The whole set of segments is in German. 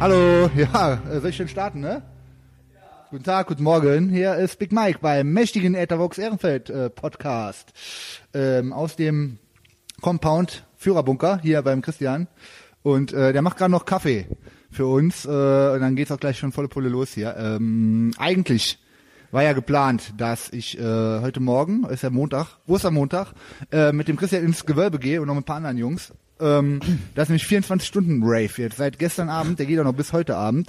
Hallo, ja, äh, soll ich schon starten, ne? Guten Tag, guten Morgen. Hier ist Big Mike beim mächtigen Ethervox Ehrenfeld äh, Podcast ähm, aus dem Compound Führerbunker hier beim Christian. Und äh, der macht gerade noch Kaffee für uns. Äh, und dann geht's auch gleich schon volle Pulle los hier. Ähm, eigentlich war ja geplant, dass ich äh, heute Morgen, ist ja Montag, Ostermontag, äh, mit dem Christian ins Gewölbe gehe und noch mit ein paar anderen Jungs. Ähm, das ist nämlich 24-Stunden-Rave jetzt seit gestern Abend, der geht auch noch bis heute Abend.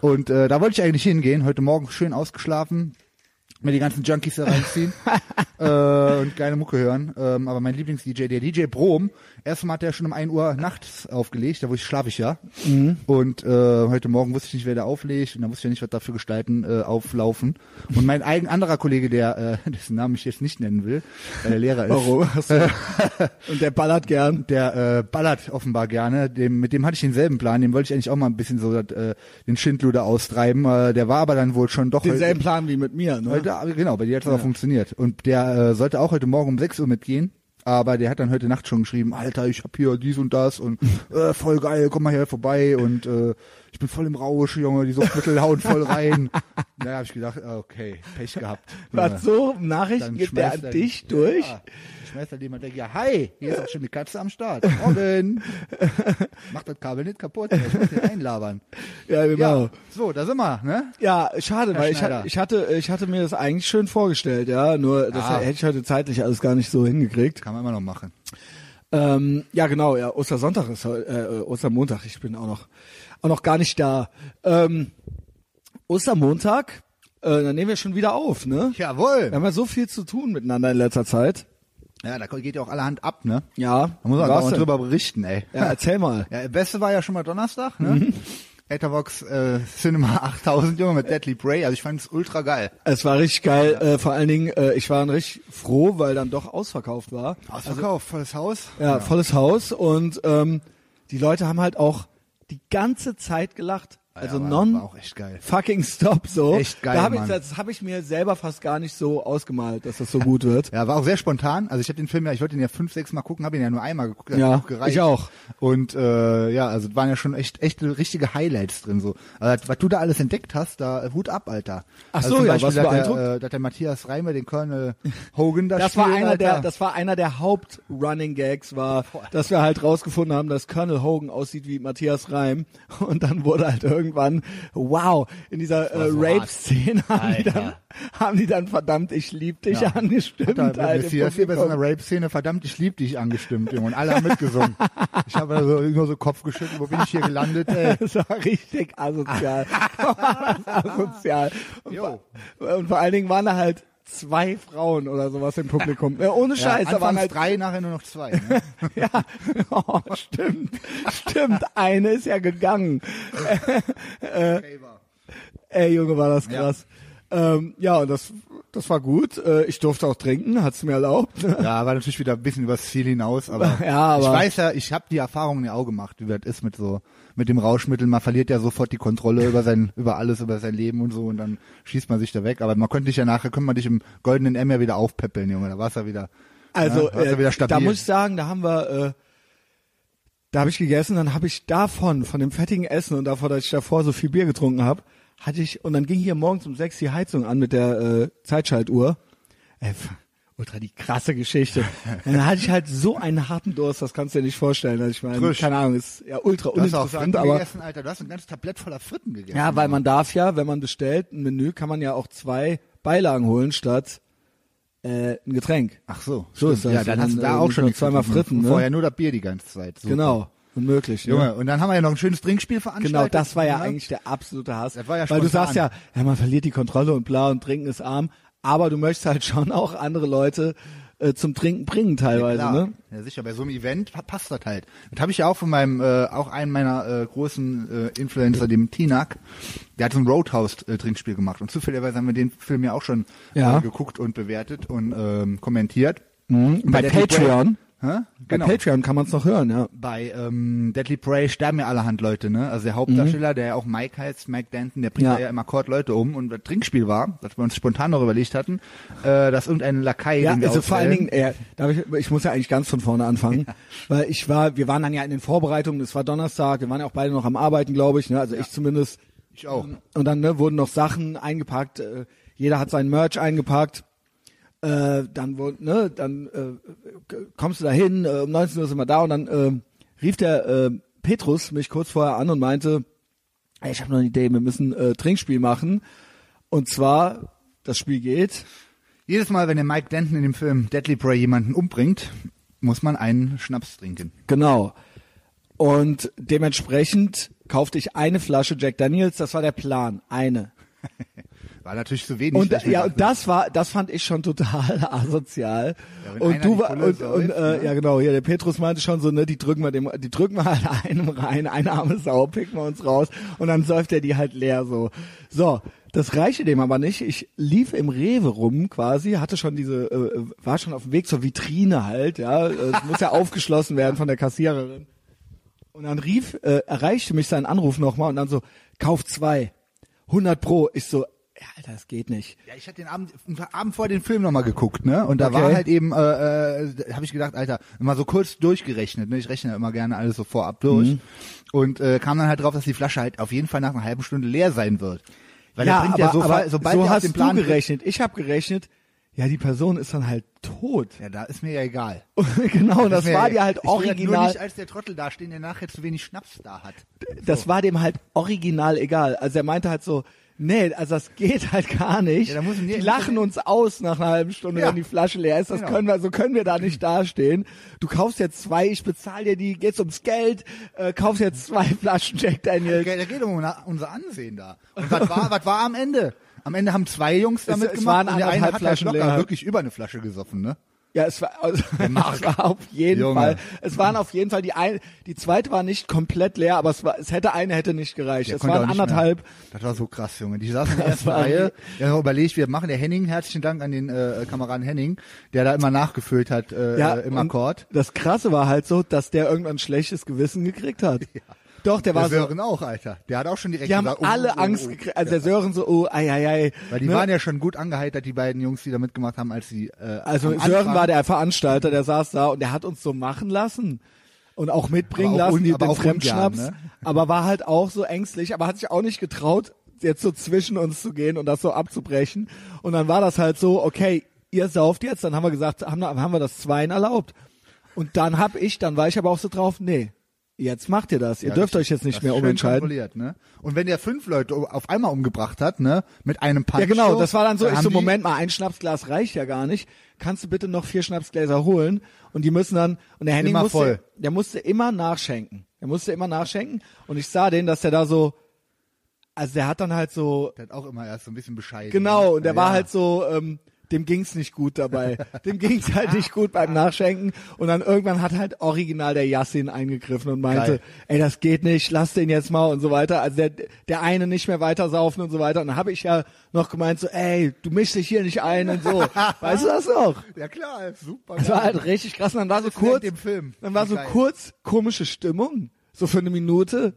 Und äh, da wollte ich eigentlich hingehen, heute Morgen schön ausgeschlafen, mir die ganzen Junkies da reinziehen äh, und geile Mucke hören. Ähm, aber mein Lieblings-DJ, der DJ Brom, erstmal hat er schon um 1 Uhr nachts aufgelegt, da wo ich schlafe ich ja. Mhm. Und äh, heute Morgen wusste ich nicht, wer da auflegt und da wusste ich ja nicht, was dafür gestalten, äh, auflaufen. Und mein eigen anderer Kollege, der äh, dessen Namen ich jetzt nicht nennen will, weil der Lehrer ist. Warum? Und der ballert gern. Der äh, ballert offenbar gerne. Dem, mit dem hatte ich denselben Plan. Dem wollte ich eigentlich auch mal ein bisschen so dat, äh, den Schindluder austreiben. Äh, der war aber dann wohl schon doch Denselben Plan wie mit mir, ne? heute, heute genau, bei dir hat es auch funktioniert. Und der äh, sollte auch heute Morgen um 6 Uhr mitgehen. Aber der hat dann heute Nacht schon geschrieben, Alter, ich hab hier dies und das und äh, voll geil, komm mal hier vorbei und äh, ich bin voll im Rausch, Junge, die Suchtmittel hauen voll rein. da habe ich gedacht, ah, okay, Pech gehabt. Junge. Was so Nachrichten Dann gibt der schmeißt an er- dich durch. Ja, schmeißt halt jemand, denkt, ja, hi, hier ist auch schon die Katze am Start. Morgen. Mach das Kabel nicht kaputt, ey, ich muss den einlabern. Ja, genau. Ja, so, da sind wir, ne? Ja, schade, Herr weil ich, Schneider. hat- ich hatte ich hatte mir das eigentlich schön vorgestellt, ja, nur das Ja. hätte ich heute zeitlich alles gar nicht so hingekriegt. Kann man immer noch machen. Ähm, ja, genau, ja, Ostersonntag ist heu- äh, Ostermontag, ich bin auch noch auch noch gar nicht da. Ähm, Ostermontag, äh, dann nehmen wir schon wieder auf, ne? Wir Jawohl. haben ja so viel zu tun miteinander in letzter Zeit. Ja, da geht ja auch allerhand ab, ne? Ja, Da muss man war's auch mal denn? drüber berichten, ey. Ja, erzähl mal. Ja, beste war ja schon mal Donnerstag, ne? Mhm. Etherbox äh, Cinema 8000, Junge, mit Deadly Prey. Also ich fand's ultra geil. Es war richtig geil. Äh, vor allen Dingen, äh, ich war dann richtig froh, weil dann doch ausverkauft war. Ausverkauf, volles Haus. Ja, volles Haus und ähm, die Leute haben halt auch die ganze Zeit gelacht. Also war- non war auch echt geil. fucking stop so. Echt geil, Da hab ich, Mann. das habe ich mir selber fast gar nicht so ausgemalt, dass das so gut wird. Ja, war auch sehr spontan. Also ich habe den Film ja, ich wollte ihn ja fünf, sechs Mal gucken, habe ihn ja nur einmal geguckt. hat Ja, auch gereicht. ich auch. Und äh, ja, also waren ja schon echt echte richtige Highlights drin so. Also, was du da alles entdeckt hast, da äh, Hut ab, Alter. Ach also so, zum ja, Beispiel, warst du dass Der, äh, beeindruckt? dass der Matthias Reimer den Colonel Hogan da Das war spielt, einer Alter. der, das war einer der Haupt Running Gags war, dass wir halt rausgefunden haben, dass Colonel Hogan aussieht wie Matthias Reim und dann wurde halt irgendwann wow in dieser äh, war so Rape Szene haben die, Alter. dann, haben die dann verdammt ich lieb dich Ja. angestimmt. Da hat halt, im Matthias hier bei so Publikum. einer Rape-Szene, verdammt, ich lieb dich angestimmt, Junge. Und alle haben mitgesungen. ich habe da so, nur so Kopf geschüttelt, wo bin ich hier gelandet, ey. Das war richtig asozial. asozial. Und Jo. vor, und vor allen Dingen waren da halt zwei Frauen oder sowas im Publikum. Ja, ohne Scheiß, ja, da waren anfangs halt drei, nachher nur noch zwei. Ne? ja. Oh, stimmt. Stimmt, eine ist ja gegangen. Ey, Junge, war das krass. Ja, ähm, ja und das das war gut. Äh, ich durfte auch trinken, hat's mir erlaubt. Ja, war natürlich wieder ein bisschen übers Ziel hinaus, aber, Ja, aber- ich weiß ja, ich habe die Erfahrung ja auch gemacht, wie das ist mit so mit dem Rauschmittel. Man verliert ja sofort die Kontrolle über sein über alles, über sein Leben und so und dann schießt man sich da weg. Aber man könnte dich ja nachher, könnte man dich im goldenen M ja wieder aufpäppeln, Junge. Da war's ja wieder. Also ja, war's ja äh, wieder stabil. da muss ich sagen, da haben wir, äh, da habe ich gegessen, dann habe ich davon, von dem fettigen Essen und davon, dass ich davor so viel Bier getrunken habe, hatte ich und dann ging hier morgens um sechs die Heizung an mit der äh, Zeitschaltuhr. Ey, pf, ultra die krasse Geschichte. dann hatte ich halt so einen harten Durst, das kannst du dir nicht vorstellen. Also ich meine, Frisch. keine Ahnung, ist ja ultra du hast auch uninteressant, Fritten aber gegessen, Alter. Du hast ein ganzes Tablett voller Fritten gegessen. ja, weil man darf ja, wenn man bestellt, ein Menü kann man ja auch zwei Beilagen holen statt äh, ein Getränk. Ach so, So stimmt. ist das. Ja, dann Und hast du dann, da äh, auch sind schon noch nichts zweimal getrunken. Fritten, ne? Vorher nur das Bier die ganze Zeit. Super. Genau, unmöglich. Junge, Ne? und dann haben wir ja noch ein schönes Trinkspiel Genau, veranstaltet. das war ja ne? eigentlich der absolute Hass. Das war ja Weil du spontan. sagst ja, ja, man verliert die Kontrolle und bla und trinken ist arm, aber du möchtest halt schon auch andere Leute äh, zum Trinken bringen teilweise, Klar. ne? Ja, sicher, bei so einem Event pa- passt das halt. Das habe ich ja auch von meinem, äh, auch einen meiner äh, großen äh, Influencer, dem Tinak, der hat so ein Roadhouse-Trinkspiel gemacht. Und zufälligerweise haben wir den Film ja auch schon Ja. Mhm. äh, geguckt und bewertet und ähm, kommentiert. Und bei Deadly Prey- Patreon. Hä? Bei Genau. Patreon kann man es noch hören, ja. Bei ähm, Deadly Prey sterben ja allerhand Leute, ne? Also der Hauptdarsteller, der ja auch Mike heißt, Mike Denton, der bringt Mhm. Ja. ja, ja immer Kord Leute um. Und das Trinkspiel war, das wir uns spontan noch überlegt hatten, äh, dass irgendein Lakai, Ja, den wir also vor allen auswählen- Dingen, äh, darf ich, ich muss ja eigentlich ganz von vorne anfangen, weil ich war, wir waren dann ja in den Vorbereitungen, es war Donnerstag, wir waren ja auch beide noch am Arbeiten, glaube ich, ne? also ich zumindest. Ich auch. Und dann ne, wurden noch Sachen eingepackt, äh, jeder hat sein Merch eingepackt, äh, dann, wurde- ne, dann äh, k- kommst du da hin, äh, um 19 Uhr sind wir da und dann äh, rief der äh, Petrus mich kurz vorher an und meinte, ey, ich habe noch eine Idee, wir müssen äh, Trinkspiel machen und zwar, das Spiel geht... Jedes Mal, wenn der Mike Denton in dem Film Deadly Prey jemanden umbringt, muss man einen Schnaps trinken. Genau. Und dementsprechend kaufte ich eine Flasche Jack Daniels, das war der Plan, eine. War natürlich zu wenig. Und dass ich ja, mir und das war, das fand ich schon total asozial. Ja, wenn und einer du die war, Pulle und, säuft, und äh, ne? ja genau, hier der Petrus meinte schon so, ne, die drücken wir dem, die drücken wir halt einem rein, eine arme Sau, picken wir uns raus und dann säuft er die halt leer so. So, das reichte dem aber nicht. Ich lief im Rewe rum quasi, hatte schon diese, äh, war schon auf dem Weg zur Vitrine halt, ja, es muss ja aufgeschlossen werden von der Kassiererin. Und dann rief, äh, erreichte mich sein Anruf nochmal und dann so, kauf zwei, 100 pro. Ich so, ja, Alter, das geht nicht. Ja, ich hatte den Abend, den Abend vor den Film nochmal geguckt, ne? Und da Okay. war halt eben, äh, äh, habe ich gedacht, Alter, mal so kurz durchgerechnet, ne? Ich rechne ja immer gerne alles so vorab durch. Mhm. Und äh, kam dann halt drauf, dass die Flasche halt auf jeden Fall nach einer halben Stunde leer sein wird. Weil er bringt ja so, fa- sobald so er auf hast den Plan du gerechnet. Ich habe gerechnet, ja, die Person ist dann halt tot. Ja, da ist mir ja egal. genau, das Ist mir war ja- dir halt ich will Nur original, nicht als der Trottel dastehen, der nachher zu wenig Schnaps da hat. das war dem halt original egal. Also er meinte halt so, nee, also das geht halt gar nicht. Ja, da muss- nee, die muss- lachen uns aus nach einer halben Stunde, Ja. wenn die Flasche leer ist. Das Genau. können wir, so können wir da nicht dastehen. Du kaufst jetzt zwei, ich bezahle dir die, geht's ums Geld, äh, kaufst jetzt zwei Flaschen Jack Daniels. Da geht um na- unser Ansehen da. Und was war, was war am Ende? Am Ende haben zwei Jungs damit es gemacht waren und der eine anderthalb hat halt Flaschen locker leer. wirklich über eine Flasche gesoffen, ne? Ja, es war, also, Mark. es war auf jeden Junge. Fall. Es waren auf jeden Fall die ein, die zweite war nicht komplett leer, aber es war, es hätte eine hätte nicht gereicht. Der es konnte waren auch nicht mehr. anderthalb. Das war so krass, Junge. Die saßen in der Das ersten war- Reihe. Wir haben überlegt, wir machen der Henning, herzlichen Dank an den äh, Kameraden Henning, der da immer nachgefüllt hat äh, Ja, äh, im und Akkord. Das Krasse war halt so, dass der irgendwann ein schlechtes Gewissen gekriegt hat. Doch, der Der war so. Sören auch, Alter. Der hat auch schon direkt Die haben gesagt, oh, alle oh, oh, Angst oh. gekriegt. Also der Sören so, oh, ei, ei, ei. Weil die ne? waren ja schon gut angeheitert, die beiden Jungs, die da mitgemacht haben, als sie äh, also am Sören Anfang- war der Veranstalter, der saß da und der hat uns so machen lassen. Und auch mitbringen Aber auch lassen, un- die, aber den auch ungern, Fremdschnaps. ne? Aber war halt auch so ängstlich, aber hat sich auch nicht getraut, jetzt so zwischen uns zu gehen und das so abzubrechen. Und dann war das halt so, okay, ihr sauft jetzt, dann haben wir gesagt, haben, haben wir das Zweien erlaubt. Und dann hab ich, dann war ich aber auch so drauf, nee, jetzt macht ihr das. Ihr Ja, dürft das- euch jetzt nicht das mehr ist schön umentscheiden. kontrolliert, Ne? Und wenn der fünf Leute auf einmal umgebracht hat, ne, mit einem Punch. Ja, genau, das war dann so, ich haben so, die- Moment mal, ein Schnapsglas reicht ja gar nicht. Kannst du bitte noch vier Schnapsgläser holen? Und die müssen dann, und der Henning Immer musste, voll. der musste immer nachschenken. Der musste immer nachschenken. Und ich sah den, dass der da so, also der hat dann halt so, Der hat auch immer erst so ein bisschen bescheiden. genau, ne? und der Ja, war ja. halt so, ähm, dem ging's nicht gut dabei. Dem ging's halt nicht gut beim Nachschenken. Und dann irgendwann hat halt original der Yassin eingegriffen und meinte, Geil. ey, das geht nicht, lass den jetzt mal und so weiter. Also der, der eine nicht mehr weiter saufen und so weiter. Und dann habe ich ja noch gemeint so, ey, du mischst dich hier nicht ein und so. weißt du das noch? Ja klar, super. Das war halt richtig krass. Und dann war so nennt kurz, den Film. dann war so Geil. kurz komische Stimmung. So für eine Minute.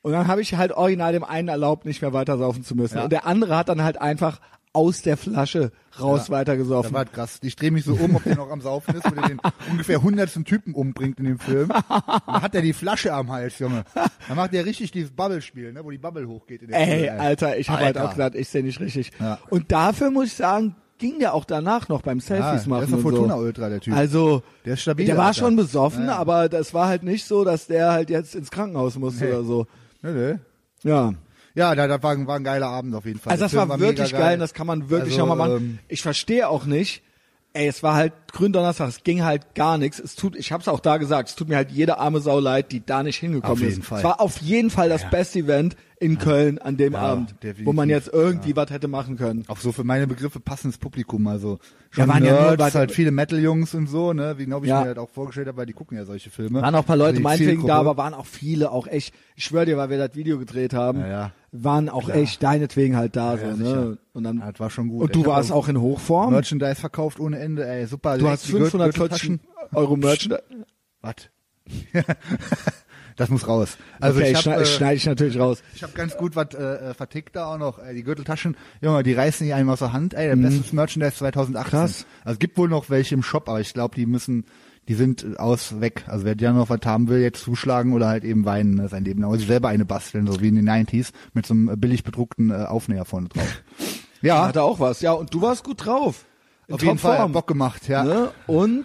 Und dann habe ich halt original dem einen erlaubt, nicht mehr weiter saufen zu müssen. Ja. Und der andere hat dann halt einfach aus der Flasche raus Ja. weitergesoffen. Das war krass. Ich drehe mich so um, ob der noch am Saufen ist, wenn er den ungefähr hundertsten Typen umbringt in dem Film. Dann hat er die Flasche am Hals, Junge. Dann macht er richtig dieses Bubble-Spiel, ne, wo die Bubble hochgeht. In der Ey, Schule, Alter, ich habe halt Alter. auch gedacht, ich sehe nicht richtig. Ja. Und dafür muss ich sagen, ging der auch danach noch beim Selfies Ja, machen. der ist ein und Fortuna so. Ultra, der Typ. Also, Der ist stabil, Der war Alter. schon besoffen, Ja, ja. aber das war halt nicht so, dass der halt jetzt ins Krankenhaus musste Nee. oder so. Nö, nö. Ja. ne, Ja, da, da war, ein- war ein geiler Abend auf jeden Fall. Also Der das Film war, wirklich mega geil, das kann man wirklich Also, nochmal machen. ähm, ich verstehe auch nicht. Ey, es war halt Gründonnerstag, es ging halt gar nichts. Es tut, ich hab's auch da gesagt, es tut mir halt jede arme Sau leid, die da nicht hingekommen Auf jeden ist. Fall. Es war auf jeden Fall das beste Event in Köln an dem Ja, Abend, wo definitiv. man jetzt irgendwie was hätte machen können. Auch so für meine Begriffe passendes Publikum, also schon waren ja nur Nerds, Leute- halt viele Metal-Jungs und so, ne, wie genau ich Ja. mir halt auch vorgestellt habe, weil die gucken ja solche Filme. Waren auch ein paar Also Leute die meinetwegen Zielgruppe. da, aber waren auch viele auch echt, ich schwöre dir, weil wir das Video gedreht haben, Ja, ja. waren auch Klar. echt deinetwegen halt da ja, so, sicher. ne? Und dann Ja, das war schon gut. und du Ich hab warst auch in Hochform. Merchandise verkauft ohne Ende, ey, super. Du du hast die Gürtel- 540 Gürteltaschen. Euro Merchandise. Was? das muss raus. Also okay, ich schneide habe ich, äh, schneid ich natürlich raus. ich hab ganz gut was äh, äh, vertickt da auch noch. Äh, die Gürteltaschen, Junge, die reißen die einem aus der Hand. Ey, der bestes Merchandise 2018. Mhm. Krass. Also es gibt wohl noch welche im Shop, aber ich glaube, die müssen, die sind äh, aus weg. Also wer da noch was haben will, jetzt zuschlagen oder halt eben weinen äh, sein Leben lang. Oder sich selber eine basteln, so wie in den 90s, mit so einem äh, billig bedruckten äh, Aufnäher vorne drauf. ja, Hatte auch was. Ja, und du warst gut drauf. In auf jeden Fall hat Topform. Bock gemacht, ja. Ne? Und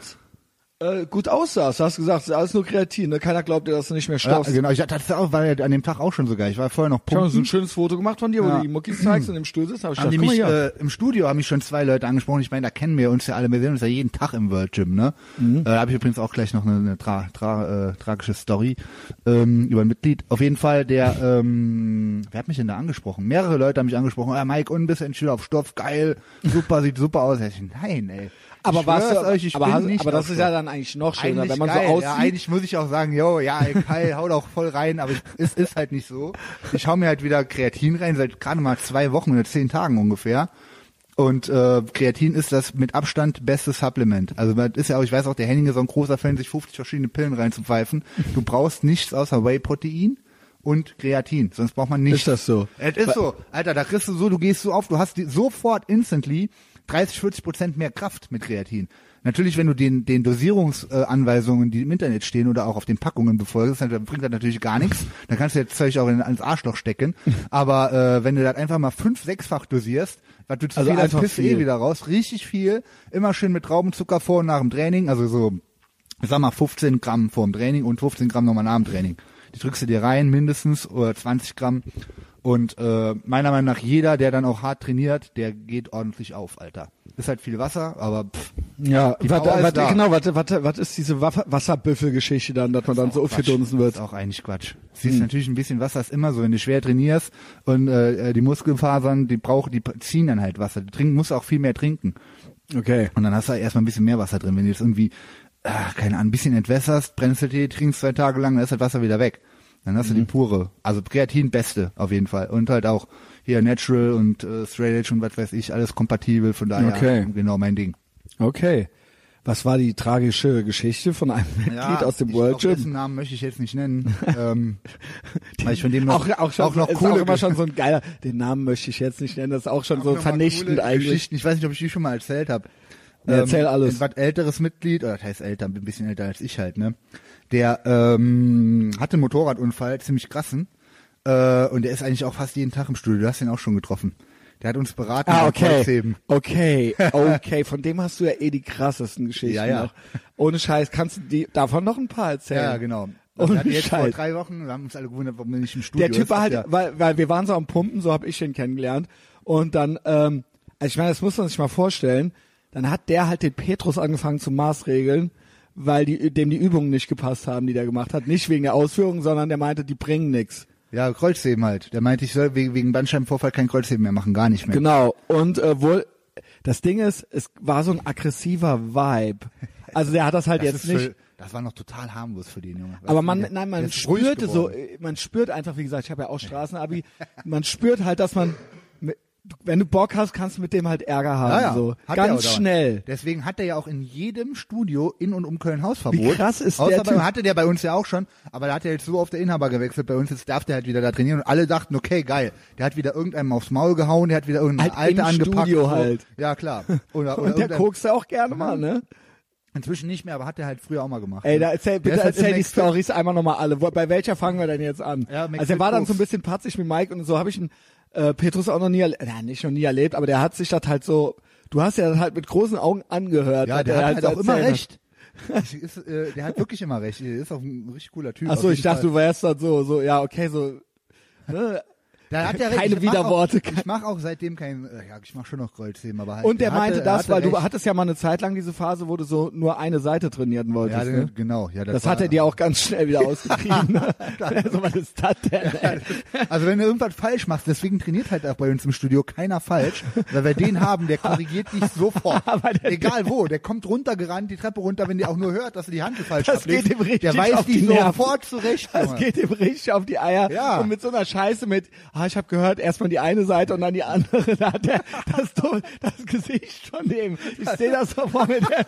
äh, gut aussahst. Du hast gesagt, es ist alles nur Kreatin. Ne? Keiner glaubt dir, dass du nicht mehr Ja, stirbst. genau, ich, das war ja an dem Tag auch schon so geil. Ich war vorher noch Ich habe pumpen. so ein schönes Foto gemacht von dir, wo Ja. du die Muckis zeigst und im Stuhl sitzt. Hab ich haben gedacht, die guck mal mich, hier. äh, im Studio haben mich schon zwei Leute angesprochen. Ich meine, da kennen wir uns ja alle. Wir sehen uns ja jeden Tag im World Gym, ne? Mhm. Äh, da habe ich übrigens auch gleich noch eine, eine tra tra äh, tragische Story ähm, über ein Mitglied. Auf jeden Fall, der, ähm, wer hat mich denn da angesprochen? Mehrere Leute haben mich angesprochen. Ah, Mike Unbiss, ein Schüler auf Stoff, geil, super, sieht super aus. Ja, Ich, nein, ey. aber ich warst du, schwör's euch, ich aber, bin hast, nicht aber das auf ist ja Stoff. dann eigentlich noch schöner, Eigentlich wenn man geil. so aussieht. Ja, eigentlich muss ich auch sagen, yo, ja, ey, Kai, hau doch voll rein, aber ich- es ist halt nicht so. Ich hau mir halt wieder Kreatin rein, seit gerade mal zwei Wochen oder zehn Tagen ungefähr. Und äh, Kreatin ist das mit Abstand beste Supplement. Also das ist ja auch, ich weiß auch, der Henning ist so ein großer Fan, sich 50 verschiedene Pillen reinzupfeifen. Du brauchst nichts außer Whey-Protein und Kreatin, sonst braucht man nichts. Ist das so? Es ist so. Alter, da kriegst du so, du gehst so auf, du hast die, sofort instantly 30, 40 Prozent mehr Kraft mit Kreatin. Natürlich, wenn du den, den Dosierungsanweisungen, die im Internet stehen oder auch auf den Packungen befolgst, dann bringt das natürlich gar nichts. Dann kannst du jetzt Zeug auch in, ans Arschloch stecken. Aber äh, wenn du das einfach mal fünf, sechsfach dosierst, was du zu Also viel hast, einfach piss viel. eh wieder raus. Richtig viel. Immer schön mit Traubenzucker vor und nach dem Training. Also so, ich sag mal 15 Gramm vor dem Training und 15 Gramm nochmal nach dem Training. Die drückst du dir rein, mindestens, oder 20 Gramm. Und äh, meiner Meinung nach jeder, der dann auch hart trainiert, der geht ordentlich auf, Alter. Ist halt viel Wasser, aber pff, Ja, Die wat, Power ist wat, da. genau, was wat, wat ist diese Waffe- Wasserbüffel-Geschichte dann, dass man dann so Quatsch. aufgedunsen Ist wird? auch eigentlich Hm. Quatsch. Siehst natürlich ein bisschen Wasser ist immer so, wenn du schwer trainierst und äh, die Muskelfasern, die brauchen, die ziehen dann halt Wasser. Du trink, musst auch viel mehr trinken. Okay. Und dann hast du halt erstmal ein bisschen mehr Wasser drin. Wenn du jetzt irgendwie, äh, keine Ahnung, ein bisschen entwässerst, Brennnesseltee trinkst zwei Tage lang, dann ist das Wasser wieder weg. Dann hast du Mhm. die pure. Also Kreatin beste auf jeden Fall. Und halt auch hier Natural und äh, Straight Edge und was weiß ich, alles kompatibel. Von daher Okay. genau mein Ding. Okay. Was war die tragische Geschichte von einem Mitglied aus dem ich, World auch Gym? Dessen Namen möchte ich jetzt nicht nennen. ähm, weil ich von dem noch, Auch, auch, schon, noch ist coole auch immer schon so ein geiler, den Namen möchte ich jetzt nicht nennen, das ist auch schon so Auch noch mal vernichtend coole eigentlich. Geschichten. Ich weiß nicht, ob ich die schon mal erzählt habe. Nee, erzähl alles. Ein was älteres Mitglied, oder das heißt älter, ein bisschen älter als ich halt, ne? Der ähm, hatte einen Motorradunfall, ziemlich krassen. Äh, und der ist eigentlich auch fast jeden Tag im Studio. Du hast ihn auch schon getroffen. Der hat uns beraten Ah, beim okay. Kreuzheben. Okay, okay. Von dem hast du ja eh die krassesten Geschichten. Ja, ja. Noch. Ohne Scheiß, kannst du die, davon noch ein paar erzählen? Ja, genau. Und Ohne wir hatten jetzt vor Oh, Scheiß. drei Wochen, wir haben uns alle gewundert, warum der nicht im Studio Der Typ ist. war halt, ja, weil, weil wir waren so am Pumpen, so habe ich ihn kennengelernt. Und dann, ähm, also ich meine, das muss man sich mal vorstellen, dann hat der halt den Petrus angefangen zu maßregeln, weil die, dem die Übungen nicht gepasst haben, die der gemacht hat. Nicht wegen der Ausführung, sondern der meinte, die bringen nix. ja, Kreuzheben halt. Der meinte, ich soll wegen, wegen Bandscheibenvorfall kein Kreuzheben mehr machen, gar nicht mehr. Genau. Und äh, wohl, das Ding ist, es war so ein aggressiver Vibe. Also der hat das halt Das, jetzt ist nicht. für, das war noch total harmlos für den Junge. Weißt Aber du, man, der- nein, der man ist ruhig spürte so, geworden. äh, man spürt einfach, wie gesagt, ich habe ja auch Straßenabi, man spürt halt, dass man, mit- wenn du Bock hast, kannst du mit dem halt Ärger haben, Ah Ja, ja. so. Hat er Ganz auch dauernd. schnell. Deswegen hat er ja auch in jedem Studio in und um Köln Hausverbot. Wie krass ist Außer der bei, Typ? hatte der bei uns ja auch schon, aber da hat er jetzt so auf der Inhaber gewechselt. Bei uns jetzt darf der halt wieder da trainieren und alle dachten, okay, geil. Der hat wieder irgendeinem aufs Maul gehauen, der hat wieder irgendeine Halt im alte angepackt. Studio und so. halt. Ja, klar. Oder, oder Und der irgendein- guckst du auch gerne mal, ne? inzwischen nicht mehr, aber hat er halt früher auch mal gemacht. Ey, da erzähl, Der bitte ist halt erzähl im die Next Fit- Stories einmal nochmal alle. Wo, bei welcher fangen wir denn jetzt an? Ja, Max also er war dann Koks. so ein bisschen patzig mit Mike und so habe ich einen, äh, Petrus auch noch nie, erle- na, nicht noch nie erlebt, aber der hat sich das halt so, du hast ja das halt mit großen Augen angehört. Ja, was der er hat halt auch so immer erzählt hat. recht. Das ist, äh, der hat wirklich immer recht. Der ist auch ein richtig cooler Typ. Ach so, Auf ich jeden dachte, Fall. du wärst dann so, so, ja, okay, so, ne? Da hat er recht. Ich keine mach Widerworte, Auch, ich mache auch seitdem kein, äh, ja, ich mache schon noch Kreuzheben, aber halt. Und der er hatte- meinte er das, hatte weil du recht. hattest ja mal eine Zeit lang diese Phase, wo du so nur eine Seite trainieren wolltest. Ja, ne? genau. Ja, das Das war, hat er dir auch ganz schnell wieder ausgetrieben. ne? so, was ist das denn? ey? Also wenn du irgendwas falsch machst, deswegen trainiert halt auch bei uns im Studio keiner falsch, weil wir den haben, der korrigiert dich sofort. Aber der- Egal wo, der kommt runtergerannt, die Treppe runter, wenn der auch nur hört, dass du die Hand falsch Das ablegst. geht ihm richtig der weiß auf die dich Nerven. sofort zurecht. Das Junge. geht ihm richtig auf die Eier. Ja. Und mit so einer Scheiße mit, ah, ah, ich habe gehört, erstmal die eine Seite und dann die andere. Da hat er das, dumme- das Gesicht von dem. Ich sehe das so vor mir. Der-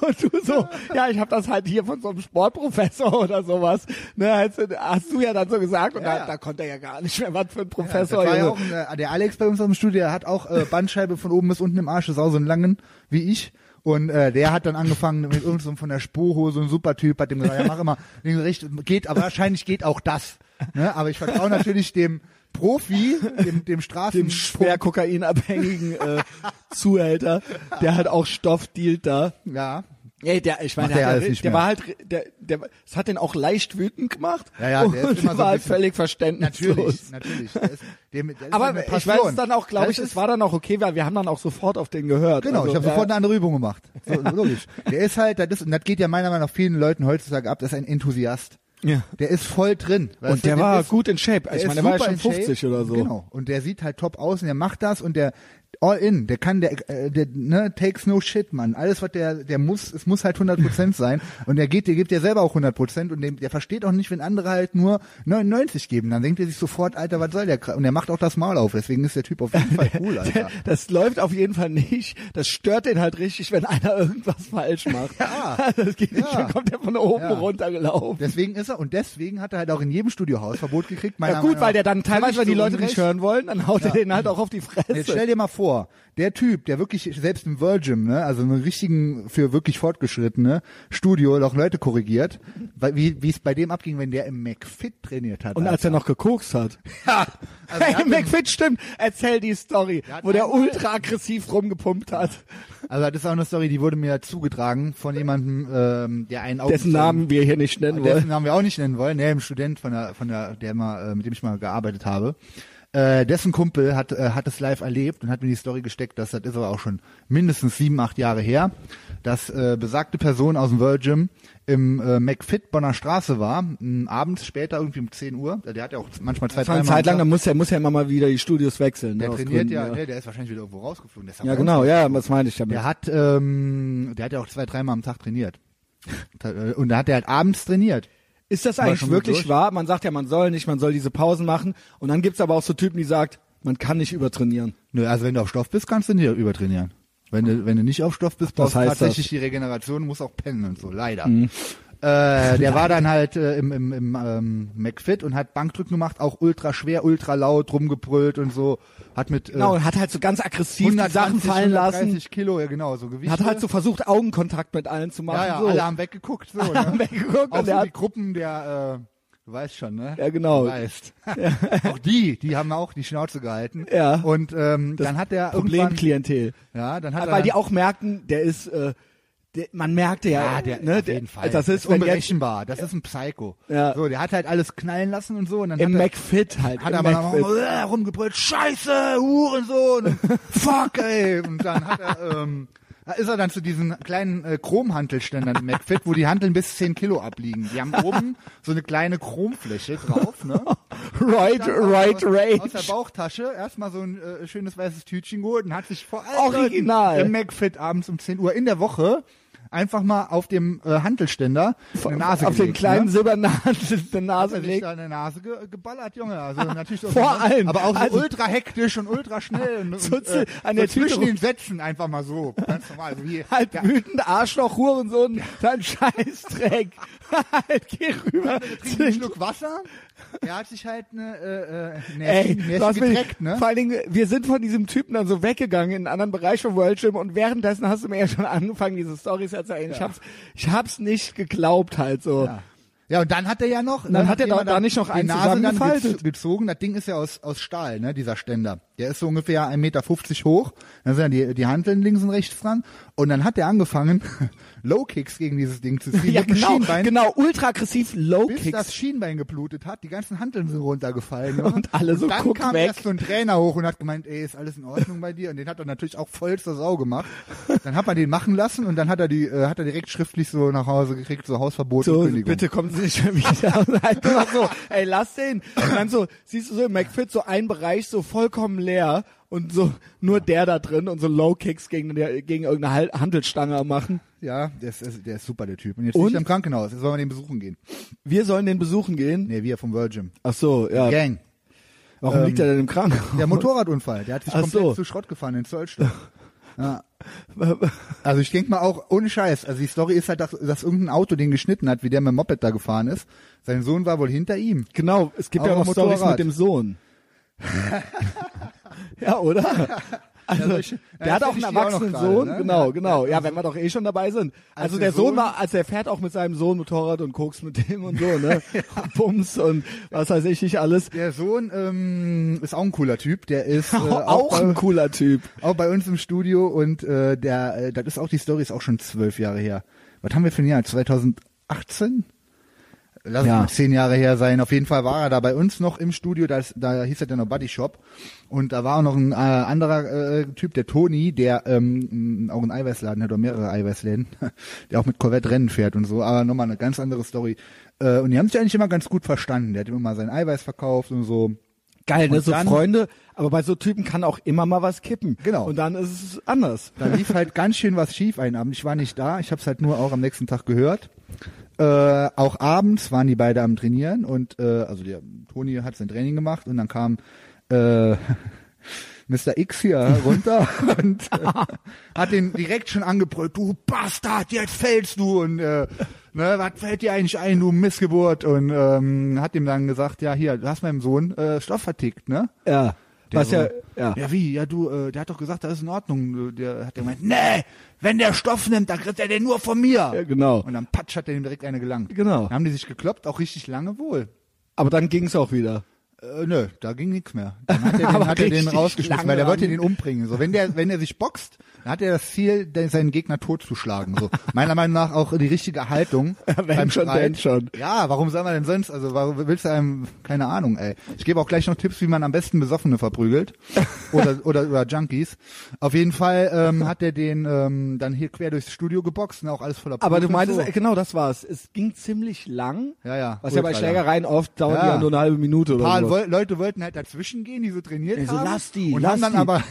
Und du so, ja, ich habe das halt hier von so einem Sportprofessor oder sowas. Ne, hast, du- hast du ja dann so gesagt und Ja, da, ja. da konnte er ja gar nicht mehr was für Ja, ein das Professor. war ja Junge. auch ein, äh, der Alex bei uns im Studio, der hat auch äh, Bandscheibe von oben bis unten im Arsch, ist auch so einen langen wie ich. Und äh, der hat dann angefangen mit uns so von der Spurhose, so ein super Typ, hat dem gesagt, ja mach immer links rechts, geht, aber wahrscheinlich geht auch das. Ne? Aber ich vertraue natürlich dem Profi, dem, dem Straßen... dem schwer kokainabhängigen äh, Zuhälter, der hat auch Stoff dealt da. ja, Ey, der, ich Macht meine, der der, hat alles ja- nicht der mehr. war halt, der, der, es hat den auch leicht wütend gemacht. Ja, ja, der ist und immer so ein war halt bisschen- völlig verständnislos. natürlich, natürlich. Der ist, dem, der ist Aber eine ich Passion. weiß dann auch, glaube Das ich, ist- es war dann auch okay, weil wir haben dann auch sofort auf den gehört. Genau, also, ich habe ja. sofort eine andere Übung gemacht. So, logisch. Der ist halt, das ist, und das geht ja meiner Meinung nach vielen Leuten heutzutage ab, das ist ein Enthusiast. Ja. Der ist voll drin. weißt Und du, der war ist, gut in Shape. Ich ist meine, der war ja super schon in Shape. 50 oder so. Genau. Und der sieht halt top aus und der macht das und der all in, der kann, der, äh, der ne, takes no shit, Mann. Alles, was der, der muss, es muss halt 100% sein. Und der geht, der gibt ja selber auch 100% und dem, der versteht auch nicht, wenn andere halt nur 99 geben. Dann denkt er sich sofort, Alter, was soll der? Kra- Und der macht auch das Maul auf. Deswegen ist der Typ auf jeden Fall cool, Alter. Das läuft auf jeden Fall nicht. Das stört den halt richtig, wenn einer irgendwas falsch macht. Ja. Das geht nicht, Ja. dann kommt der von oben Ja. runtergelaufen. Deswegen ist er und deswegen hat er halt auch in jedem Studiohaus Verbot gekriegt. meiner Ja gut, Meinung weil nach. der dann teilweise, wenn die Völlig zu Leute Unrecht. nicht hören wollen, dann haut er den halt auch auf die Jetzt stell Fresse. dir mal vor, der Typ, der wirklich selbst im Virgin, ne, also einen richtigen für wirklich fortgeschrittene Studio noch Leute korrigiert, weil- wie wie es bei dem abging, wenn der im McFit trainiert hat. Und als er noch gekokst hat. ja, also er hey, hat, McFit, stimmt. Erzähl die Story, hat wo der einmal- ultra aggressiv rumgepumpt hat, also das ist auch eine Story, die wurde mir zugetragen von jemandem, ähm, der einen auch dessen Namen wir hier nicht nennen wollen. Dessen haben wir auch nicht nennen wollen. Nee, ein Student von der, von der, der mal, äh, mit dem ich mal gearbeitet habe. Äh, dessen Kumpel hat, äh, hat es live erlebt und hat mir die Story gesteckt, dass das ist aber auch schon mindestens sieben, acht Jahre her, dass äh, besagte Person aus dem World Gym im äh, McFit Bonner Straße war, m, abends später irgendwie um 10 Uhr. Der hat ja auch manchmal zwei, Das war dreimal eine am Zeit lang, Tag- da muss er muss ja immer mal wieder die Studios wechseln. der ne, aus trainiert Gründen, ja, ja. Nee, der ist wahrscheinlich wieder irgendwo rausgeflogen. Der ist Ja, aber genau, ja, was meine ich damit? der hat, ähm, der hat ja auch zwei, dreimal am Tag trainiert. Und da hat er halt abends trainiert. Ist das War eigentlich schon gut wirklich durch. wahr? Man sagt ja, man soll nicht, man soll diese Pausen machen. Und dann gibt's aber auch so Typen, die sagt, man kann nicht übertrainieren. Nö, also wenn du auf Stoff bist, kannst du nicht übertrainieren. Wenn du, wenn du nicht auf Stoff bist, Das Mhm. brauchst du heißt tatsächlich die Regeneration, musst auch pennen und so, leider. Äh, der war dann halt äh, im, im, im ähm, McFit und hat Bankdrücken gemacht, auch ultra schwer, ultra laut, rumgebrüllt und so. Hat mit äh, Genau, und hat halt so ganz aggressiv die 120, Sachen fallen lassen. 130 Kilo, ja genau, so Gewicht. Hat halt so versucht, Augenkontakt mit allen zu machen. ja, ja, so. alle haben weggeguckt. So, Alle haben ne? weggeguckt Auch und der so hat- die Gruppen der, äh, du weißt schon, ne? Ja, genau. Du weißt. auch die, die haben auch die Schnauze gehalten. Ja. Und ähm, dann hat der irgendwann... Problemklientel. Ja, dann hat er Weil die dann- auch merkten, der ist, äh, der, man merkte ja, Ja, der, ne, auf jeden der, Fall. das ist, wenn jetzt unberechenbar. Das ist ein Psycho. Ja. So, der hat halt alles knallen lassen und so und dann im hat McFit halt, er, hat im er aber noch McFit. äh, rumgebrüllt, Scheiße, Hurensohn, und fuck, ey. Und dann hat er, ähm, da ist er dann zu diesen kleinen äh, Chromhantelständern im McFit, wo die Hanteln bis 10 Kilo abliegen. Die haben oben so eine kleine Chromfläche drauf, ne? right, right, aus, aus der range. Bauchtasche erstmal so ein äh, schönes weißes Tütchen geholt und hat sich vor allem Original. im McFit abends um 10 Uhr in der Woche einfach mal auf dem äh, Hantelständer eine Nase Auf den gelegt, kleinen ne? silbernen der Nase Hat er sich gelegt. da in der Nase ge geballert, Junge. Also natürlich so Vor allem. Aber auch so Also- ultra hektisch und ultra schnell. Und, So und, zu- an so der Tüte zwischen rum. den Sätzen einfach mal so. Ganz normal. Also wie, Halt der wütend, Arschloch, Hurensohn, dein Scheißdreck. halt, geh rüber. trinkt einen Schluck Wasser. Er hat sich halt eine äh, äh, Närchen, Ey, du Närchen hast mich, getreckt, ne? vor allen Dingen, wir sind von diesem Typen dann so weggegangen in einen anderen Bereich von World Gym und währenddessen hast du mir ja schon angefangen, diese Stories zu erzählen. Ich, hab's, ich hab's nicht geglaubt halt so. Ja. Ja, und dann hat er ja noch, Dann hat er nachdem da- da nicht noch die einen Nase dann zusammengefaltet. gez- gezogen. Das Ding ist ja aus, aus Stahl, ne, dieser Ständer. Der ist so ungefähr 1,50 Meter hoch. Dann sind ja die, die Hanteln links und rechts dran. Und dann hat er angefangen, Low Kicks gegen dieses Ding zu ziehen. Ja, mit dem genau, Schienbein, genau, ultra aggressiv Low Bis das Kicks. Schienbein geblutet hat, die ganzen Hanteln sind runtergefallen. Junge. Und alle so, und dann guck kam weg. erst so ein Trainer hoch und hat gemeint, ey, ist alles in Ordnung bei dir? Und den hat er natürlich auch voll zur Sau gemacht. Dann hat man den machen lassen und dann hat er die, äh, hat er direkt schriftlich so nach Hause gekriegt, so Hausverbot So, und Kündigung. bitte kommen Sie nicht mehr wieder. Und halt immer so, ey, lass den. Und dann so, siehst du so im McFit so ein Bereich so vollkommen leer und so nur der da drin und so Low Kicks gegen, der, gegen irgendeine Hal- Handelstange machen. Ja, der ist, der ist- der ist super, der Typ. Und jetzt Und? liegt er im Krankenhaus. Jetzt sollen wir den besuchen gehen. Wir sollen den besuchen gehen. Äh, Nee, wir vom Virgin. Ach so, ja. Ähm, Gang. Warum liegt er denn im Krankenhaus? Der Motorradunfall, der hat sich Ach komplett so. zu Schrott gefahren in Zollstock. Ja. Also ich denke mal auch, ohne Scheiß, also die Story ist halt, dass, dass irgendein Auto den geschnitten hat, wie der mit dem Moped da gefahren ist. Sein Sohn war wohl hinter ihm. Genau, es gibt ja Aber auch Stories Motorrad. mit dem Sohn. ja, oder? Also, solche- ja, der hat das auch einen hätte ich dir auch noch erwachsenen gerade, Sohn, ne? genau, Ja, genau. Ja, wenn wir doch eh schon dabei sind. Also, der der Sohn, Sohn- war, also er fährt auch mit seinem Sohn Motorrad und Koks mit dem und so, ne? Und Bums und was weiß ich nicht alles. Der Sohn ähm, ist auch ein cooler Typ, der ist äh, auch ein cooler Typ. auch bei uns im Studio und äh, der, äh, das ist auch die Story ist auch schon zwölf Jahre her. Was haben wir für ein Jahr? 2018? Lass es Ja. mal zehn Jahre her sein. Auf jeden Fall war er da bei uns noch im Studio, da, ist, da hieß er dann noch Buddy Shop. Und da war auch noch ein äh, anderer äh, Typ, der Toni, der ähm, auch einen Eiweißladen hat oder mehrere Eiweißläden, der auch mit Corvette Rennen fährt und so. Aber nochmal eine ganz andere Story. Äh, und die haben sich eigentlich immer ganz gut verstanden. Der hat immer mal sein Eiweiß verkauft und so. Geil, ne? Und So dann- Freunde, aber bei so Typen kann auch immer mal was kippen. Genau. Und dann ist es anders. Da lief halt ganz schön was schief einen Abend. Ich war nicht da, ich habe es halt nur auch am nächsten Tag gehört. Äh, auch abends waren die beide am Trainieren und äh, also der Toni hat sein Training gemacht und dann kam äh, Mr. X hier runter und äh, hat den direkt schon angebrüllt, du Bastard, jetzt fällst du und äh, ne, was fällt dir eigentlich ein, du Missgeburt und ähm, hat ihm dann gesagt, ja hier, du hast meinem Sohn äh, Stoff vertickt, ne? Ja. Der Was ja, so, ja. ja, wie? Ja, du, äh, der hat doch gesagt, das ist in Ordnung. Äh, Der hat gemeint, nee, wenn der Stoff nimmt, dann kriegt er den nur von mir. Ja, genau. Und dann patsch hat er ihm direkt eine gelangt. Genau. Dann haben die sich gekloppt, auch richtig lange wohl. Aber dann ging's auch wieder. Äh, nö, da ging nichts mehr. Dann hat er den, Aber hat er den richtig rausgeschmissen, lange weil der wollte lang. den umbringen. So, wenn der, wenn er sich boxt, dann hat er das Ziel, den- seinen Gegner totzuschlagen. So, meiner Meinung nach auch die richtige Haltung. Wenn beim schon, Streit. denn schon. Ja, warum soll man denn sonst? Also, warum willst du einem, keine Ahnung, ey. Ich gebe auch gleich noch Tipps, wie man am besten Besoffene verprügelt. oder, oder, oder Junkies. Auf jeden Fall, ähm, hat er den, ähm, dann hier quer durchs Studio geboxt, ne, auch alles voller Aber du Blut und meintest, so. äh, genau, das war's. Es ging ziemlich lang. Ja, ja, Was ja bei ultra Schlägereien oft dauert Ja. ja. nur eine halbe Minute ein paar oder so. Woll- Leute wollten halt dazwischen gehen, die so trainiert Ey, so haben. lass die, und lass haben dann die. aber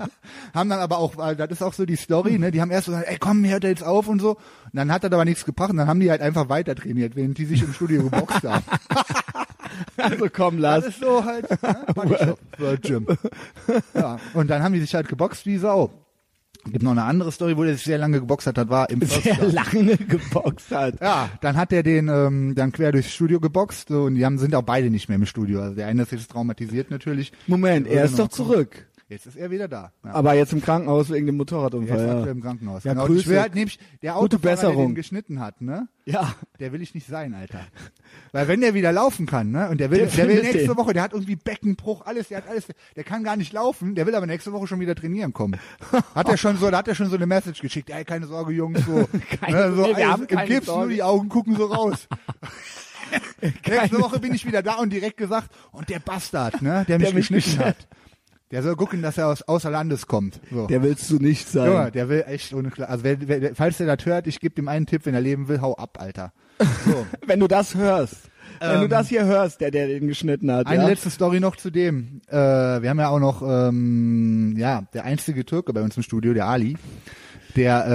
haben dann aber auch, weil das ist auch so die Story, ne? Die haben erst so gesagt, ey komm, hört jetzt auf und so. Und dann hat das aber nichts gebracht und dann haben die halt einfach weiter trainiert, während die sich im Studio geboxt haben. Also komm, Das lass. ist so halt ne? Body Shop, World Gym. Ja. Und dann haben die sich halt geboxt wie Sau. Gibt noch eine andere Story, wo der sich sehr lange geboxt hat, das war im Sehr Förster. lange geboxt hat. Ja, dann hat er den ähm, dann quer durchs Studio geboxt so, und die haben, sind auch beide nicht mehr im Studio. Also der eine ist jetzt traumatisiert natürlich. Moment, Der er würde ist noch doch kommen. zurück. Jetzt ist er wieder da. genau, Ja. Aber jetzt im Krankenhaus wegen dem Er Motorradunfall. ist Ja, aktuell im Krankenhaus. Ja, genau. Ich Grüße. will halt nämlich, der Gute Autofahrer, der den Besserung. geschnitten hat, ne? ja. Der will ich nicht sein, Alter. Weil wenn der wieder laufen kann, ne? Und der will, der, Der will findet nächste den. Woche, der hat irgendwie Beckenbruch, alles, der hat alles, der kann gar nicht laufen, der will aber nächste Woche schon wieder trainieren kommen. Hat er schon so, da hat er schon so eine Message geschickt, ey, keine Sorge, Jungs, so. ne, Keine- so wir alles haben keine Im Gips, nur Sorge. die Augen gucken so raus. nächste Woche bin ich wieder da und direkt gesagt, und der Bastard, ne? Der mich mich geschnitten geschnitten hat. Der soll gucken, dass er aus außer Landes kommt. So. Der willst du nicht sein. Junge, der will echt ohne Kla Also wer, wer, der- falls der das hört, ich gebe dem einen Tipp, wenn er leben will, hau ab, Alter. So. Wenn du das hörst. Wenn du Ähm. das hier hörst, der, der den geschnitten hat. Eine ja? letzte Story noch zu dem. Äh, wir haben ja auch noch, ähm, ja, der einzige Türke bei uns im Studio, der Ali, der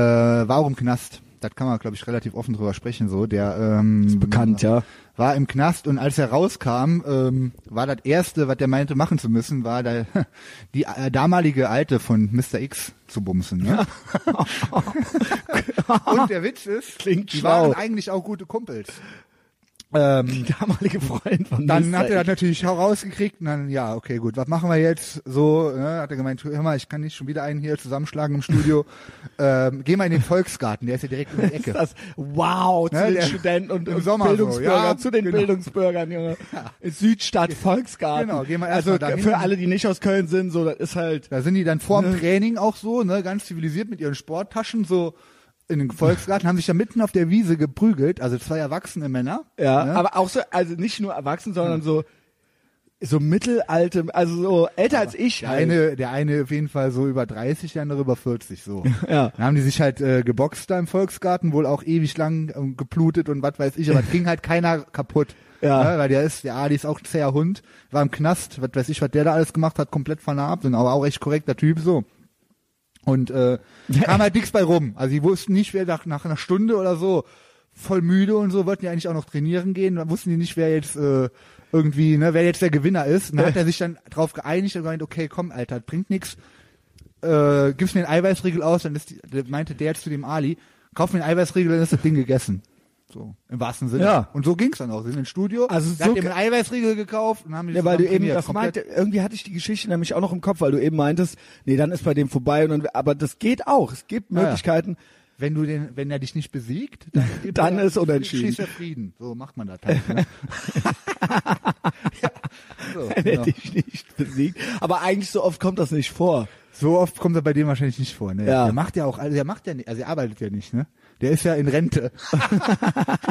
äh, war auch im Knast. Das kann man, glaube ich, relativ offen drüber sprechen. So, der ähm, ist bekannt, ja. war im Knast und als er rauskam, ähm, war das erste, was der meinte machen zu müssen, war da, die äh, damalige Alte von Mr. X zu bumsen. Ne? und der Witz ist, Klingt die schlau. waren eigentlich auch gute Kumpels. Ähm, damalige Freund von dann Mr. hat er das natürlich herausgekriegt und dann, ja, okay, gut, was machen wir jetzt? So, ne, hat er gemeint, hör mal, ich kann nicht schon wieder einen hier zusammenschlagen im Studio. ähm, geh mal in den Volksgarten, der ist ja direkt um die Ecke. Ist das, wow, zu Ne, den der- Studenten und, im und Sommer so, Bildungsbürgern, ja, zu den genau. Bildungsbürgern, Junge. Südstadt, Volksgarten. Genau, gehen wir erst Also mal dahin. für alle, die nicht aus Köln sind, so, das ist halt, Da sind die dann vorm Training auch so, ne, ganz zivilisiert mit ihren Sporttaschen so in den Volksgarten, haben sich da mitten auf der Wiese geprügelt, also zwei erwachsene Männer. ja, ne? Hm. aber auch so, also nicht nur erwachsen, sondern so, so mittelalte, also so älter als ich der halt. eine, der eine auf jeden Fall so über 30, der andere über 40 so. Ja. Dann haben die sich halt äh, geboxt da im Volksgarten, wohl auch ewig lang ähm, geblutet und was weiß ich, aber es ging halt keiner kaputt. Ja. Ne, weil der ist, der Ali ist auch ein zäher Hund, war im Knast, was weiß ich, was der da alles gemacht hat, komplett vernarbt und aber auch echt korrekter Typ so. Und äh, kam halt nix bei rum. Also die wussten nicht, wer nach, nach einer Stunde oder so, voll müde und so, wollten ja eigentlich auch noch trainieren gehen, dann wussten die nicht, wer jetzt äh, irgendwie, ne, wer jetzt der Gewinner ist. Und dann hat er sich dann drauf geeinigt und gemeint, okay, komm, Alter, das bringt nix. Äh, gibst mir den Eiweißriegel aus, dann ist die, dann meinte der jetzt zu dem Ali, kauf mir den Eiweißriegel, dann ist das Ding gegessen. So, im wahrsten Sinne. Ja. Und so ging's dann auch. Sie sind im Studio, Also da so hat jemand einen Eiweißriegel gekauft und haben die Ja, weil du zusammen eben trainiert. das Komplett- meinte, irgendwie hatte ich die Geschichte nämlich auch noch im Kopf, weil du eben meintest, nee, dann ist bei dem vorbei und dann, aber das geht auch. Es gibt ja. Möglichkeiten. Wenn du den, wenn er dich nicht besiegt, dann, Dann ist unentschieden. Schießt der Frieden. So macht man das halt. Ne? ja. so, Wenn er genau. dich nicht besiegt. Aber eigentlich so oft kommt das nicht vor. so oft kommt er bei dem wahrscheinlich nicht vor. Ne? Ja. Der macht ja auch, also der macht ja nicht, also er arbeitet ja nicht, ne? Der ist ja in Rente.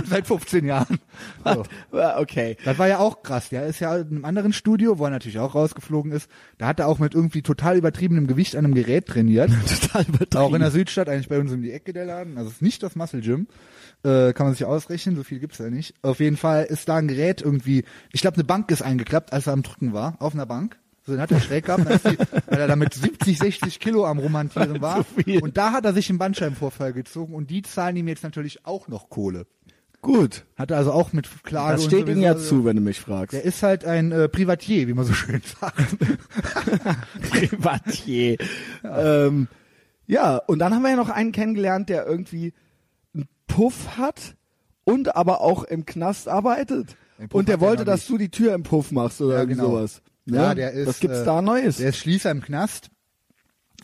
Seit 15 Jahren. So. Ah, Okay. Das war ja auch krass. Der ist ja in einem anderen Studio, wo er natürlich auch rausgeflogen ist. Da hat er auch mit irgendwie total übertriebenem Gewicht an einem Gerät trainiert. Total übertrieben. Auch in der Südstadt, eigentlich bei uns um die Ecke der Laden. Also es ist nicht das Muscle Gym. Äh, kann man sich ausrechnen, so viel gibt's ja nicht. Auf jeden Fall ist da ein Gerät irgendwie, ich glaube, eine Bank ist eingeklappt, als er am Drücken war, auf einer Bank. So, dann hat er schräg gehabt, dann ist die, weil er da mit 70, 60 Kilo am Romantieren war. viel. Und da hat er sich einen Bandscheibenvorfall gezogen und die zahlen ihm jetzt natürlich auch noch Kohle. Gut. Hat er also auch mit Klage Das und steht ihm sowieso- ja zu, wenn du mich fragst. Der ist halt ein äh, Privatier, wie man so schön sagt. Privatier. Ja. Ähm, ja, und dann haben wir ja noch einen kennengelernt, der irgendwie einen Puff hat und aber auch im Knast arbeitet. Den Puff Und der hat er wollte, noch dass du die Tür im Puff machst oder Ja, irgendwie genau. sowas. Ne? Ja, der ist. Was gibt's äh, da Neues? Der ist Schließer im Knast.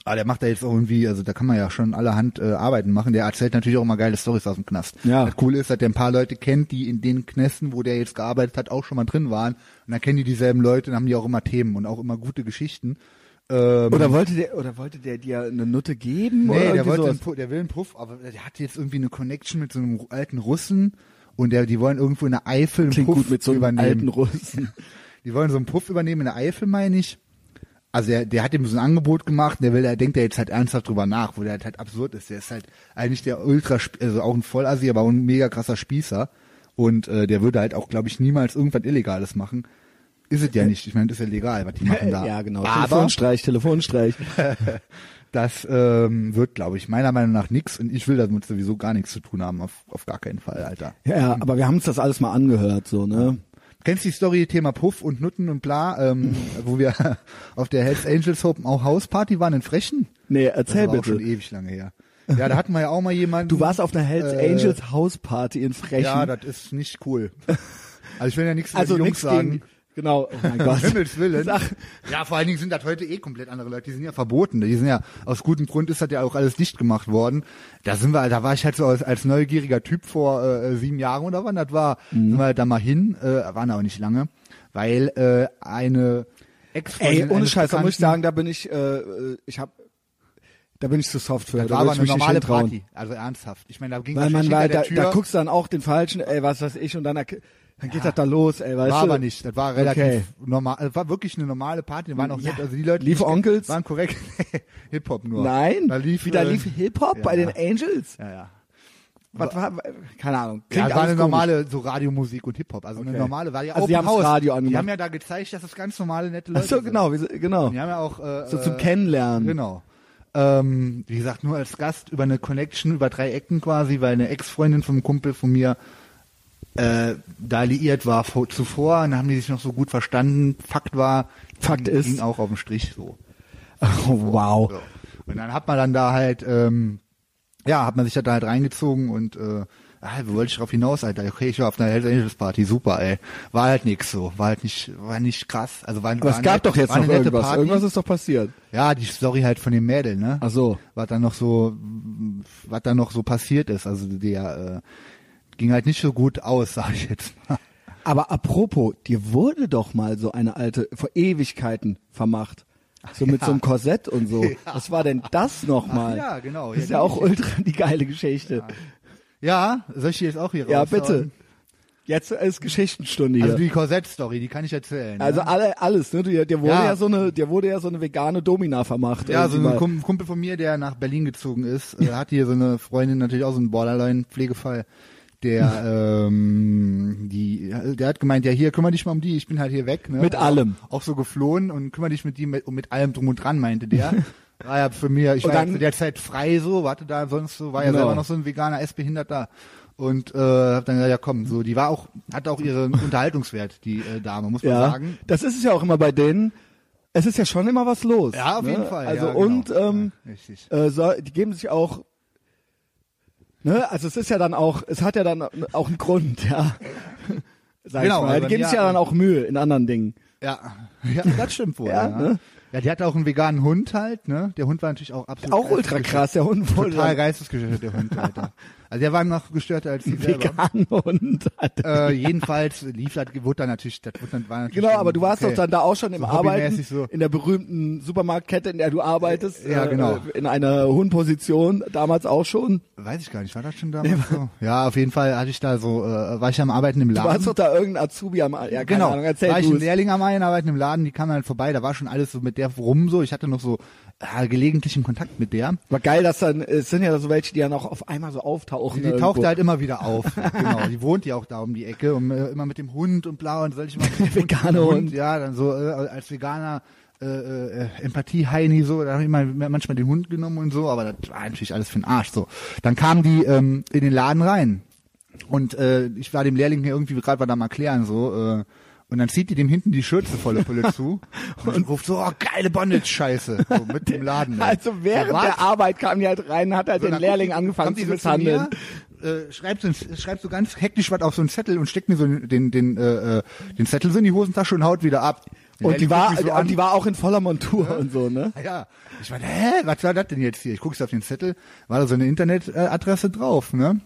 Aber der macht da jetzt auch irgendwie, also da kann man ja schon allerhand äh, Arbeiten machen. Der erzählt natürlich auch immer geile Stories aus dem Knast. Ja. Das Coole ist, dass der ein paar Leute kennt, die in den Knästen, wo der jetzt gearbeitet hat, auch schon mal drin waren. Und dann kennen die dieselben Leute und haben die auch immer Themen und auch immer gute Geschichten. Ähm, Oder wollte der, oder wollte der dir eine Nutte geben? oder Nee, der, irgendwie wollte einen, sowas? Pu- der will einen Puff, aber der hat jetzt irgendwie eine Connection mit so einem ru- alten Russen und der, die wollen irgendwo in der Eifel einen Klingt Puff gut mit so einem übernehmen. alten Russen. Die wollen so einen Puff übernehmen in der Eifel, meine ich. Also der, der hat ihm so ein Angebot gemacht, und der will, der denkt da jetzt halt ernsthaft drüber nach, wo der halt, halt absurd ist. Der ist halt eigentlich der Ultra, also auch ein Vollassi, aber auch ein mega krasser Spießer. Und äh, der würde halt auch, glaube ich, niemals irgendwas Illegales machen. Ist es ja nicht. Ich meine, das ist ja legal, was die machen da. ja, genau. Aber Telefonstreich, Telefonstreich. das ähm, wird, glaube ich, meiner Meinung nach nix. Und ich will damit sowieso gar nichts zu tun haben, auf, auf gar keinen Fall, Alter. Ja, aber wir haben uns das alles mal angehört, so, ne? Kennst du die Story Thema Puff und Nutten und bla, ähm, wo wir auf der Hells Angels Open auch Hausparty waren in Frechen? Nee, Das ist erzähl aber auch schon bitte. ewig lange her. Ja, da hatten wir ja auch mal jemanden. Du warst auf einer Hells Äh, Angels Hausparty in Frechen. Ja, das ist nicht cool. Also ich will ja nichts über also die Jungs nichts sagen. gegen. Genau, oh mein Gott. Um Himmels Willen. Sag, Ja, vor allen Dingen sind das heute eh komplett andere Leute. Die sind ja verboten. Die sind ja, aus gutem Grund ist das ja auch alles dicht gemacht worden. Da sind wir, da war ich halt so als, als neugieriger Typ vor äh, sieben Jahren oder wann das war, Mhm. sind wir halt da mal hin, äh, waren aber nicht lange, weil äh, eine Ex-Freundin ey, ohne eines Scheiß, da muss ich Bekannten- sagen, da bin ich, äh, äh, ich hab, da bin ich zu soft für. das da war aber würd ich eine mich nicht normale hintrauen. Party. Also ernsthaft. Ich meine, da ging Weil das man hinter war, der da, Tür. da guckst du dann auch den falschen, ey, was weiß ich, und dann, dann geht das da los, ey, weißt war du? aber nicht. Das war relativ Okay. normal. Das war wirklich eine normale Party. Die waren auch Ja. nett. Also die Leute die Lief nicht- Onkels? waren korrekt. Hip Hop nur. Nein, Da lief wieder äh, lief Hip-Hop ja, bei den ja. Angels. Ja, ja. Was war, keine Ahnung. Ja, Klingt das war alles eine komisch. normale so Radiomusik und Hip Hop. Also eine Okay. normale war ja Also Open die haben's House. Radio angemacht. Die haben ja da gezeigt, dass das ganz normale nette Ach Leute so, sind. genau, wir- genau. Die haben ja auch äh, So äh, zum Kennenlernen. Genau. Ähm, wie gesagt, nur als Gast über eine Connection über drei Ecken quasi, weil eine Ex-Freundin vom Kumpel von mir äh, da liiert war vor, zuvor, und dann haben die sich noch so gut verstanden. Fakt war, Fakt ging, ist- ging auch auf dem Strich so. Oh, wow. So. Und dann hat man dann da halt, ähm, ja, hat man sich da halt reingezogen und äh, ah, wo wollte ich drauf hinaus, Alter? Okay, ich war auf einer Hells Angels Party, super, ey. War halt nix so, war halt nicht, war nicht krass. Also war, Aber war es gab nett- doch jetzt war noch eine nette irgendwas. Party. Irgendwas ist doch passiert. Ja, die Story halt von dem Mädel, ne? Ach so. Was dann noch so, was dann noch so passiert ist. Also der äh, ging halt nicht so gut aus, sag ich jetzt mal. Aber apropos, dir wurde doch mal so eine alte, vor Ewigkeiten vermacht. So mit ja. so einem Korsett und so. Was war denn das nochmal? Ach ja, genau. Das ist Ja, ja die- auch ultra die geile Geschichte. Ja, soll ich die jetzt auch hier Ja, raushauen? bitte. Jetzt ist Geschichtenstunde hier. Also Also, die Korsett-Story, die kann ich erzählen. ne? alle, alles, ne? Dir, dir wurde ja. Ja. so eine, dir wurde ja so eine vegane Domina vermacht. Ja, so irgendwie ein mal. Kum- Kumpel von mir, der nach Berlin gezogen ist, äh, hat hier so eine Freundin, natürlich auch so einen Borderline-Pflegefall, der, ähm, die, der hat gemeint, ja hier, kümmere dich mal um die, ich bin halt hier weg. Ne? Mit auch, allem. Auch so geflohen und kümmere dich mit die mit, mit allem drum und dran, meinte der. War ja für mich, ich Und war ja dann- zu der Zeit frei so, warte da sonst so, war ja Genau. selber noch so ein veganer Essbehinderter. Und äh, hab dann gesagt, ja komm, so die war auch, hat auch ihren Unterhaltungswert, die äh, Dame, muss man ja. sagen. Das ist es ja auch immer bei denen. Es ist ja schon immer was los. Ja, auf ne? jeden Fall, Also ja, genau. und ähm, Ja, richtig. äh, so, die geben sich auch. Ne? Also es ist ja dann auch, es hat ja dann auch einen Grund, ja. Sag Genau, ich mal. also Die aber geben ja, sich ja dann auch Mühe in anderen Dingen. Ja, ja das stimmt wohl. Ja, ja, ne? ja, die hat auch einen veganen Hund halt, ne? Der Hund war natürlich auch absolut Auch ultra geistesgestört. krass, der Hund wurde Total geistesgestört, der Hund, Alter. Also der war noch gestörter als die selber. vegan Hund. Alter. Äh, jedenfalls lief das, wurde dann natürlich, das wurde dann, war natürlich Genau, aber du warst okay. doch dann da auch schon im So Arbeiten, hobbymäßig so. in der berühmten Supermarktkette, in der du arbeitest. Ja, genau. Äh, in einer hohen Position, damals auch schon. Weiß ich gar nicht, war das schon damals so? Ja, auf jeden Fall hatte ich da so, äh, war ich am Arbeiten im Du Laden. warst doch da irgendein Azubi am, ja, keine genau, Ahnung, erzähl war ich ein du's. Lehrling am Arbeiten im Laden, die kam dann vorbei, da war schon alles so mit der rum so, ich hatte noch so äh, gelegentlichen Kontakt mit der. Aber geil, dass dann, es sind ja so welche, die dann auch auf einmal so auftauchen. Die, die irgendwo. tauchte halt immer wieder auf. genau, die wohnt ja auch da um die Ecke und äh, immer mit dem Hund und bla und soll ich mal Vegane Hund. Ja, dann so äh, als Veganer äh, äh, Empathie Heini so, da habe ich mal, manchmal den Hund genommen und so, aber das war natürlich alles für den Arsch so. Dann kam die ähm, in den Laden rein und äh, ich war dem Lehrling hier irgendwie gerade war da mal klären so äh, und dann zieht die dem hinten die Schürze volle Pulle zu und, ruft so, oh, geile Bondage-Scheiße, so mit dem Laden. ey. Also während Was? der Arbeit kam die halt rein, hat halt So, den dann Lehrling kommt die- angefangen kommt die zu so misshandeln. mir, äh, schreibt, so, ein- schreibt so ganz hektisch was auf so einen Zettel und steckt mir so den, den, den, äh, äh, den Zettel so in die Hosentasche und haut wieder ab. Und die war, guckt also mich so an. und die war auch in voller Montur und so, ne? Ja, ich meine, hä, was war das denn jetzt hier? Ich gucke auf den Zettel, war da so eine Internetadresse drauf, ne?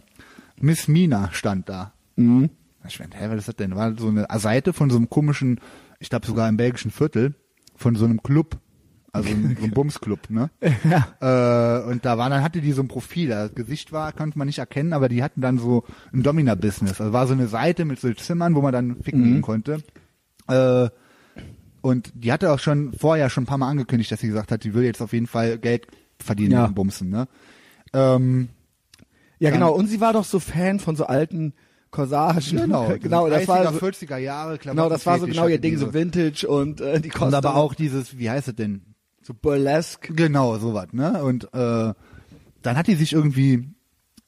Miss Mina stand da. Mhm. Ich meine, hä, was ist das denn? War so eine Seite von so einem komischen, ich glaube sogar im belgischen Viertel, von so einem Club. Also so ein Bumsclub, ne? Ja. Äh, und da war, dann hatte die so ein Profil, das Gesicht war, konnte man nicht erkennen, aber die hatten dann so ein Domina-Business. Also war so eine Seite mit so Zimmern, wo man dann ficken gehen konnte. Äh, und die hatte auch schon vorher schon ein paar Mal angekündigt, dass sie gesagt hat, die will jetzt auf jeden Fall Geld verdienen Ja. mit dem Bumsen, ne? Ähm, Ja, Dann- genau. Und sie war doch so Fan von so alten Corsagen. genau, genau, das 30er, war so, 40er Jahre, Klamotten genau, das war so genau ihr Ding, diese, so Vintage und äh, die Und kostet aber auch dieses, wie heißt es denn? so burlesque. Genau, sowas, ne? Und äh, dann hat die sich irgendwie,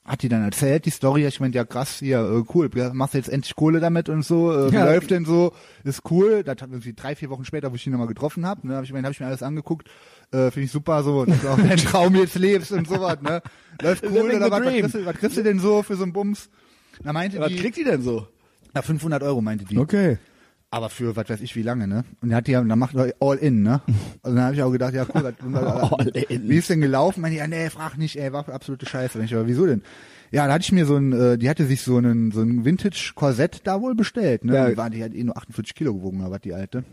hat die dann erzählt, die Story, ich meine, ja krass, hier, äh, cool, machst du jetzt endlich Kohle damit und so, äh, wie Ja. läuft denn so, ist cool. Das hat irgendwie drei, vier Wochen später, wo ich die nochmal getroffen habe, ne, habe ich, mir- hab ich mir alles angeguckt, äh, finde ich super, so, dass du auch deinen Traum jetzt lebst und sowas, ne? Läuft cool Living oder was, the was, dream. kriegst du, was kriegst du denn so für so einen Bums? Da meinte Was die, kriegt die denn so? na, 500 Euro meinte die. Okay. Aber für was weiß ich wie lange, ne? Und er hat die ja, und dann macht er all in, ne? Und dann habe ich auch gedacht, ja cool, das, All in. wie ist denn gelaufen? Meinte ich, ja, nee, frag nicht, ey, war absolute Scheiße. Und ich, aber wieso denn? Ja, da hatte ich mir so ein, äh, die hatte sich so einen, so ein Vintage-Korsett da wohl bestellt, ne? Ja. Die, war, die hat eh nur 48 Kilo gewogen, aber die alte.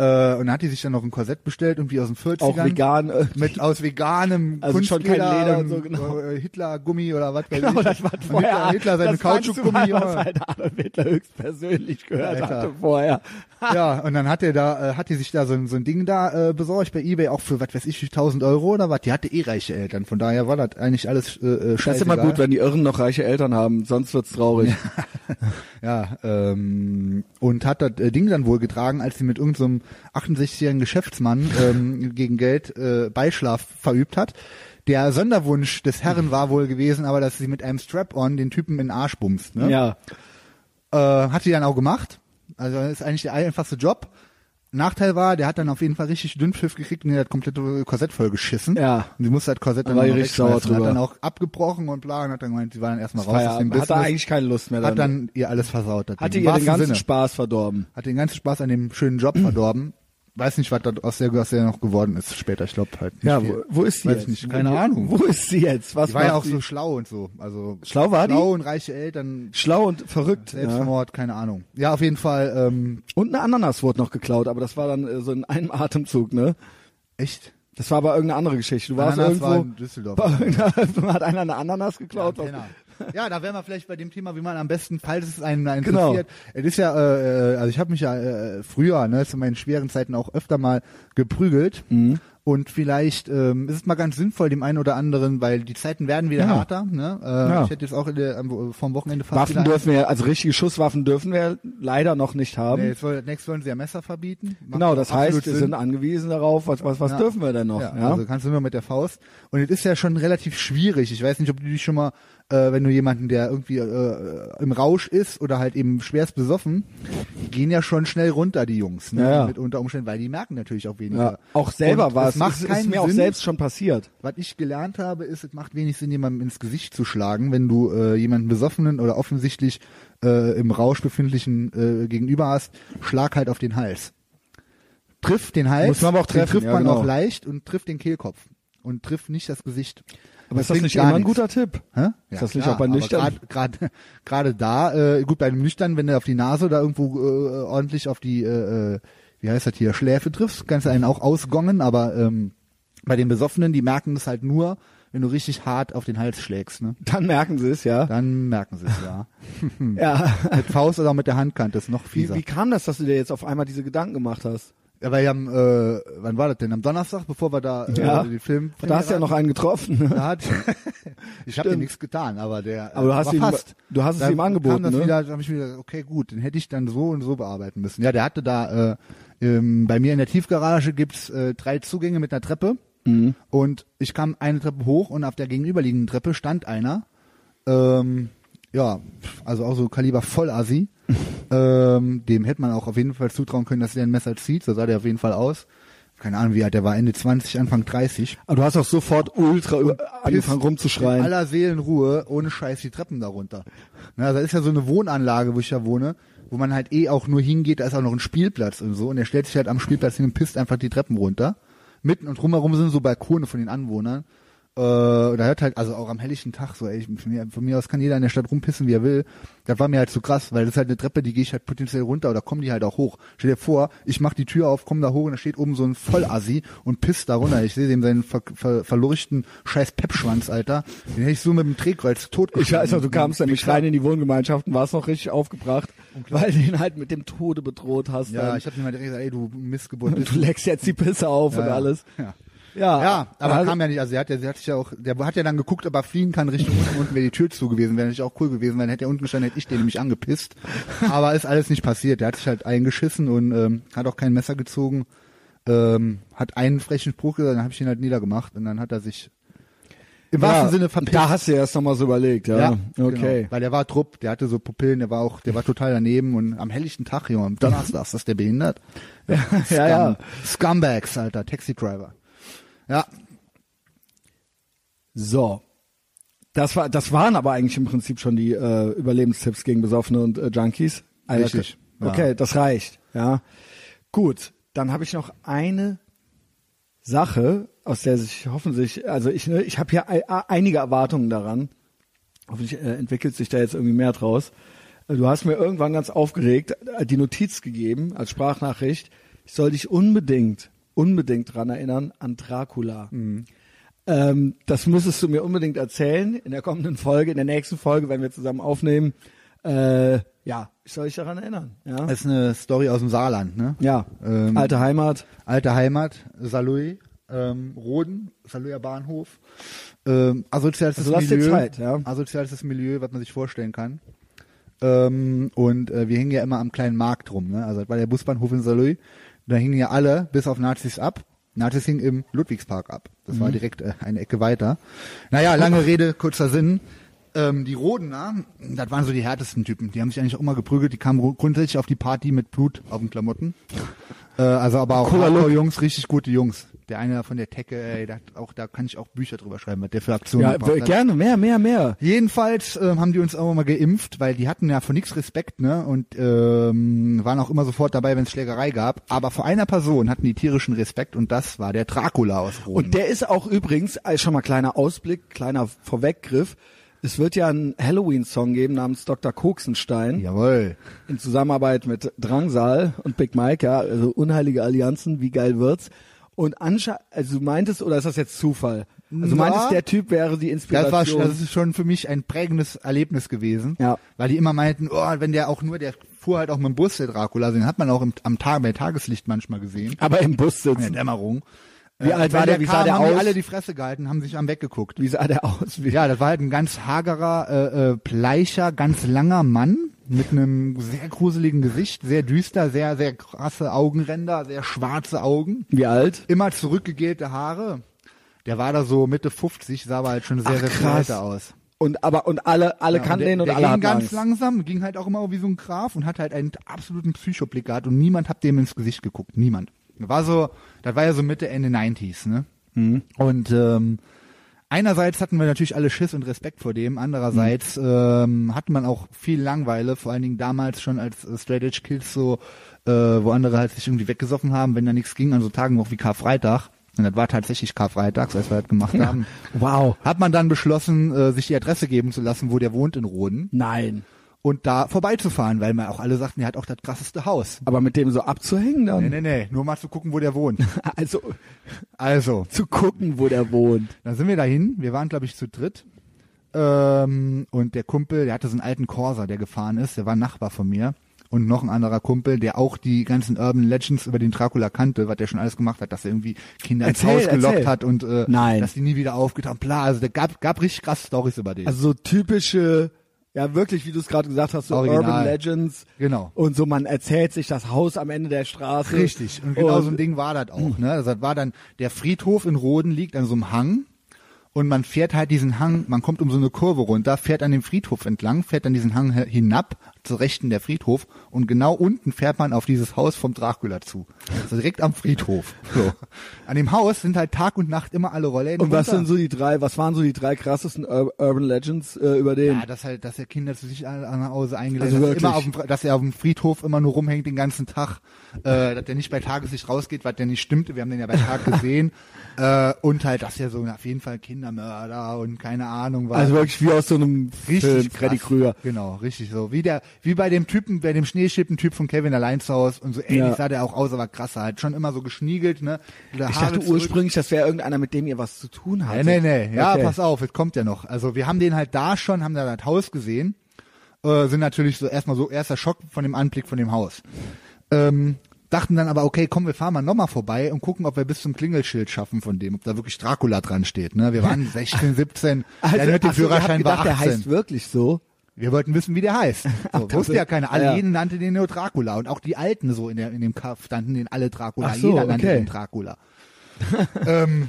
Äh, und dann hat die sich dann noch ein Korsett bestellt, irgendwie aus den 40ern. Auch vegan. äh, Mit aus veganem Also schon kein Kunstleder Leder und so, genau. äh, Hitler-Gummi oder was weiß Genau, ich. das war Und vorher. Hitler, Hitler seinen das fandst du Kautschukgummi. mal, Junge. was halt Adolf Hitler höchstpersönlich gehört Alter. hatte vorher. ja, und dann hat er da, äh, hat die sich da so, ein- so ein Ding da äh, besorgt bei Ebay, auch für, was weiß ich, 1000 Euro oder was. Die hatte eh reiche Eltern, von daher war das eigentlich alles äh, äh, scheiße. Das ist immer gut, wenn die Irren noch reiche Eltern haben, sonst wird's traurig. Ja, ähm, und hat das äh, Ding dann wohl getragen, als sie mit irgendeinem 68-jährigen Geschäftsmann ähm, gegen Geld äh, Beischlaf verübt hat. Der Sonderwunsch des Mhm. Herren war wohl gewesen, aber dass sie mit einem Strap-on den Typen in den Arsch bumst. Ne? ja. äh, hat sie dann auch gemacht. Also das ist eigentlich der einfachste Job. Nachteil war, der hat dann auf jeden Fall richtig Dünnpfiff gekriegt und ihr das komplette Korsett vollgeschissen. Ja. Und sie musste das Korsett dann Da war die auch noch richtig sauer wegschmeißen. Hat drüber. dann auch abgebrochen und bla und hat dann gemeint, sie war dann erstmal raus. Feierabend. Deswegen Hat da hat, eigentlich keine Lust mehr das, dann. hat dann ihr alles versaut. das hatte Ding. ihr Im den ganzen wahrsten Sinne. Spaß verdorben. Hat den ganzen Spaß an dem schönen Job verdorben. Weiß nicht, was das aus der, aus der noch geworden ist später. Ich glaube halt nicht Ja, viel. wo, wo ist sie Weiß jetzt? ich nicht, keine wo, Ahnung. Wo ist sie jetzt? Was Die war ja macht auch sie? so schlau und so. Also Schlau war die? schlau und reiche Eltern, schlau und verrückt. Ja. Selbstmord, keine Ahnung. Ja, auf jeden Fall. Ähm, Und eine Ananas wurde noch geklaut, aber das war dann äh, so in einem Atemzug, ne? echt? Das war aber irgendeine andere Geschichte. Du warst Ananas irgendwo war in Düsseldorf. Bei irgendeiner- hat einer eine Ananas geklaut. Ja, genau. ja, da wären wir vielleicht bei dem Thema, wie man am besten, falls es einen da Genau. interessiert. Es ist ja, Mhm. äh, äh, also ich habe mich ja äh, früher, ne, zu meinen schweren Zeiten auch öfter mal geprügelt. Und vielleicht ähm, ist es mal ganz sinnvoll dem einen oder anderen, weil die Zeiten werden wieder Ja. harter. Ne? Äh, Ja. Ich hätte jetzt auch in der, am, vom Wochenende fast Waffen wieder- dürfen wir, also richtige Schusswaffen dürfen wir leider noch nicht haben. Nee, jetzt wollen, nächstes wollen sie ja Messer verbieten. Macht genau, das absolut heißt, wir Sinn. sind angewiesen darauf, was, was, was Ja. dürfen wir denn noch? Ja, Ja, Also kannst du nur mit der Faust. Und es ist ja schon relativ schwierig. Ich weiß nicht, ob du dich schon mal, äh, wenn du jemanden, der irgendwie äh, im Rausch ist oder halt eben schwerst besoffen, die gehen ja schon schnell runter, die Jungs, ne? Ja, ja. Mit unter Umständen, weil die merken natürlich auch weniger. Ja. Auch selber Und war es, macht ist, ist keinen mir auch Sinn. selbst schon passiert. Was ich gelernt habe, ist, es macht wenig Sinn, jemandem ins Gesicht zu schlagen, wenn du äh, jemanden besoffenen oder offensichtlich äh, im Rausch befindlichen äh, gegenüber hast. Schlag halt auf den Hals. Trifft den Hals, Muss man aber auch treffen, den trifft ja, man genau. auch leicht und trifft den Kehlkopf und trifft nicht das Gesicht. Aber ist das bringt nicht gar immer ein nichts. guter Tipp? Hä? Ist das nicht auch bei Nüchtern? Gerade gerade da, äh, gut bei einem Nüchtern, wenn du auf die Nase oder irgendwo äh, ordentlich auf die, äh, äh, wie heißt das hier, Schläfe triffst, kannst du einen auch ausgongen, aber ähm, bei den Besoffenen, die merken das halt nur, wenn du richtig hart auf den Hals schlägst. Ne? Dann merken sie es, ja. Dann merken sie es, ja. Ja. mit Faust oder mit der Handkante ist noch Wie, fieser. wie kam das, dass du dir jetzt auf einmal diese Gedanken gemacht hast? Ja, weil wir haben, äh, wann war das denn? Am Donnerstag, bevor wir da äh, Ja. den Film... Da hast du ja noch einen getroffen. ne? Da hat, ich habe dir Stimmt. nichts getan, aber der. äh, Aber du hast war ihn- fast. du hast es Dann ihm Kam angeboten, das ne? wieder, da hab ich mir gedacht, okay, gut, den hätte ich dann so und so bearbeiten müssen. Ja, der hatte da äh, ähm, bei mir in der Tiefgarage gibt's äh, drei Zugänge mit einer Treppe Mhm. und ich kam eine Treppe hoch und auf der gegenüberliegenden Treppe stand einer. Ähm, ja, also auch so Kaliber Vollasi. ähm, dem hätte man auch auf jeden Fall zutrauen können, dass der ein Messer zieht. So sah der auf jeden Fall aus. Keine Ahnung, wie alt der war. Ende 20, Anfang 30 Aber du hast auch sofort ultra über- angefangen pisst In rumzuschreien. aller Seelenruhe, ohne Scheiß, die Treppen darunter. Na, da ist ja so eine Wohnanlage, wo ich ja wohne, wo man halt eh auch nur hingeht, da ist auch noch ein Spielplatz und so. Und er stellt sich halt am Spielplatz hin und pisst einfach die Treppen runter. Mitten und drumherum sind so Balkone von den Anwohnern. Äh, da hört halt, also auch am helllichen Tag so, ey, ich, von, mir, von mir aus kann jeder in der Stadt rumpissen, wie er will. Das war mir halt zu krass, weil das ist halt eine Treppe, die gehe ich halt potenziell runter oder kommen die halt auch hoch. Stell dir vor, ich mach die Tür auf, komm da hoch und da steht oben so ein Vollassi und pisst da runter. Ich sehe dem seinen ver ver verlurchten scheiß Peppschwanz, Alter. Den hätte ich so mit dem Drehkreuz Ich totgeschlagen. weiß noch, du kamst nämlich rein in die Wohngemeinschaft und warst noch richtig aufgebracht, weil du ihn halt mit dem Tode bedroht hast. Ja, dann. ich hab mir mal direkt gesagt, ey, du Missgeburt. und du leckst jetzt die Pisse auf Ja, und ja. alles. Ja. Ja, Ja, aber also- kam ja nicht. Also er hat ja, sie hat sich ja auch, der hat ja dann geguckt, ob er fliehen kann Richtung unten, unten wäre die Tür zu gewesen, wäre natürlich auch cool gewesen, weil dann hätte er unten gestanden, hätte ich den nämlich angepisst. Aber ist alles nicht passiert. Der hat sich halt eingeschissen und ähm, hat auch kein Messer gezogen, ähm, hat einen frechen Spruch gesagt, dann habe ich ihn halt niedergemacht und dann hat er sich im wahrsten ja, Sinne verpisst. Da hast du erst nochmal so überlegt, ja. okay. Genau. Weil der war Trupp, der hatte so Pupillen, der war auch, der war total daneben und am helllichten Tag, Junge, am Donnerstag, ist das der behindert? Ja, ja, ja. Scumbags, Alter, Taxi-Driver. Ja, So. Das, war, das waren aber eigentlich im Prinzip schon die äh, Überlebenstipps gegen Besoffene und äh, Junkies. Einer- Richtig, ja. Okay, das reicht. Ja. Gut, dann habe ich noch eine Sache, aus der sich hoffentlich, also ich, ne, ich habe hier ei- a- einige Erwartungen daran. Hoffentlich äh, entwickelt sich da jetzt irgendwie mehr draus. Äh, Du hast mir irgendwann ganz aufgeregt äh, die Notiz gegeben als Sprachnachricht. Ich soll dich unbedingt, unbedingt dran erinnern an Dracula. Ähm, das müsstest du mir unbedingt erzählen in der kommenden Folge, in der nächsten Folge, wenn wir zusammen aufnehmen. Äh, ja, ich soll dich daran erinnern. Ja, Das ist eine Story aus dem Saarland, ne? ja. Also, Ähm, alte Heimat. Alte Heimat, Saloy, ähm, Roden, Saloyer Bahnhof. Ähm, asozialstes Also lass dir Milieu. Zeit, ja. Asozialstes Milieu, was man sich vorstellen kann. Ähm, und äh, wir hingen ja immer am kleinen Markt rum, ne? Also das war der Busbahnhof in Saloy. Da hingen ja alle, bis auf Nazis ab. Nazis hingen im Ludwigspark ab. Das Mhm. war direkt äh, eine Ecke weiter. Naja, Oh. lange Rede, kurzer Sinn. Ähm, die Rodener, das waren so die härtesten Typen. Die haben sich eigentlich auch immer geprügelt. Die kamen ru- grundsätzlich auf die Party mit Blut auf den Klamotten. Äh, also aber auch Cooler Look. Hardcore Jungs, richtig gute Jungs. Der eine von der Tecke, ey, der hat auch, da kann ich auch Bücher drüber schreiben, was der für Aktionen Ja, gebracht w- hat. gerne, mehr, mehr, mehr. Jedenfalls ähm, haben die uns auch immer geimpft, weil die hatten ja vor nichts Respekt, ne? Und ähm, waren auch immer sofort dabei, wenn es Schlägerei gab. Aber vor einer Person hatten die tierischen Respekt und das war der Dracula aus Rom. Und der ist auch übrigens, äh, schon mal kleiner Ausblick, kleiner Vorweggriff. Es wird ja einen Halloween-Song geben namens Dr. Koksenstein Jawohl. in Zusammenarbeit mit Drangsal und Big Mike, ja, also unheilige Allianzen, wie geil wird's? Und anscheinend, also du meintest, oder ist das jetzt Zufall? Also du Na? meintest, der Typ wäre die Das, Inspiration. war, das ist schon für mich ein prägendes Erlebnis gewesen, Ja. weil die immer meinten, oh, wenn der auch nur, der fuhr halt auch mit dem Bus, der Dracula, den hat man auch im, am Tag, bei Tageslicht manchmal gesehen. aber im Bus in sitzen. der Dämmerung. Wie alt war der? Wie sah kam, der haben die aus? alle die Fresse gehalten, haben sich am weggeguckt. Wie sah der aus? Wie, Ja, das war halt ein ganz hagerer, äh, äh, bleicher, ganz langer Mann mit einem sehr gruseligen Gesicht, sehr düster, sehr, sehr krasse Augenränder, sehr schwarze Augen, wie alt? immer zurückgegelte Haare. Der war da so Mitte 50, sah aber halt schon sehr, Ach, sehr viel krass. älter aus. Und aber und alle alle Ja, kannten der, den und der alle ging hatten ganz Angst. langsam, ging halt auch immer wie so ein Graf und hat halt einen absoluten Psychoblick gehabt und niemand hat dem ins Gesicht geguckt, niemand. War so, das war ja so Mitte Ende 90s, ne? Mhm. Und ähm, einerseits hatten wir natürlich alle Schiss und Respekt vor dem, andererseits Mhm. ähm, hatte man auch viel Langweile, vor allen Dingen damals schon als äh, Straight Edge Kids so, äh, wo andere halt sich irgendwie weggesoffen haben, wenn da nichts ging, an so Tagen auch wie Karfreitag. Und das war tatsächlich Karfreitags, als wir das gemacht haben Wow. hat man dann beschlossen, äh, sich die Adresse geben zu lassen, wo der wohnt in Roden Nein. und da vorbeizufahren, weil man auch alle sagten, er hat auch das krasseste Haus. Aber mit dem so abzuhängen dann. Nee, nee, nee, nur mal zu gucken, wo der wohnt. Also Also, zu gucken, wo der wohnt. dann sind wir dahin, wir waren glaube ich zu dritt. Ähm, und der Kumpel, der hatte so einen alten Corsa, der gefahren ist, der war Nachbar von mir und noch ein anderer Kumpel, der auch die ganzen Urban Legends über den Dracula kannte, was der schon alles gemacht hat, dass er irgendwie Kinder ins Erzähl, Haus gelockt erzähl. hat und äh, Nein. dass die nie wieder aufgetaucht, bla, also der gab gab richtig krasse Stories über den. Also so typische, ja wirklich, wie du es gerade gesagt hast, so Original. Urban Legends. Genau. Und so, man erzählt sich das Haus am Ende der Straße. Richtig. Und genau so ein Ding war das auch. Ne? Also das war dann, der Friedhof in Roden liegt an so einem Hang und man fährt halt diesen Hang, man kommt um so eine Kurve runter, fährt an dem Friedhof entlang, fährt dann diesen Hang hinab, zur rechten der Friedhof und genau unten fährt man auf dieses Haus vom Dracula zu. Also direkt am Friedhof. So. An dem Haus sind halt Tag und Nacht immer alle Rollläden Und was runter. sind so die drei, was waren so die drei krassesten Ur Urban Legends äh, über den? Ja, dass halt, dass er Kinder zu sich an, an nach Hause eingeladen Also hat, dass, wirklich? immer auf dem, Fr- dass er auf dem Friedhof immer nur rumhängt den ganzen Tag, äh, dass der nicht bei Tageslicht rausgeht, was der nicht stimmt. Wir haben den ja bei Tag gesehen. Äh, und halt, dass er so auf jeden Fall Kindermörder und keine Ahnung was. also wirklich wie aus so einem Film, Freddy krass. Krüger. Genau, richtig so. Wie der, wie bei dem Typen, bei dem Schneeschippen-Typ von Kevin allein zu Hause und so ähnlich Ja. sah der auch aus, aber krasser halt. Schon immer so geschniegelt, ne? Ich dachte ursprünglich, das wäre irgendeiner, mit dem ihr was zu tun hattet. Nee, Äh, nee, nee. Ja, okay. pass auf, es kommt ja noch. Also wir haben den halt da schon, haben da das Haus gesehen. Äh, sind natürlich so erstmal so erster Schock von dem Anblick von dem Haus. Ähm, dachten dann aber, okay, komm, wir fahren mal nochmal vorbei und gucken, ob wir bis zum Klingelschild schaffen von dem, ob da wirklich Dracula dran steht. Ne? Wir waren 16, 17, der mit dem Also, ach so, ihr habt Führerschein gedacht, war der 18. heißt wirklich so. Wir wollten wissen, wie der heißt. So, das wusste ist- ja keiner. Alle, ja. jeden nannte den nur Dracula. Und auch die Alten so in, der, in dem Kaff standen den alle Dracula. Ach so, Jeder nannte okay. den Dracula. ähm,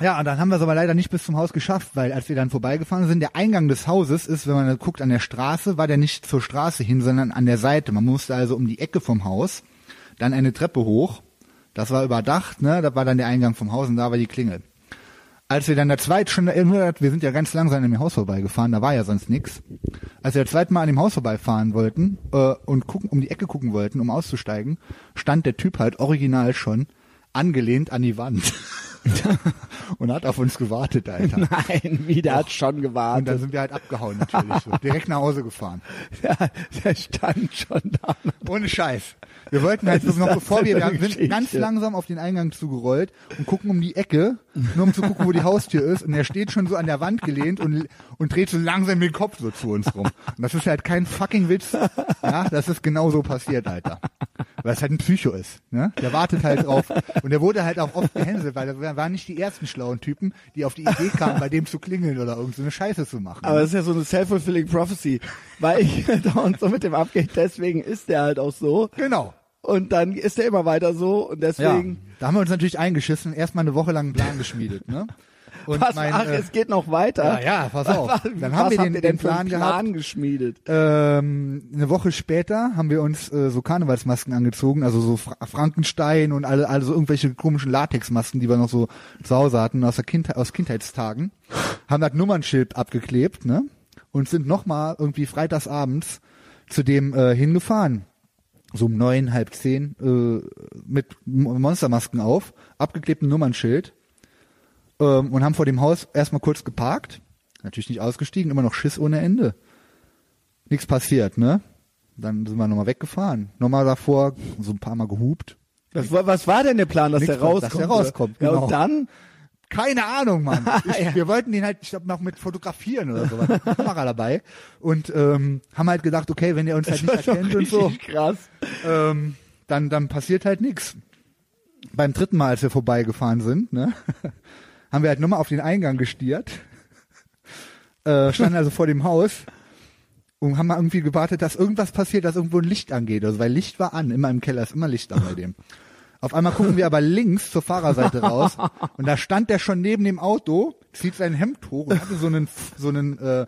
ja, und dann haben wir es aber leider nicht bis zum Haus geschafft, weil als wir dann vorbeigefahren sind, der Eingang des Hauses ist, wenn man da guckt, an der Straße, war der nicht zur Straße hin, sondern an der Seite. Man musste also um die Ecke vom Haus, dann eine Treppe hoch. Das war überdacht, ne? Da war dann der Eingang vom Haus und da war die Klingel. Als wir dann der zweit schon, wir sind ja ganz langsam an dem Haus vorbeigefahren, da war ja sonst nix. Als wir das zweite Mal an dem Haus vorbeifahren wollten äh, und gucken, um die Ecke gucken wollten, um auszusteigen, stand der Typ halt original schon angelehnt an die Wand und hat auf uns gewartet, Alter. Nein, wie, der hat schon Und dann gewartet. sind wir halt abgehauen natürlich, so. direkt nach Hause gefahren. Der, der stand schon da. Ohne Scheiß. Wir wollten halt so Was ist noch, das bevor wir, für wir eine sind Geschichte? ganz langsam auf den Eingang zugerollt und gucken um die Ecke, nur um zu gucken, wo die Haustür ist. Und er steht schon so an der Wand gelehnt und, und dreht so langsam den Kopf so zu uns rum. Und das ist halt kein fucking Witz. Ja, das ist genau so passiert, Alter. Weil es halt ein Psycho ist. Ne? Der wartet halt drauf. Und der wurde halt auch oft gehänselt, weil er waren nicht die ersten schlauen Typen, die auf die Idee kamen, bei dem zu klingeln oder irgend so eine Scheiße zu machen. Aber das ist ja so eine self-fulfilling prophecy, weil ich da und so mit dem abgeht, deswegen ist der halt auch so. genau. Und dann ist der immer weiter so und deswegen, Ja, da haben wir uns natürlich eingeschissen, erstmal eine Woche lang einen Plan geschmiedet, ne? Und was, mein, ach, äh, es geht noch Ja, weiter. ja, pass auf. Was, Dann was haben wir habt den- den ihr denn für Plan einen gehabt. Plan geschmiedet? ähm, eine Woche später haben wir uns äh, so Karnevalsmasken angezogen, also so Fra Frankenstein und alle, also irgendwelche komischen Latexmasken, die wir noch so zu Hause hatten aus der Kindheit, aus Kindheitstagen, haben das Nummernschild abgeklebt, ne? Und sind nochmal irgendwie freitagsabends zu dem äh, hingefahren. So um neun, halb zehn, äh, mit Mo- Monstermasken auf, abgeklebtem Nummernschild ähm, und haben vor dem Haus erstmal kurz geparkt. Natürlich nicht ausgestiegen, immer noch Schiss ohne Ende nichts passiert, ne? Dann sind wir nochmal weggefahren. Nochmal davor, so ein paar Mal gehupt. Was, war- was war denn der Plan, dass Nix der von- rauskommt? dass der rauskommt, Ja, genau. und dann? Keine Ahnung, Mann. Ich, Wir wollten den halt, ich glaube, noch mit fotografieren oder sowas. mit Kamera dabei. Und ähm, haben halt gedacht, okay, wenn der uns halt Das nicht war doch erkennt und so, richtig krass. ähm, dann, dann passiert halt nichts. beim dritten Mal, als wir vorbeigefahren sind, ne, haben wir halt nochmal auf den Eingang gestiert, äh, standen also vor dem Haus und haben mal irgendwie gewartet, dass irgendwas passiert, dass irgendwo ein Licht angeht. Also weil Licht war an, immer im Keller ist immer Licht an bei dem. Auf einmal gucken wir aber links zur Fahrerseite raus und da stand der schon neben dem Auto, zieht sein Hemd hoch und hatte so einen, so einen, äh,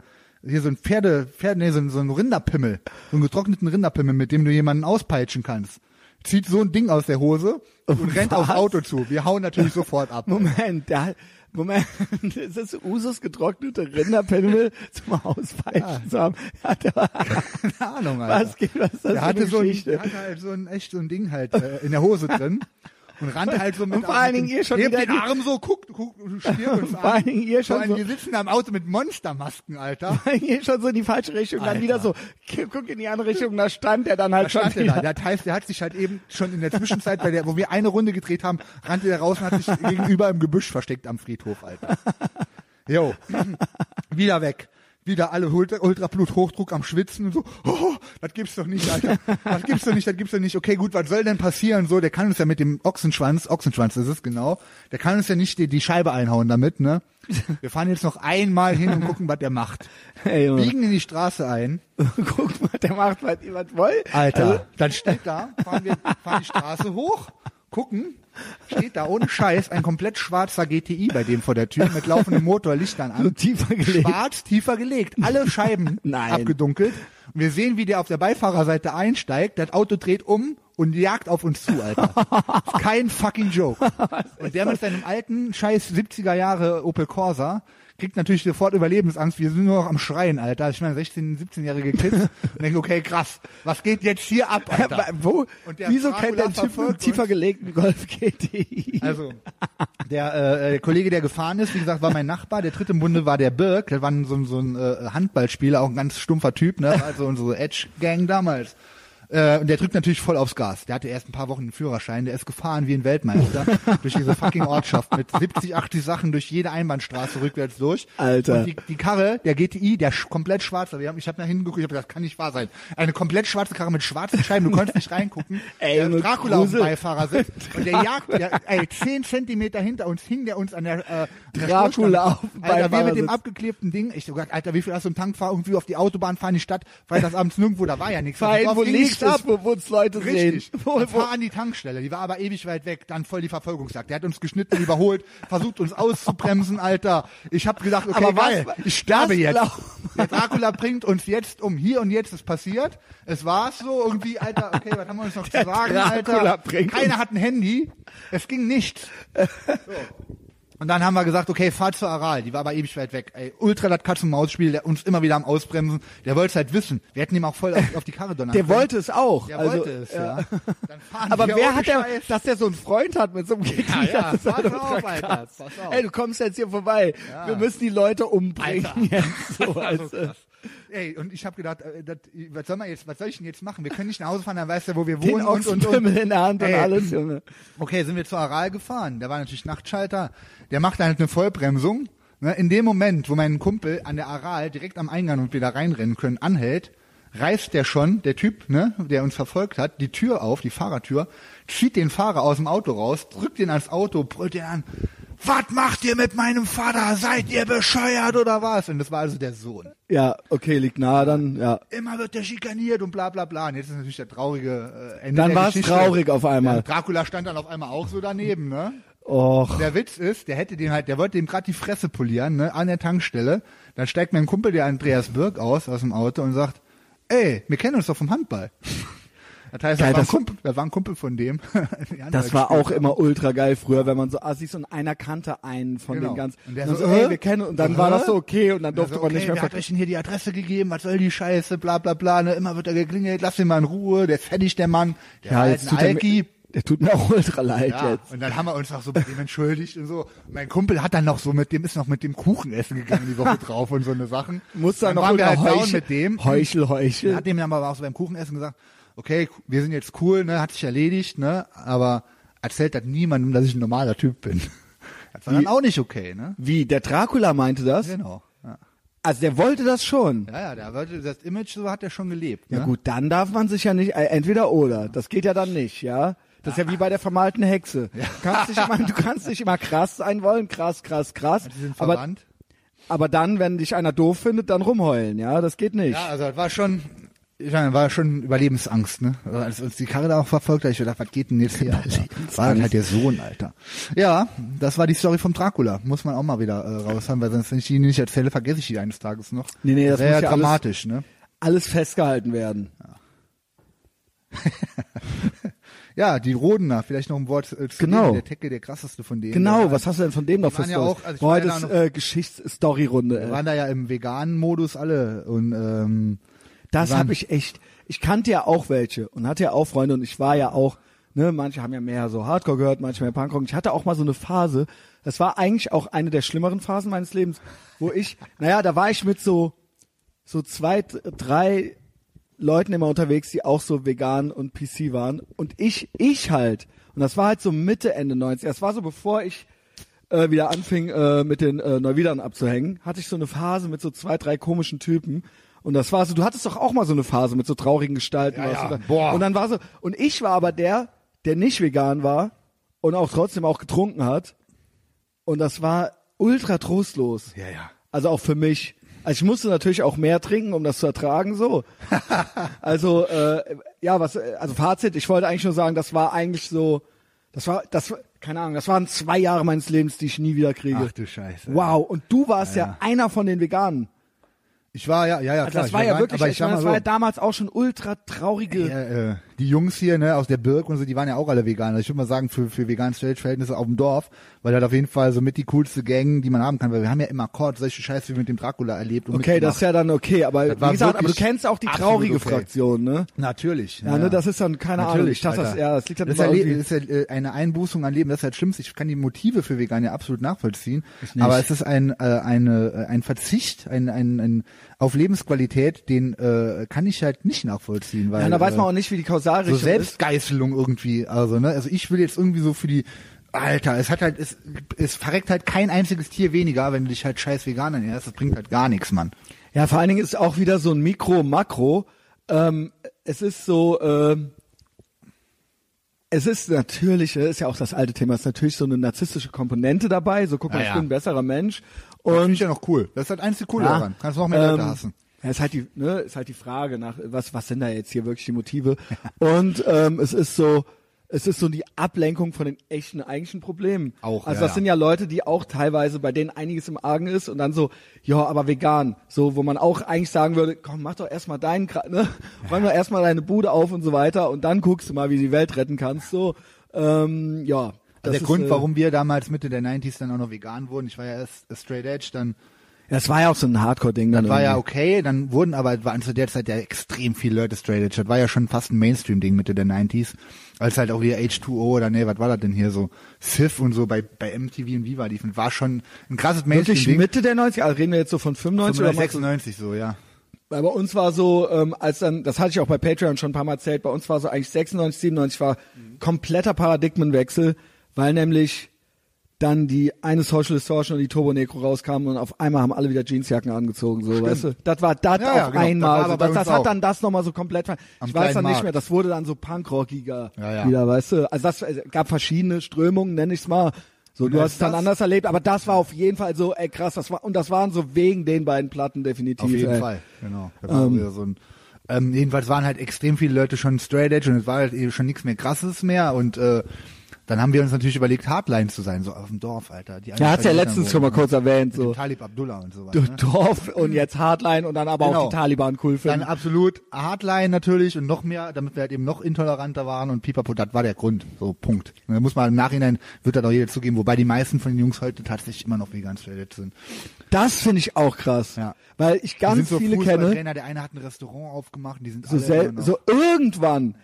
hier so ein Pferde, Pferde, nee, so einen, so einen Rinderpimmel, so einen getrockneten Rinderpimmel, mit dem du jemanden auspeitschen kannst. Zieht so ein Ding aus der Hose und rennt aufs Auto zu. Wir hauen natürlich sofort ab. Moment, da, Moment, ist das Usus getrocknete Rinderpimmel zum Ausweichen zu haben? Ja, da, Keine Ahnung, Alter. was geht, was ist das Der für hatte, eine so ein, Geschichte? der hatte halt so ein echt so ein Ding halt äh, in der Hose drin und rannte halt so mit Und vor allen Dingen ihr schon hebt wieder den die- Arm so guckt guckt stirbt uns Vor allen Dingen ihr schon so- wir sitzen da im Auto mit Monstermasken Alter Hier schon so in die falsche Richtung, dann Alter. wieder so, gu- guck in die andere Richtung, da stand der dann halt da schon stand der wieder. da das heißt der hat sich halt eben schon in der Zwischenzeit bei der wo wir eine Runde gedreht haben rannte der raus und hat sich gegenüber im Gebüsch versteckt am Friedhof Alter jo wieder weg wieder alle Ultra- Ultrabluthochdruck am Schwitzen und so, oh, das gibt's doch nicht, Alter. Das gibt's doch nicht, das gibt's doch nicht. Okay, gut, was soll denn passieren? So, der kann uns ja mit dem Ochsenschwanz, Ochsenschwanz ist es genau, der kann uns ja nicht die, die Scheibe einhauen damit, ne? Wir fahren jetzt noch einmal hin und gucken, was der macht. Ey, Junge. Biegen in die Straße ein. Guck mal, der macht, was ihr was wollt. Alter, Also, dann steht da, fahren wir fahren die Straße hoch, gucken, steht da ohne Scheiß ein komplett schwarzer GTI bei dem vor der Tür mit laufendem Motor, Lichtern so an. tiefer gelegt. Schwarz, tiefer gelegt, alle Scheiben Nein. abgedunkelt. Und wir sehen, wie der auf der Beifahrerseite einsteigt, das Auto dreht um und jagt auf uns zu, Alter. Ist Kein fucking Joke. Und der mit seinem alten, scheiß 70er Jahre Opel Corsa kriegt natürlich sofort Überlebensangst. Wir sind nur noch am Schreien, Alter. Ich meine, 16-, 17-jährige Kids. Und denken, okay, krass, was geht jetzt hier ab, Alter? Wa- Wo, Und der wieso Dracula kennt der Typ einen verfolgt tiefer uns. gelegten Golf GTI? Also, der, äh, der Kollege, der gefahren ist, wie gesagt, war mein Nachbar. Der dritte im Bunde war der Birk. Der war so, ein- so ein äh, Handballspieler, auch ein ganz stumpfer Typ, ne? Also unsere Edge-Gang damals. Äh, und der drückt natürlich voll aufs Gas. Der hatte erst ein paar Wochen einen Führerschein. Der ist gefahren wie ein Weltmeister durch diese fucking Ortschaft mit 70, 80 Sachen durch jede Einbahnstraße rückwärts durch. Alter. Und die, die Karre, der GTI, der sch komplett schwarze. Wir haben, ich habe nach hinten geguckt, ich habe gedacht, kann nicht wahr sein. Eine komplett schwarze Karre mit schwarzen Scheiben. Du konntest nicht reingucken. Ey, der Junge, Dracula auf dem Kruse. Beifahrersitz. Und der jagt, der, ey, zehn Zentimeter hinter uns hing der uns an der, äh, an der Dracula Stoßstange. auf dem Alter, wir mit Beifahrersitz. dem abgeklebten Ding. Ich so gesagt, Alter, wie viel hast du im Tank? Fahr irgendwie auf die Autobahn, fahr in die Stadt, freitagsabends nirgendwo, da war ja nichts. Also, Fein, Auf wo ging liegt nichts es, wo uns Leute Richtig. sehen? Wo, Dann wo, fahr an die Tankstelle. Die war aber ewig weit weg. Dann voll die Verfolgungsjagd. Der hat uns geschnitten, überholt, versucht uns auszubremsen, Alter. Ich hab gedacht, okay, Aber was- geil, ich sterbe was jetzt. glaub- Der Dracula bringt uns jetzt um. Hier und jetzt ist passiert. Es war's so irgendwie, Alter, okay, was haben wir uns noch zu sagen, Dracula Alter? bringt Keiner hat ein Handy. Es ging nichts. Und dann haben wir gesagt, okay, fahr zur Aral. Die war aber ewig weit weg. Ey, ultra das Katz-und-Maus-Spiel, der uns immer wieder am Ausbremsen. Der wollte es halt wissen. Wir hätten ihm auch voll auf, auf die Karre donnern der können. wollte es auch. Der also, wollte es, ja. Dann fahren Aber wir wer ohne hat der, Scheiß. dass der so einen Freund hat mit so einem GTI? Ja, ja, das ist pass doch auf, ultra Alter, krass. pass auf. Ey, du kommst jetzt hier vorbei. Wir müssen die Leute umbringen Alter. Also, jetzt. So, weißt du. Ey, und ich habe gedacht, äh, das, was soll man jetzt, was soll ich denn jetzt machen? Wir können nicht nach Hause fahren, dann weißt du, wo wir Den wohnen und, und, und. Ochsenpimmel in der Hand und Ey. alles, Junge. Okay, sind wir zur Aral gefahren. Da war natürlich Nachtschalter. Der macht dann halt eine Vollbremsung. Ne? In dem Moment, wo mein Kumpel an der Aral direkt am Eingang und wir da reinrennen können, anhält, reißt der schon, der Typ, ne, der uns verfolgt hat, die Tür auf, die Fahrertür, zieht den Fahrer aus dem Auto raus, drückt ihn ans Auto, brüllt ihn an. Was macht ihr mit meinem Vater? Seid ihr bescheuert oder was? Und das war also der Sohn Ja, okay, liegt nahe dann, ja. immer wird der schikaniert und bla bla bla. Und jetzt ist natürlich der traurige äh, Ende Dann der war's Geschichte. traurig auf einmal. Ja, Dracula stand dann auf einmal auch so daneben, ne? Och. Der Witz ist, der hätte den halt, der wollte dem gerade die Fresse polieren, ne, an der Tankstelle. Dann steigt mein Kumpel, der Andreas Birk, aus, aus dem Auto und sagt, ey, wir kennen uns doch vom Handball. Das heißt, Geil, das, war ein das- Kumpel, das war ein Kumpel von dem. Das war auch immer ultra geil früher, wenn man so Assis und einer kannte einen von Genau. den ganzen. Und der dann so, ey, äh? wir kennen, und dann Äh? war das so okay und dann durfte Also, man okay, nicht mehr wer hat vergessen. euch denn hier die Adresse gegeben? Was soll die Scheiße? Bla bla bla. Ne? Immer wird er geklingelt. Lass ihn mal in Ruhe. Der ist fertig, der Mann. Der war halt ein tut er Alki. mir, der tut mir auch ultra leid Ja, jetzt. und dann haben wir uns noch so bei dem entschuldigt und so. Mein Kumpel hat dann noch so mit dem, ist noch mit dem Kuchen essen gegangen die Woche drauf und so eine Sachen. Muss dann, dann noch waren wir wieder halt down heucheln, mit dem. heuchel, Er heuchel. hat dem dann aber auch so beim Kuchenessen gesagt, okay, wir sind jetzt cool, ne, hat sich erledigt, ne, aber erzählt das niemandem, dass ich ein normaler Typ bin. Das war dann auch nicht okay, ne? Wie, der Dracula meinte das? Genau. Ja, Also der wollte das schon. ja, ja der wollte, das Image so hat er schon gelebt. Ja ne? gut, dann darf man sich ja nicht, äh, entweder oder. Das geht ja dann nicht, ja. Das ist ja wie bei der vermalten Hexe. Kannst nicht immer, du kannst nicht immer krass sein wollen, krass, krass, krass. Die sind Aber, verwandt. aber dann, wenn dich einer doof findet, dann rumheulen, ja, das geht nicht. Ja, also das war schon, ich meine, war schon Überlebensangst, ne? Also, als uns die Karre da auch verfolgt hat, ich gedacht, was geht denn jetzt hier? Alter? War das halt der Sohn, Alter. Ja, das war die Story vom Dracula. Muss man auch mal wieder äh, raus haben, weil sonst, wenn ich die nicht erzähle, vergesse ich die eines Tages noch. Nee, nee, das Sehr muss ja alles- dramatisch, ne? Alles festgehalten werden. Ja, die Rodener, vielleicht noch ein Wort äh, zu Genau. denen, der Tackle, der krasseste von denen. Genau, der, was hast du denn von dem noch für waren ja Story? auch- also ich Boah, war ja das da noch- äh, Geschichts-Story-Runde, Wir ey. waren da ja im veganen Modus alle und ähm, Das Wann? habe ich echt. Ich kannte ja auch welche und hatte ja auch Freunde und ich war ja auch, ne, manche haben ja mehr so Hardcore gehört, manche mehr Punkrock. Ich hatte auch mal so eine Phase, das war eigentlich auch eine der schlimmeren Phasen meines Lebens, wo ich, naja, da war ich mit so, so zwei, drei Leuten immer unterwegs, die auch so vegan und PC waren und ich, ich halt. Und das war halt so Mitte, Ende 90. Das war so bevor ich äh, wieder anfing, äh, mit den äh, Neuwiedern abzuhängen, hatte ich so eine Phase mit so zwei, drei komischen Typen. Und das war so, du hattest doch auch mal so eine Phase mit so traurigen Gestalten. Ja, weißt ja, du, da- boah. Und dann war so, und ich war aber der, der nicht vegan war und auch trotzdem auch getrunken hat. Und das war ultra trostlos. Ja, ja. Also auch für mich. Also ich musste natürlich auch mehr trinken, um das zu ertragen, so. also, äh, ja, was, äh, also Fazit, ich wollte eigentlich nur sagen, das war eigentlich so, das war, das, war- keine Ahnung, das waren zwei Jahre meines Lebens, die ich nie wieder kriege. Ach du Scheiße. Wow, und du warst ja, Ja. einer von den Veganen. ich war ja, ja, ja, Also klar, das ich war ja vegan, wirklich, aber ich ich sag meine, mal das so, war ja damals auch schon ultra traurige. Ja, äh, die Jungs hier, ne, aus der Birk und so, die waren ja auch alle Veganer. Also ich würde mal sagen, für, für vegane Verhältnisse auf dem Dorf, weil das auf jeden Fall so mit die coolste Gang, die man haben kann, weil wir haben ja immer Kord, solche Scheiße wie mit dem Dracula erlebt und Okay, das ist mitgemacht. ja dann okay, aber Das war wie gesagt, aber du wirklich kennst auch die absolut traurige okay. Fraktion, ne? Natürlich. Ja, ne, das ist dann, keine Ahnung, ich Natürlich, dachte, das, Alter. ja, das liegt dann das halt ist, immer ja, le- irgendwie- das ist ja äh, eine Einbußung an Leben, das ist halt schlimm. Ich kann die Motive für Vegan ja absolut nachvollziehen, nicht. aber es ist ein äh, eine äh, ein Verzicht, ein, ein, ein auf Lebensqualität, den äh, kann ich halt nicht nachvollziehen, weil Ja, da weiß äh, man auch nicht, wie die so Kausalrichtung ist. Selbstgeißelung irgendwie, also ne, also ich will jetzt irgendwie so für die Alter, es hat halt es es verreckt halt kein einziges Tier weniger, wenn du dich halt scheiß vegan ernährst, das bringt halt gar nichts, Mann. Ja, vor allen Dingen ist auch wieder so ein Mikro-Makro. Ähm, es ist so, ähm, es ist natürlich, das ist ja auch das alte Thema, ist natürlich so eine narzisstische Komponente dabei. So, guck mal, Ah Ja, ich ja. bin ein besserer Mensch. Das finde Und ich ja noch cool. Das ist halt einzige coole daran. Kannst noch mehr Leute hassen. Ja, ist halt die, ne, ist halt die Frage nach, was, was sind da jetzt hier wirklich die Motive? Und ähm, es ist so, es ist so die Ablenkung von den echten eigentlichen Problemen. Auch, ja, Also das ja. sind ja Leute, die auch teilweise bei denen einiges im Argen ist und dann so, ja, aber vegan, so, wo man auch eigentlich sagen würde, komm, mach doch erstmal deinen, Kra- ne, räum doch erstmal deine Bude auf und so weiter und dann guckst du mal, wie du die Welt retten kannst. So, ähm, ja. Das Also der ist, Grund, äh, warum wir damals Mitte der 90s dann auch noch vegan wurden, ich war ja erst Straight Edge, dann Das war ja auch so ein Hardcore-Ding dann. war ja irgendwie. okay, dann wurden aber waren zu der Zeit ja extrem viele Leute Straight Edge. Das war ja schon fast ein Mainstream-Ding Mitte der 90s. Als halt auch wieder H2O oder nee, was war das denn hier so? Sif und so bei, bei MTV und Viva liefen. War schon ein krasses Wirklich Mainstream-Ding. Mitte der 90er, also reden wir jetzt so von 95 oder machst du 96 so, ja. Weil bei uns war so, ähm, als dann, das hatte ich auch bei Patreon schon ein paar Mal erzählt, bei uns war so eigentlich 96, 97 war kompletter Paradigmenwechsel, weil nämlich dann die eine Social Distortion und die Turbo Necro rauskamen und auf einmal haben alle wieder Jeansjacken angezogen, so, weißt du? Das war das Ja, ja, auf genau. Das war einmal. so, aber bei das uns das hat auch. dann das nochmal so komplett, ver- Am ich weiß kleinen dann nicht Markt. mehr, das wurde dann so Punkrockiger Ja, ja. wieder, weißt du? Also das äh, gab verschiedene Strömungen, nenn ich's mal. So, du als hast es dann das- anders erlebt, aber das war auf jeden Fall so, ey krass, das war, und das waren so wegen den beiden Platten definitiv. Auf jeden ey. Fall, genau. Da war wieder so ein, ähm, jedenfalls waren halt extrem viele Leute schon straight edge und es war halt eben schon nichts mehr krasses mehr und äh, dann haben wir uns natürlich überlegt, Hardline zu sein, so auf dem Dorf, Alter. Die Ja, hat's ja letztens schon mal kurz erwähnt, so. so Talib Abdullah und sowas. D- Ne? Dorf und jetzt Hardline und dann aber auch Genau. die Taliban cool Dann finden. absolut Hardline natürlich und noch mehr, damit wir halt eben noch intoleranter waren und pipapo, das war der Grund. So, Punkt. Und Da muss man im Nachhinein, wird da doch jeder zugeben, wobei die meisten von den Jungs heute tatsächlich immer noch vegan straight edge sind. Das finde ich auch krass, Ja. weil ich Die ganz sind so viele kenne, Fußballtrainer, der eine hat ein Restaurant aufgemacht und die sind so, alle sel immer noch- so irgendwann,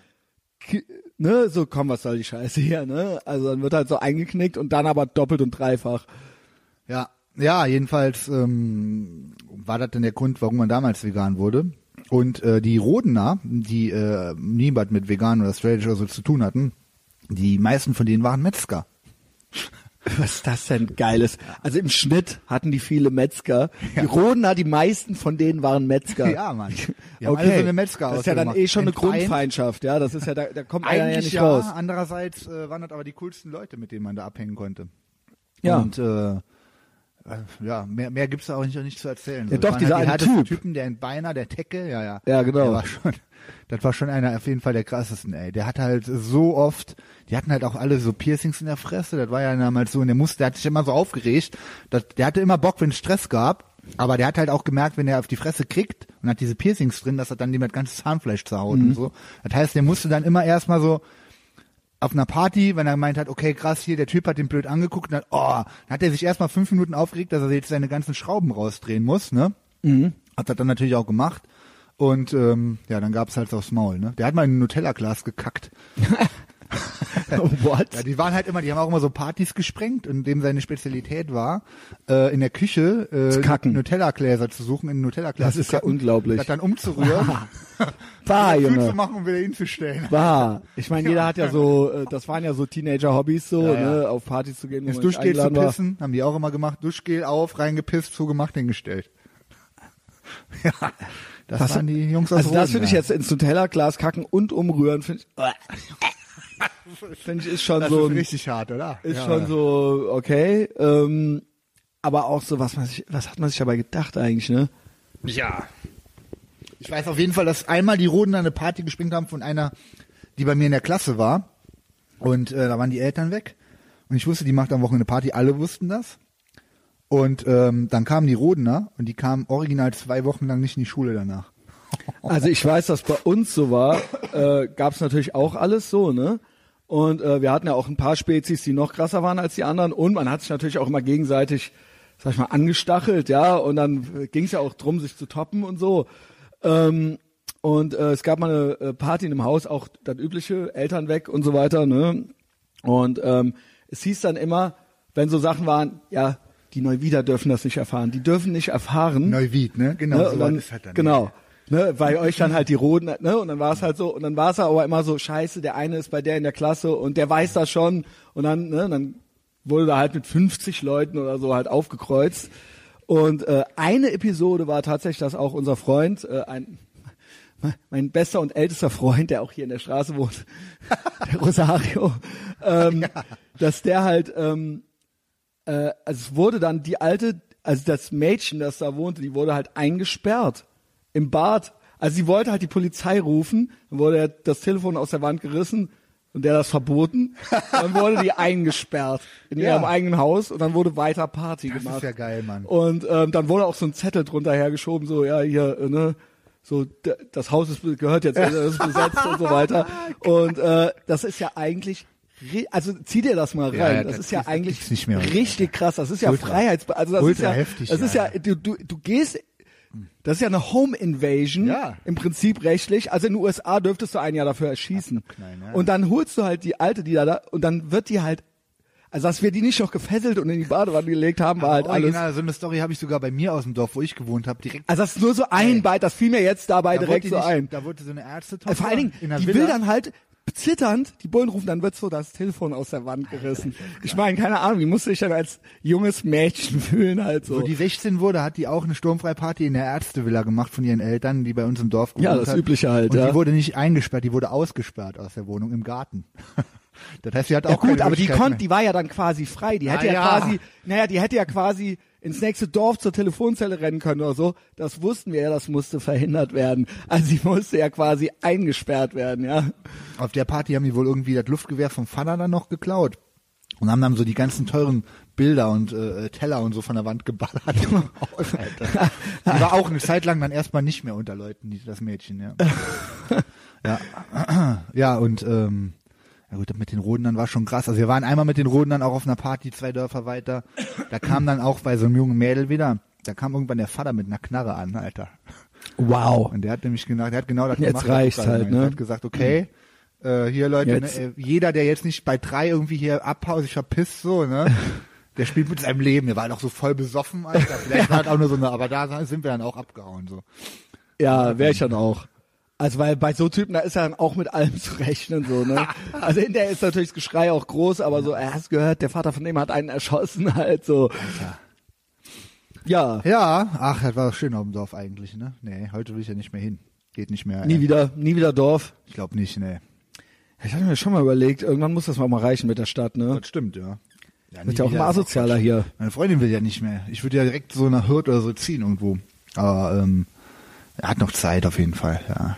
ki- ne, so komm, was soll die Scheiße hier, ne? Also dann wird halt so eingeknickt und dann aber doppelt und dreifach. Ja, ja, jedenfalls ähm, war das denn der Grund, warum man damals vegan wurde. Und äh, die Rodener, die äh, niemand mit vegan oder straight oder so zu tun hatten, die meisten von denen waren Metzger. Was ist das denn Geiles? Also im Schnitt hatten die viele Metzger. Die Rodner, die meisten von denen waren Metzger. Ja, Mann. Wir haben alle so eine Metzger das ist ja dann eh schon eine Grundfeindschaft, ja. Das ist ja, da, da kommt einer ja Eigentlich nicht ja, raus. andererseits äh, waren das aber die coolsten Leute, mit denen man da abhängen konnte. Ja. Und äh, äh, ja, mehr, mehr gibt's da auch nicht, nicht zu erzählen. Ja, doch, waren dieser halt die eine härtesten Typ. Typen, der in Beiner, der Tecke, ja, ja. Ja, genau. Der war schon, das war schon einer auf jeden Fall der krassesten, ey. Der hat halt so oft, die hatten halt auch alle so Piercings in der Fresse, das war ja damals so, und der musste, der hat sich immer so aufgeregt, dass, der hatte immer Bock, wenn es Stress gab, aber der hat halt auch gemerkt, wenn er auf die Fresse kriegt und hat diese Piercings drin, dass er dann dem das ganze Zahnfleisch zerhaut und so. Das heißt, der musste dann immer erstmal so, auf einer Party, wenn er meint hat, okay, krass, hier, der Typ hat den blöd angeguckt, und hat, oh, dann hat er sich erstmal fünf Minuten aufgeregt, dass er jetzt seine ganzen Schrauben rausdrehen muss, ne? Mhm. Hat er dann natürlich auch gemacht. Und ähm, ja, dann gab's halt aufs Maul, ne? Der hat mal in ein Nutella-Glas gekackt. Oh, what? Ja, die waren halt immer, die haben auch immer so Partys gesprengt, in dem seine Spezialität war, äh, in der Küche äh, kacken. Nutella-Gläser zu suchen, in ein Nutella-Glas Das zu ist ja kacken, unglaublich. Das dann umzurühren, Bah, kühl Junge. zu machen und wieder hinzustellen. Bah. Ich meine, jeder hat ja so, äh, das waren ja so Teenager-Hobbys so, Ja, ja. ne, auf Partys zu gehen, wo Ins man nicht Duschgel zu eingeladen war. pissen, haben die auch immer gemacht. Duschgel auf, reingepisst, zugemacht, hingestellt. ja, das Was- waren die Jungs aus Also das Rosenheim. finde ich jetzt ins Nutella-Glas kacken und umrühren, finde ich, finde ich ist schon das so ist Also ein, richtig hart, oder? ist ja. schon so, okay, ähm, aber auch so, was man sich, was hat man sich dabei gedacht eigentlich, ne? Ja. Ich weiß auf jeden Fall, dass einmal die Roden an eine Party gespringt haben von einer, die bei mir in der Klasse war. Und äh, da waren die Eltern weg. Und ich wusste, die macht am Wochenende Party. Alle wussten das. Und ähm, dann kamen die Rodener und die kamen original zwei Wochen lang nicht in die Schule danach. Also ich weiß, dass bei uns so war, äh, gab es natürlich auch alles so, ne? Und äh, wir hatten ja auch ein paar Spezies, die noch krasser waren als die anderen. Und man hat sich natürlich auch immer gegenseitig, sag ich mal, angestachelt, ja. Und dann ging es ja auch drum, sich zu toppen und so. Ähm, und äh, es gab mal eine äh, Party in einem Haus, auch das übliche, Eltern weg und so weiter, ne? Und ähm, es hieß dann immer, wenn so Sachen waren, ja, die Neuwieder dürfen das nicht erfahren. Die dürfen nicht erfahren. Neuwied, ne? Genau, Ne, so und weit dann, ist halt dann genau. Ne, weil euch dann halt die Roten, ne, und dann war es halt so, und dann war es aber immer so, scheiße, der eine ist bei der in der Klasse und der weiß das schon, und dann, ne, dann wurde da halt mit 50 Leuten oder so halt aufgekreuzt. Und äh, eine Episode war tatsächlich, dass auch unser Freund, äh, ein, mein bester und ältester Freund, der auch hier in der Straße wohnt, der Rosario, ähm, dass der halt, ähm, äh, also es wurde dann die alte, also das Mädchen, das da wohnte, die wurde halt eingesperrt im Bad. Also sie wollte halt die Polizei rufen, dann wurde ja das Telefon aus der Wand gerissen und der das verboten. Dann wurde die eingesperrt in Ja. ihrem eigenen Haus und dann wurde weiter Party Das ist gemacht. ja geil, Mann. Und ähm, dann wurde auch so ein Zettel drunter hergeschoben, so ja hier, äh, ne, so d- das Haus ist, be- gehört jetzt, äh, ist besetzt und so weiter. Genau. Und äh, das ist ja eigentlich, ri- also zieh dir das mal rein. Ja, ja, das, das ist ja ist- eigentlich gibt's nicht mehr heute, richtig krass. Das ist ja Ultra. Freiheits, also das ist Ultra ja, heftig, das ist ja, ja, du, du, du gehst das ist ja eine Home Invasion, Ja. im Prinzip rechtlich. Also in den USA dürftest du ein Jahr dafür erschießen. Abknallen, ja. Und dann holst du halt die alte, die da, da und dann wird die halt, also dass wir die nicht noch gefesselt und in die Badewanne gelegt haben, war halt alles. Original, so eine Story habe ich sogar bei mir aus dem Dorf, wo ich gewohnt habe, direkt. Also das ist nur so ein Beit, das fiel mir jetzt dabei da direkt wurde so nicht, ein. Da wurde so eine Ärzte Äh, Vor allen Dingen, in der die Villa. will dann halt zitternd, die Bullen rufen, dann wird so das Telefon aus der Wand gerissen. Ich meine, keine Ahnung, wie musste ich dann als junges Mädchen fühlen halt wo so. die 16 wurde, hat die auch eine Sturmfreiparty in der Ärztevilla gemacht von ihren Eltern, die bei uns im Dorf gewohnt Ja, das hat. Übliche halt, Und ja. die wurde nicht eingesperrt, die wurde ausgesperrt aus der Wohnung im Garten. das heißt, sie hat ja auch keine gut, aber die Möglichkeit konnte, die war ja dann quasi frei. Die hätte Ah, ja, ja. quasi, naja, die hätte ja quasi ins nächste Dorf zur Telefonzelle rennen können oder so. Das wussten wir ja, das musste verhindert werden. Also sie musste ja quasi eingesperrt werden, ja. mehr. Auf der Party haben die wohl irgendwie das Luftgewehr vom Vater dann noch geklaut. Und haben dann so die ganzen teuren Bilder und äh, Teller und so von der Wand geballert. Aus, Alter. Die war auch eine Zeit lang dann erstmal nicht mehr unter Leuten, die, das Mädchen, ja. Ja, und ähm, ja gut, mit den Rodnern war schon krass. Also wir waren einmal mit den Rodnern auch auf einer Party, zwei Dörfer weiter. Da kam dann auch bei so einem jungen Mädel wieder, da kam irgendwann der Vater mit einer Knarre an, Alter. Wow. Und der hat nämlich genau, der hat genau das Jetzt gemacht. reicht's was du gerade halt, meinst. ne? Der hat gesagt, okay, äh, hier Leute, ne, Jetzt- äh, jeder, der jetzt nicht bei drei irgendwie hier abhaut, ich verpisst so, ne? Der spielt mit seinem Leben. Der war doch so voll besoffen, Alter. Vielleicht war das auch nur so eine, aber da sind wir dann auch abgehauen, so. Ja, wäre ich dann auch. Also weil bei so Typen, da ist dann auch mit allem zu rechnen so, ne? Also hinterher ist natürlich das Geschrei auch groß, aber so, er hast gehört, der Vater von dem hat einen erschossen halt so. Ja, Ja, ach, das war schön auf dem Dorf eigentlich, ne? Nee, heute will ich ja nicht mehr hin. Geht nicht mehr. nie äh, wieder, nie wieder Dorf. Ich glaube nicht, ne. Ich hatte mir schon mal überlegt, irgendwann muss das mal mal reichen mit der Stadt, ne? Das stimmt, ja. ja Wird ja auch wieder. mal asozialer hier. Meine Freundin will ja nicht mehr. Ich würde ja direkt so nach Hürth oder so ziehen irgendwo. Aber ähm, er hat noch Zeit auf jeden Fall, ja.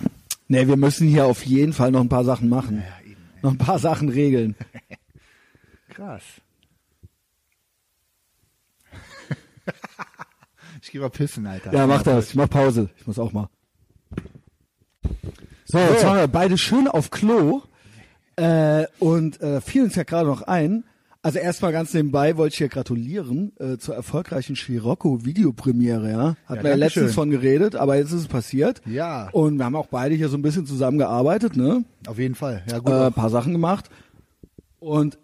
Ne, wir müssen hier auf jeden Fall noch ein paar Sachen machen. Ja, eben. Noch ein paar Sachen regeln. Krass. ich geh mal pissen, Alter. Ja, mach das. Ich mach Pause. Ich muss auch mal. So, jetzt waren wir beide schön auf Klo. Äh, und äh, fiel uns ja gerade noch ein. Also erstmal ganz nebenbei wollte ich hier gratulieren äh, zur erfolgreichen Scirocco-Videopremiere, ja. Ja, Hat man ja Dankeschön. letztens von geredet, aber jetzt ist es passiert. Ja. Und wir haben auch beide hier so ein bisschen zusammengearbeitet, ne? Auf jeden Fall. Ja, gut. Äh, auch. ein paar Sachen gemacht. Und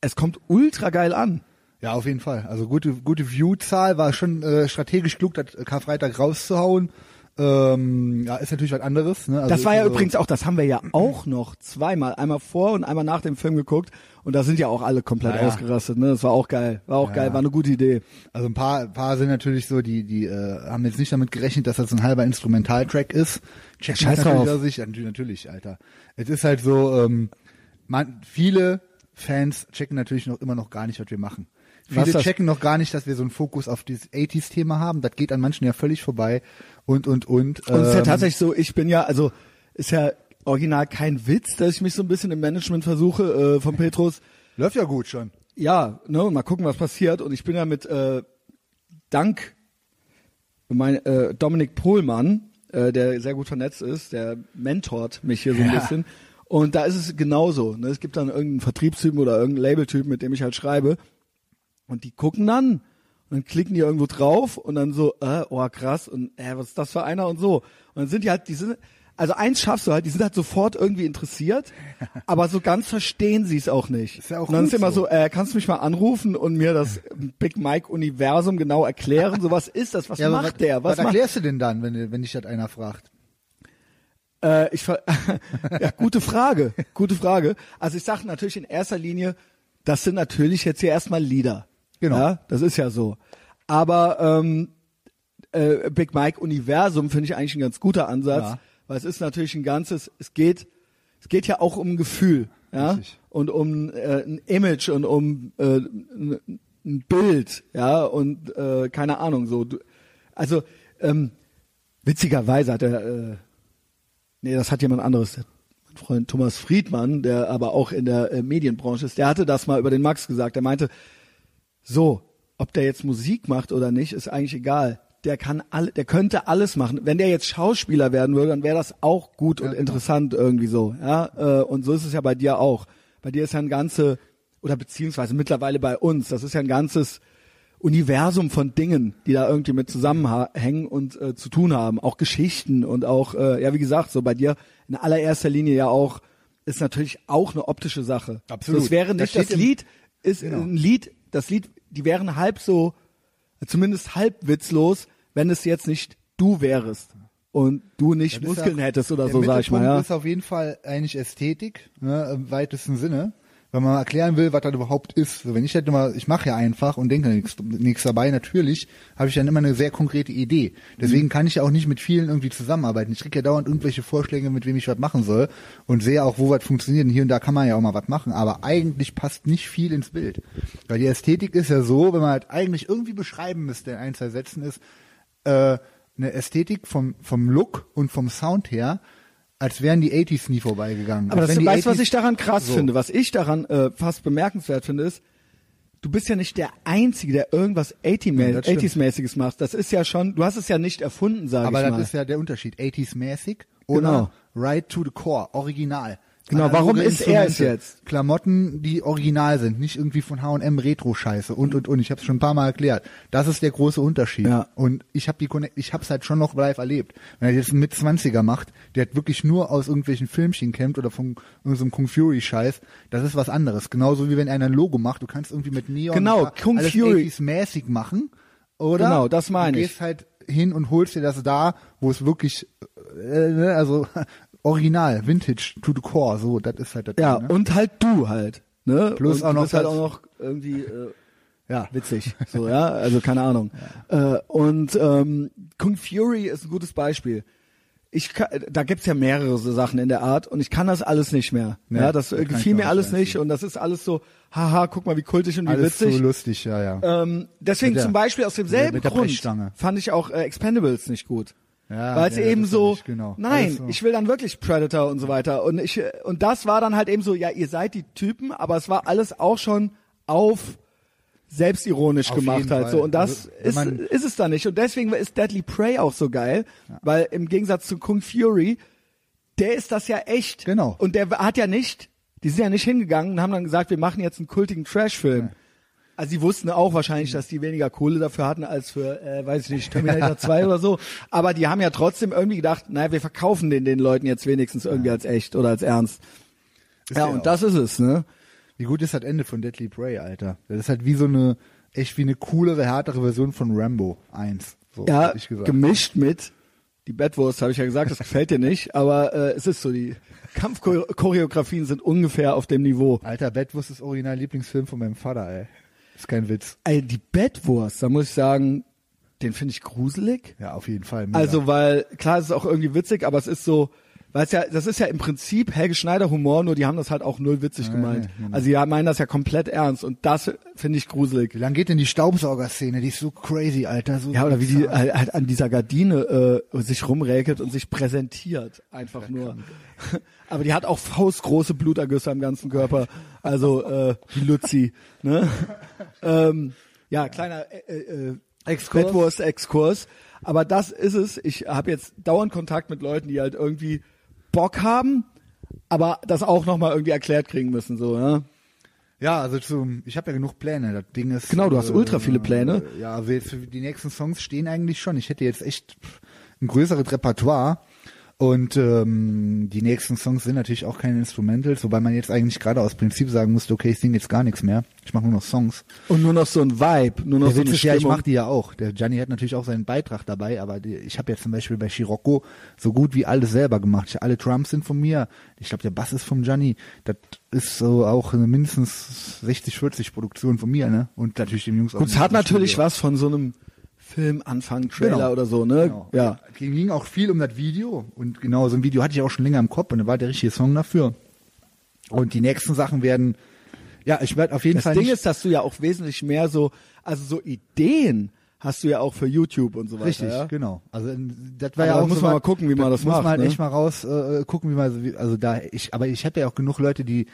es kommt ultra geil an. Ja, auf jeden Fall. Also gute, gute View-Zahl war schon äh, strategisch klug, das Karfreitag rauszuhauen. Ähm, ja, ist natürlich was anderes. Ne? Also das ist war ja so- übrigens auch, das haben wir ja auch noch zweimal, einmal vor und einmal nach dem Film geguckt und da sind ja auch alle komplett Ja, ja. ausgerastet, ne? Das war auch geil, war auch geil, war eine gute Idee. Also ein paar, paar sind natürlich so, die, die äh, haben jetzt nicht damit gerechnet, dass das so ein halber Instrumentaltrack ist. Check Ja, scheiß natürlich, drauf. dass ich, natürlich, natürlich, Alter. Es ist halt so, ähm, man, viele Fans checken natürlich noch immer noch gar nicht, was wir machen. Was Viele das- checken noch gar nicht, dass wir so einen Fokus auf dieses 80s-Thema haben. Das geht an manchen ja völlig vorbei. Und, und, und. Und es ist ja ähm, tatsächlich so, ich bin ja, also ist ja original kein Witz, dass ich mich so ein bisschen im Management versuche äh, von Petrus. läuft ja gut schon. Ja, ne, und mal gucken, was passiert. Und ich bin ja mit äh, Dank mein, äh, Dominik Pohlmann, äh, der sehr gut vernetzt ist, der mentort mich hier so ein Ja. bisschen. Und da ist es genauso. Ne? Es gibt dann irgendeinen Vertriebstypen oder irgendeinen Labeltypen, mit dem ich halt schreibe. Und die gucken dann und dann klicken die irgendwo drauf und dann so, äh, oh krass und äh, was ist das für einer und so. Und dann sind die halt, die sind, also eins schaffst du halt, die sind halt sofort irgendwie interessiert, aber so ganz verstehen sie es auch nicht. Ist ja auch und dann gut ist immer so. so, äh, kannst du mich mal anrufen und mir das Big Mike Universum genau erklären? So was ist das? Was aber macht der? Was, was macht erklärst du denn dann, wenn, wenn dich das einer fragt? Äh, ich ver- ja, gute Frage, gute Frage. Also ich sage natürlich in erster Linie, das sind natürlich jetzt hier erstmal Lieder. Genau. Ja, das ist ja so. Aber ähm, äh, Big Mike Universum finde ich eigentlich ein ganz guter Ansatz, Ja. weil es ist natürlich ein ganzes, es geht, es geht ja auch um ein Gefühl, ja, Richtig. und um äh, ein Image und um äh, ein ein Bild, ja, und äh, keine Ahnung, so. Du, also ähm, witzigerweise hat er äh, Nee, das hat jemand anderes. Mein Freund Thomas Friedmann, der aber auch in der äh, Medienbranche ist, der hatte das mal über den Max gesagt. Der meinte, so, ob der jetzt Musik macht oder nicht, ist eigentlich egal. Der kann alle, der könnte alles machen. Wenn der jetzt Schauspieler werden würde, dann wäre das auch gut genau. und interessant irgendwie so. Ja, äh, und so ist es ja bei dir auch. Bei dir ist ja ein ganze oder beziehungsweise mittlerweile bei uns, das ist ja ein ganzes Universum von Dingen, die da irgendwie mit zusammenhängen und äh, zu tun haben. Auch Geschichten und auch, äh, ja, wie gesagt, so bei dir in allererster Linie ja auch, ist natürlich auch eine optische Sache. Absolut. So, es wäre Das nicht steht das im- Lied, ist Genau. ein Lied, das Lied, die wären halb so, zumindest halb witzlos, wenn es jetzt nicht du wärest und du nicht Das ist Muskeln ja- hättest oder der so, sag ich mal. Mittelpunkt Ja. ist auf jeden Fall eigentlich Ästhetik, ne, im weitesten Sinne. Wenn man mal erklären will, was das überhaupt ist. So, wenn ich halt immer, ich mache ja einfach und denke nichts, nichts dabei, natürlich habe ich dann immer eine sehr konkrete Idee. Mhm. Deswegen kann ich ja auch nicht mit vielen irgendwie zusammenarbeiten. Ich kriege ja dauernd irgendwelche Vorschläge, mit wem ich was machen soll und sehe auch, wo was funktioniert. Und hier und da kann man ja auch mal was machen, aber eigentlich passt nicht viel ins Bild. Weil die Ästhetik ist ja so, wenn man halt eigentlich irgendwie beschreiben müsste in ein, zwei Sätzen ist, äh, eine Ästhetik vom, vom Look und vom Sound her, als wären die 80s nie vorbeigegangen. Aber als das, wären die weißt du, was 80s ich daran krass so. finde? Was ich daran äh, fast bemerkenswert finde, ist, du bist ja nicht der Einzige, der irgendwas 80-mä- Ja, das stimmt. 80s-mäßiges macht. Das ist ja schon, du hast es ja nicht erfunden, sage ich Aber mal. das ist ja der Unterschied. 80s-mäßig oder Right to the Core, original. Genau, Analoge warum ist er es Instrumente, jetzt? Klamotten, die original sind, nicht irgendwie von H&M Retro-Scheiße und, und, und. Ich habe es schon ein paar Mal erklärt. Das ist der große Unterschied. Ja. Und ich habe die Connect, ich hab's halt schon noch live erlebt. Wenn er jetzt einen Mitzwanziger macht, der hat wirklich nur aus irgendwelchen Filmchen kämpft oder von irgendeinem Kung Fury Scheiß, das ist was anderes. Genauso wie wenn einer ein Logo macht, du kannst irgendwie mit Neon Genau, und Kung alles Fury. 80s mäßig machen. Oder Genau, das meine du ich. gehst halt hin und holst dir das da, wo es wirklich, äh, ne, also original, Vintage, to the core, so, das ist halt das. Ja, Ding, ne? und halt du halt. Ne? Plus und auch du noch bist halt das- auch noch irgendwie äh, ja. witzig. So, ja, also keine Ahnung. Äh, und ähm, Kung Fury ist ein gutes Beispiel. Ich kann, da gibt's ja mehrere so Sachen in der Art und ich kann das alles nicht mehr. Nee, ja, das das äh, kann ich gefiel auch mir nicht alles mehr nicht und das ist alles so, haha, guck mal, wie kultisch und wie Alles witzig. so lustig, ja, ja. Ähm, deswegen Mit der- zum Beispiel aus demselben mit der Grund Brechstange. fand ich auch äh, Expendables nicht gut. Ja, Weil es ja, das eben ist so, nicht genau. nein, Alles so. ich will dann wirklich Predator und so weiter. Und ich, äh, und das war dann halt eben so, ja, ihr seid die Typen, aber es war alles auch schon auf selbstironisch Auf gemacht jeden halt Fall. so. Und das Also, wenn ist, man- ist es dann nicht. Und deswegen ist Deadly Prey auch so geil, weil im Gegensatz zu Kung Fury, der ist das ja echt. Genau. Und der hat ja nicht, die sind ja nicht hingegangen und haben dann gesagt, wir machen jetzt einen kultigen Trash-Film. Also sie wussten auch wahrscheinlich, dass die weniger Kohle dafür hatten als für, äh, weiß ich nicht, Terminator 2 oder so. Aber die haben ja trotzdem irgendwie gedacht, naja, wir verkaufen den den Leuten jetzt wenigstens irgendwie als echt oder als ernst. ja, ja und auch. das ist es, ne? Wie gut ist das Ende von Deadly Prey, Alter? Das ist halt wie so eine, echt wie eine coolere, härtere Version von Rambo 1. So, Ja, hätte ich gesagt. gemischt mit die Bettwurst, habe ich ja gesagt, das gefällt dir nicht, aber äh, es ist so, die Kampfchoreografien sind ungefähr auf dem Niveau. Alter, Bettwurst ist original Lieblingsfilm von meinem Vater, ey. Ist kein Witz. Ey, die Bettwurst, da muss ich sagen, den finde ich gruselig. Ja, auf jeden Fall. mega. Also, weil, klar, es ist auch irgendwie witzig, aber es ist so, weil es ja, das ist ja im Prinzip Helge Schneider Humor, nur die haben das halt auch null witzig gemeint. Also, die meinen das ja komplett ernst und das finde ich gruselig. wie lang geht denn die Staubsauger-Szene? Die ist so crazy, Alter. So Ja, oder wie die halt, halt an dieser Gardine äh, sich rumräkelt und sich präsentiert. Einfach nur. Aber die hat auch faustgroße Blutergüsse am ganzen Körper. Also äh, die Luzi. Ne? ähm, ja, kleiner äh, äh, Exkurs. Bettwurst Exkurs. Aber das ist es. Ich habe jetzt dauernd Kontakt mit Leuten, die halt irgendwie Bock haben, aber das auch nochmal irgendwie erklärt kriegen müssen. So, ne? Ja, also zum, ich habe ja genug Pläne. Das Ding ist. äh, Genau, du hast ultra viele Pläne. Ja, also jetzt für die nächsten Songs stehen eigentlich schon. Ich hätte jetzt echt ein größeres Repertoire. Und ähm, die nächsten Songs sind natürlich auch keine Instrumentals, wobei man jetzt eigentlich gerade aus Prinzip sagen musste, okay, ich singe jetzt gar nichts mehr. Ich mache nur noch Songs. Und nur noch so ein Vibe, nur noch Der so Witz eine ist ja, ich Stimmung. mache die ja auch. Der Gianni hat natürlich auch seinen Beitrag dabei, aber die, ich habe ja zum Beispiel bei Scirocco so gut wie alles selber gemacht. Ich, alle Drums sind von mir. Ich glaube, der Bass ist vom Gianni. Das ist so auch eine mindestens 60-40 Produktion von mir, ne? Und natürlich dem Jungs Gut, es hat natürlich was von so einem Filmanfang, Trailer Genau. oder so, ne? Genau. Ja. Es ging auch viel um das Video und genau so ein Video hatte ich auch schon länger im Kopf und da war der richtige Song dafür. Und die nächsten Sachen werden, ja, ich werde auf jeden Das Fall Ding nicht ist, dass du ja auch wesentlich mehr so, also so Ideen hast du ja auch für YouTube und so weiter. Richtig, ja? genau. Also in- das war Aber ja da auch muss so man was- mal gucken, wie man das muss macht, man halt ne? echt mal raus äh, gucken, wie man wie- also da ich aber ich habe ja auch genug Leute, die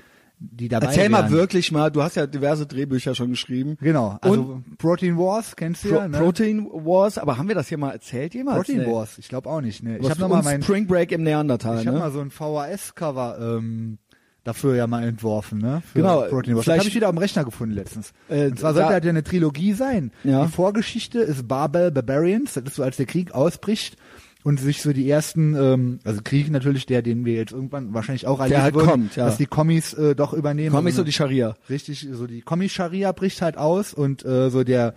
die dabei Erzähl mal wären. wirklich mal, du hast ja diverse Drehbücher schon geschrieben. Genau. Also Also und Protein Wars kennst du Pro ja, ne? Protein Wars, aber haben wir das hier mal erzählt jemals? Protein Nee. Wars, ich glaube auch nicht, ne. Ich Was- habe noch mal und mein Spring Break im Neandertal, ich habe ne? mal so ein VHS Cover ähm, dafür ja mal entworfen, ne? Für Genau, Protein Wars. Das vielleicht- habe ich wieder am Rechner gefunden letztens. Äh, Und zwar sollte da- halt ja eine Trilogie sein. Ja. Die Vorgeschichte ist Barbell Barbarians, das ist so, als der Krieg ausbricht und sich so die ersten, ähm, also Krieg natürlich, der, den wir jetzt irgendwann wahrscheinlich auch erleben halt würden, kommt, ja. dass die Kommis äh, doch übernehmen. Komm ich so Also, die Scharia. richtig, so die Kommis-Scharia bricht halt aus und äh, so der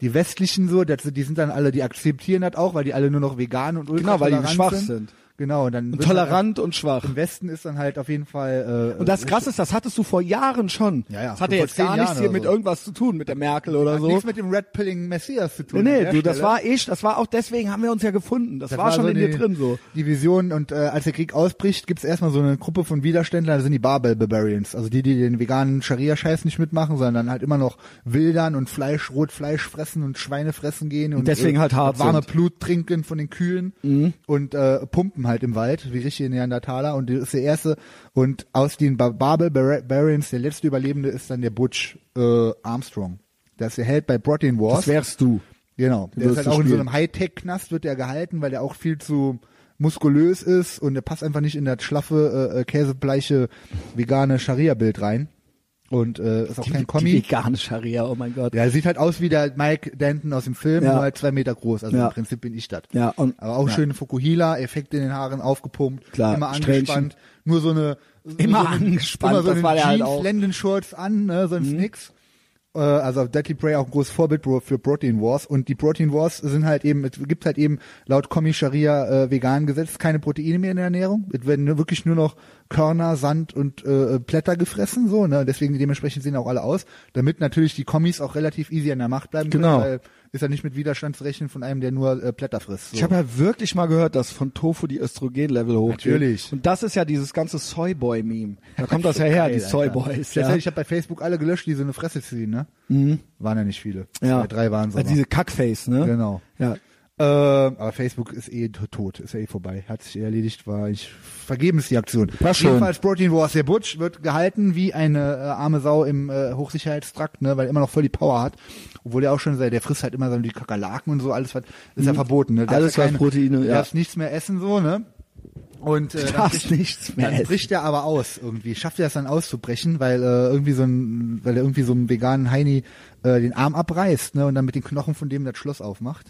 die westlichen so, das, die sind dann alle, die akzeptieren das auch, weil die alle nur noch vegan und ultra Genau, weil die tolerant schwach sind. sind. Genau, und dann Und wird halt- tolerant und schwach. im Westen ist dann halt auf jeden Fall. Äh, Und das krasse ist, das hattest du vor Jahren schon. Ja, ja, Das hatte schon vor jetzt gar zehn nichts Jahren hier oder mit so. irgendwas zu tun, mit der Merkel oder hat so. nichts mit dem Red Pilling Messias zu Nee, tun. an nee, der du, das Stelle. war ich, das war auch deswegen haben wir uns ja gefunden. Das, Das war, schon so in dir die- drin so. Die Vision und äh, als der Krieg ausbricht, gibt's erstmal so eine Gruppe von Widerständlern, das sind die Barbell Barbarians. Also die, die den veganen Scharia-Scheiß nicht mitmachen, sondern halt immer noch wildern und Fleisch, Rotfleisch fressen und Schweine fressen gehen und, deswegen äh, halt hart warme sind. Mhm. Blut trinken von den Kühen und äh, pumpen halt im Wald, wie richtige Neandertaler. Und das ist der erste. Und aus den Bar- Barbell Barbarians, der letzte Überlebende ist dann der Butch äh, Armstrong. Das ist der Held bei Protein Wars. Das wärst du. Genau. Der wirst ist halt du auch in so spielen. einem Hightech-Knast wird der gehalten, weil der auch viel zu muskulös ist und der passt einfach nicht in das schlaffe, äh, äh, käsebleiche, vegane Scharia-Bild rein. Und äh, ist auch kein Die Kommi. vegane Scharia, oh mein Gott. Ja, er sieht halt aus wie der Mike Denton aus dem Film, Ja. nur halt zwei Meter groß. Also Ja. im Prinzip bin ich das. Ja, und- Aber auch ja. schöne Fukuhila, Effekt in den Haaren, aufgepumpt, Klar, immer Strähnchen. angespannt, nur so eine Immer so eine, angespannt, immer so das eine war der halt Mhm. Jeans, auch. Lendenshorts an, ne, sonst nix. äh, also Deadly Prey auch ein großes Vorbild pro- für Protein Wars und die Protein Wars sind halt eben, es gibt halt eben laut Komi Scharia äh, vegan Gesetz keine Proteine mehr in der Ernährung. Es werden nur- wirklich nur noch Körner, Sand und äh, Blätter gefressen, so, ne? Deswegen dementsprechend sehen auch alle aus, damit natürlich die Kommis auch relativ easy an der Macht bleiben Genau. können, weil ist ja nicht mit Widerstand zu rechnen von einem, der nur äh, Blätter frisst. So. Ich habe ja wirklich mal gehört, dass von Tofu die Östrogenlevel hochgehen. Natürlich. Und das ist ja dieses ganze Soyboy-Meme. Da kommt das ja her, die Soyboys. Ja. Ja. Mhm. Ich habe bei Facebook alle gelöscht, die so eine Fresse ziehen, ne? Waren ja nicht viele. Bei drei waren es Also diese Kackface, ne? Äh, Genau. Ja. Ähm, aber Facebook ist eh t- tot, ist ja eh vorbei, hat sich erledigt, war ich vergebens die Aktion. War schön. Jedenfalls Protein Wars, der Butch wird gehalten wie eine äh, arme Sau im äh, Hochsicherheitstrakt, ne, weil er immer noch voll die Power hat, obwohl er auch schon sei, der frisst halt immer so die Kakerlaken und so, alles was ist ja verboten, ne? Mhm. Alles, darf ja was Proteine, du ja. darfst nichts mehr essen so, ne? Und äh, dann Darfst bricht- nichts mehr dann essen. bricht er aber aus irgendwie. Schafft er das dann auszubrechen, weil äh, irgendwie so ein, weil er irgendwie so einem veganen Heini äh, den Arm abreißt, ne, und dann mit den Knochen von dem das Schloss aufmacht.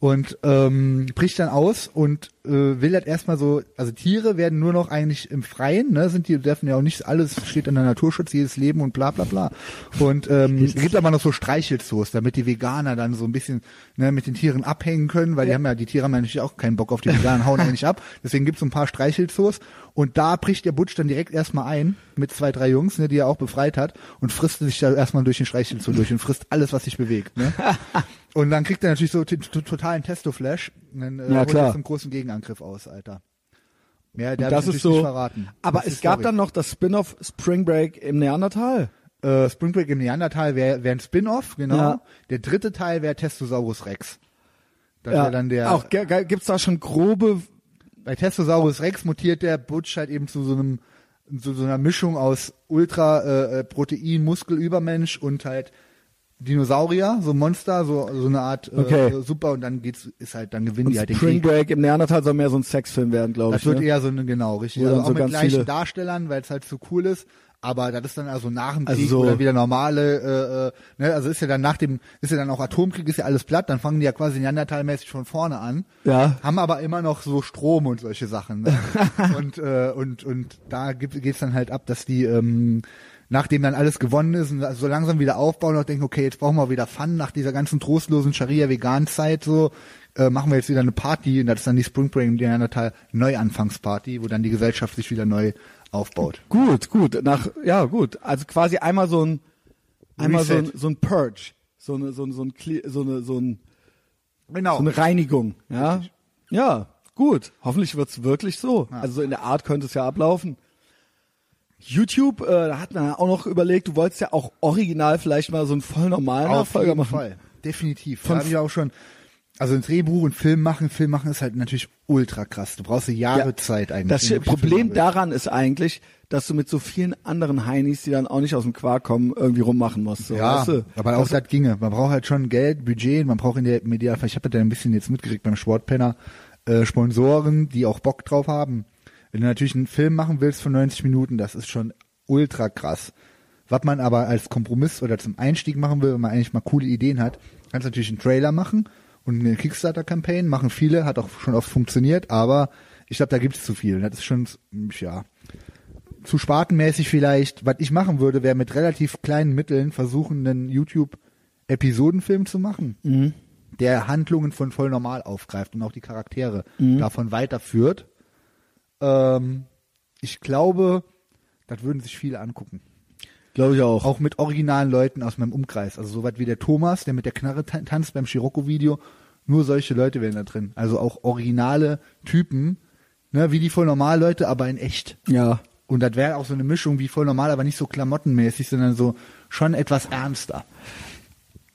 Und ähm, bricht dann aus und äh, will das erstmal so, also Tiere werden nur noch eigentlich im Freien, ne, sind die dürfen ja auch nicht alles, steht in der Naturschutz, jedes Leben und bla bla bla. Und ähm, es gibt aber noch so Streichelzoos, damit die Veganer dann so ein bisschen ne, mit den Tieren abhängen können, weil die haben ja, die Tiere haben ja natürlich auch keinen Bock auf die Veganen, hauen eigentlich ab. Deswegen gibt's so ein paar Streichelzoos und da bricht der Butch dann direkt erstmal ein mit zwei, drei Jungs, ne, die er auch befreit hat und frisst sich da erstmal durch den Streichelzoo durch und frisst alles, was sich bewegt. Ne? Und dann kriegt er natürlich so t- t- totalen Testo-Flash und dann äh, Ja, holt klar. er zum großen Gegenangriff aus, Alter. Ja, der hat Das ist natürlich so. nicht verraten. Aber Das ist es gab Story. dann noch das Spin-off Spring Break im Neandertal. äh, Spring Break im Neandertal wäre wär ein Spin-off, genau. Ja. Der dritte Teil wäre Testosaurus Rex. Das ja. wäre dann der Auch ge- ge- gibt's da schon grobe bei Testosaurus Rex mutiert der Butch halt eben zu so einem zu so einer Mischung aus Ultra äh, äh, Protein Muskelübermensch und halt Dinosaurier, so Monster, so so eine Art äh, Okay. super und dann geht's ist halt dann gewinnen Und die halt den Spring Krieg. Break im Neandertal soll mehr so ein Sexfilm werden, glaube Das ich. wird ne? eher so eine genau richtig, Wo also dann auch so mit ganz gleichen viele- Darstellern, weil es halt so cool ist. Aber das ist dann also nach dem Also Krieg so- oder wieder normale, äh, äh, ne, also ist ja dann nach dem, ist ja dann auch Atomkrieg, ist ja alles platt, dann fangen die ja quasi neandertalmäßig von vorne an Ja. haben aber immer noch so Strom und solche Sachen. Ne? und, äh, und, und da gibt, geht's dann halt ab, dass die, ähm, nachdem dann alles gewonnen ist und so langsam wieder aufbauen und denken, okay, jetzt brauchen wir wieder Fun nach dieser ganzen trostlosen Scharia-Vegan-Zeit so, äh, machen wir jetzt wieder eine Party und das ist dann die Spring Break in Neandertal Neuanfangsparty, wo dann die Gesellschaft sich wieder neu aufbaut. Gut, gut. Nach, ja, gut. Also quasi einmal so ein, einmal so ein, Reset. so ein Purge. So eine, so ein, so ein, Kle- so eine, so ein, Genau. so eine Reinigung. Ja. Ja, gut. Hoffentlich wird's wirklich so. Also so in der Art könnte es ja ablaufen. YouTube, äh, da hat man ja auch noch überlegt, du wolltest ja auch original vielleicht mal so einen voll normalen Auf Nachfolger jeden machen. Fall. Definitiv. Von- da habe ich auch schon. Also ein Drehbuch und Film machen, Film machen ist halt natürlich ultra krass. Du brauchst Jahre Zeit eigentlich. Das wenn du wirklich Film Problem machen willst. daran ist eigentlich, dass du mit so vielen anderen Heinis, die dann auch nicht aus dem Quark kommen, irgendwie rummachen musst. So, Ja, weißt du? aber auch das ginge. Man braucht halt schon Geld, Budget, man braucht in der Media, ich habe da ein bisschen jetzt mitgekriegt beim Sportpenner, äh, Sponsoren, die auch Bock drauf haben. Wenn du natürlich einen Film machen willst von 90 Minuten, das ist schon ultra krass. Was man aber als Kompromiss oder zum Einstieg machen will, wenn man eigentlich mal coole Ideen hat, kannst du natürlich einen Trailer machen und eine Kickstarter-Campaign machen viele, hat auch schon oft funktioniert, aber ich glaube, da gibt es zu viel. Das ist schon, ja, zu spartenmäßig vielleicht, was ich machen würde, wäre mit relativ kleinen Mitteln versuchen, einen YouTube-Episodenfilm zu machen, Mhm. der Handlungen von voll normal aufgreift und auch die Charaktere Mhm. davon weiterführt. Ähm, ich glaube, das würden sich viele angucken. Glaube ich auch. Auch mit originalen Leuten aus meinem Umkreis. Also soweit wie der Thomas, der mit der Knarre tan tanzt beim Scirocco-Video. Nur solche Leute wären da drin. Also auch originale Typen, ne, wie die voll normal Leute, aber in echt. Ja. Und das wäre auch so eine Mischung wie voll normal, aber nicht so klamottenmäßig, sondern so schon etwas ernster.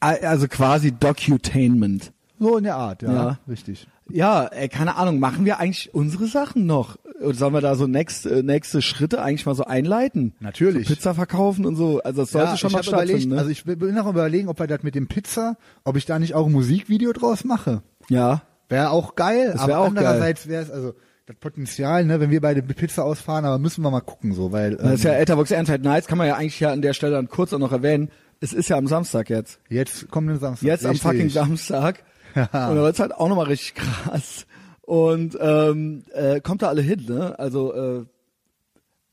A- Also quasi Docutainment. So in der Art, ja. Ja. Richtig. Ja, ey, keine Ahnung, machen wir eigentlich unsere Sachen noch? Oder sollen wir da so next, äh, nächste Schritte eigentlich mal so einleiten? Natürlich. So Pizza verkaufen und so. Also das sollte ja, schon ich mal hab überlegt, stattfinden. Ne? Also ich bin noch am überlegen, ob wir das mit dem Pizza, ob ich da nicht auch ein Musikvideo draus mache. ja. Wäre auch geil, Das wär aber auch andererseits wäre es, also das Potenzial, ne, wenn wir beide mit Pizza ausfahren, aber müssen wir mal gucken, so, weil Das ist ja ähm, Etherbox Ernteheit Nights, kann man ja eigentlich ja an der Stelle dann kurz auch noch erwähnen. Es ist ja am Samstag jetzt. jetzt kommt ein Samstag. Jetzt am Richtig. fucking Samstag. Ja. Und da wird's halt auch nochmal richtig krass. Und ähm, äh, kommt da alle hin, ne? Also äh,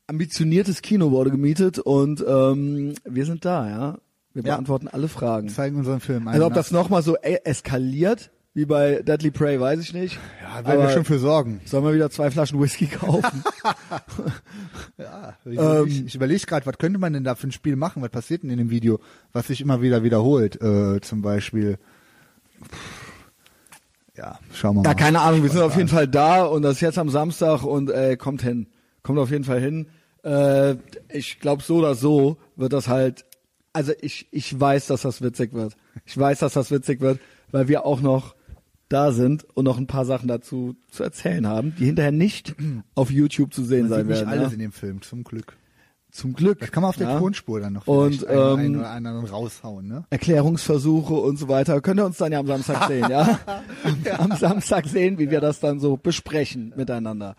ambitioniertes Kino wurde gemietet und ähm, wir sind da, ja. Wir Ja. beantworten alle Fragen. Zeigen unseren Film ein. Also ob ne? das nochmal so e- eskaliert, wie bei Dudley Prey, weiß ich nicht. ja, werden wir Aber schon für sorgen. Sollen wir wieder zwei Flaschen Whisky kaufen? Ich, ich, Ähm, ich überlege gerade, was könnte man denn da für ein Spiel machen? Was passiert denn in dem Video, was sich immer wieder wiederholt? Äh, zum Beispiel. Ja, schauen wir mal. ja, keine Ahnung, wir sind auf jeden Fall da und das ist jetzt am Samstag und äh, kommt hin. Kommt auf jeden Fall hin. Äh, ich glaube, so oder so wird das halt, also ich, ich weiß, dass das witzig wird. Ich weiß, dass das witzig wird, weil wir auch noch da sind und noch ein paar Sachen dazu zu erzählen haben, die hinterher nicht auf YouTube zu sehen Man sein sieht nicht werden. alles ja. in dem Film, zum Glück. Zum Glück. Das kann man auf der ja. Tonspur dann noch Und, vielleicht einen, einen ähm, oder anderen raushauen, ne? Erklärungsversuche und so weiter. Könnt ihr uns dann ja am Samstag sehen, ja? Am, am Samstag sehen, wie wir das dann so besprechen miteinander.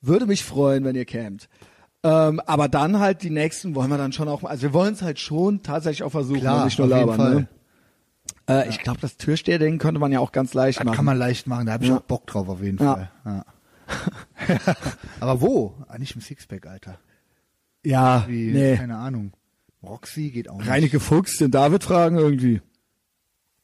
Würde mich freuen, wenn ihr kämt. Ähm, aber dann halt die nächsten wollen wir dann schon auch, also wir wollen es halt schon tatsächlich auch versuchen, Klar, und nicht nur auf jeden labern. Ne? Fall. Äh, Ich glaube, das Türsteherding könnte man ja auch ganz leicht Das machen. kann man leicht machen, da habe ich Ja. auch Bock drauf auf jeden Ja. Fall. Ja. Aber wo? Ah, nicht im Sixpack, Alter. ja, Wie, nee. keine Ahnung. Roxy geht auch nicht. Reineke Fuchs, den David fragen irgendwie.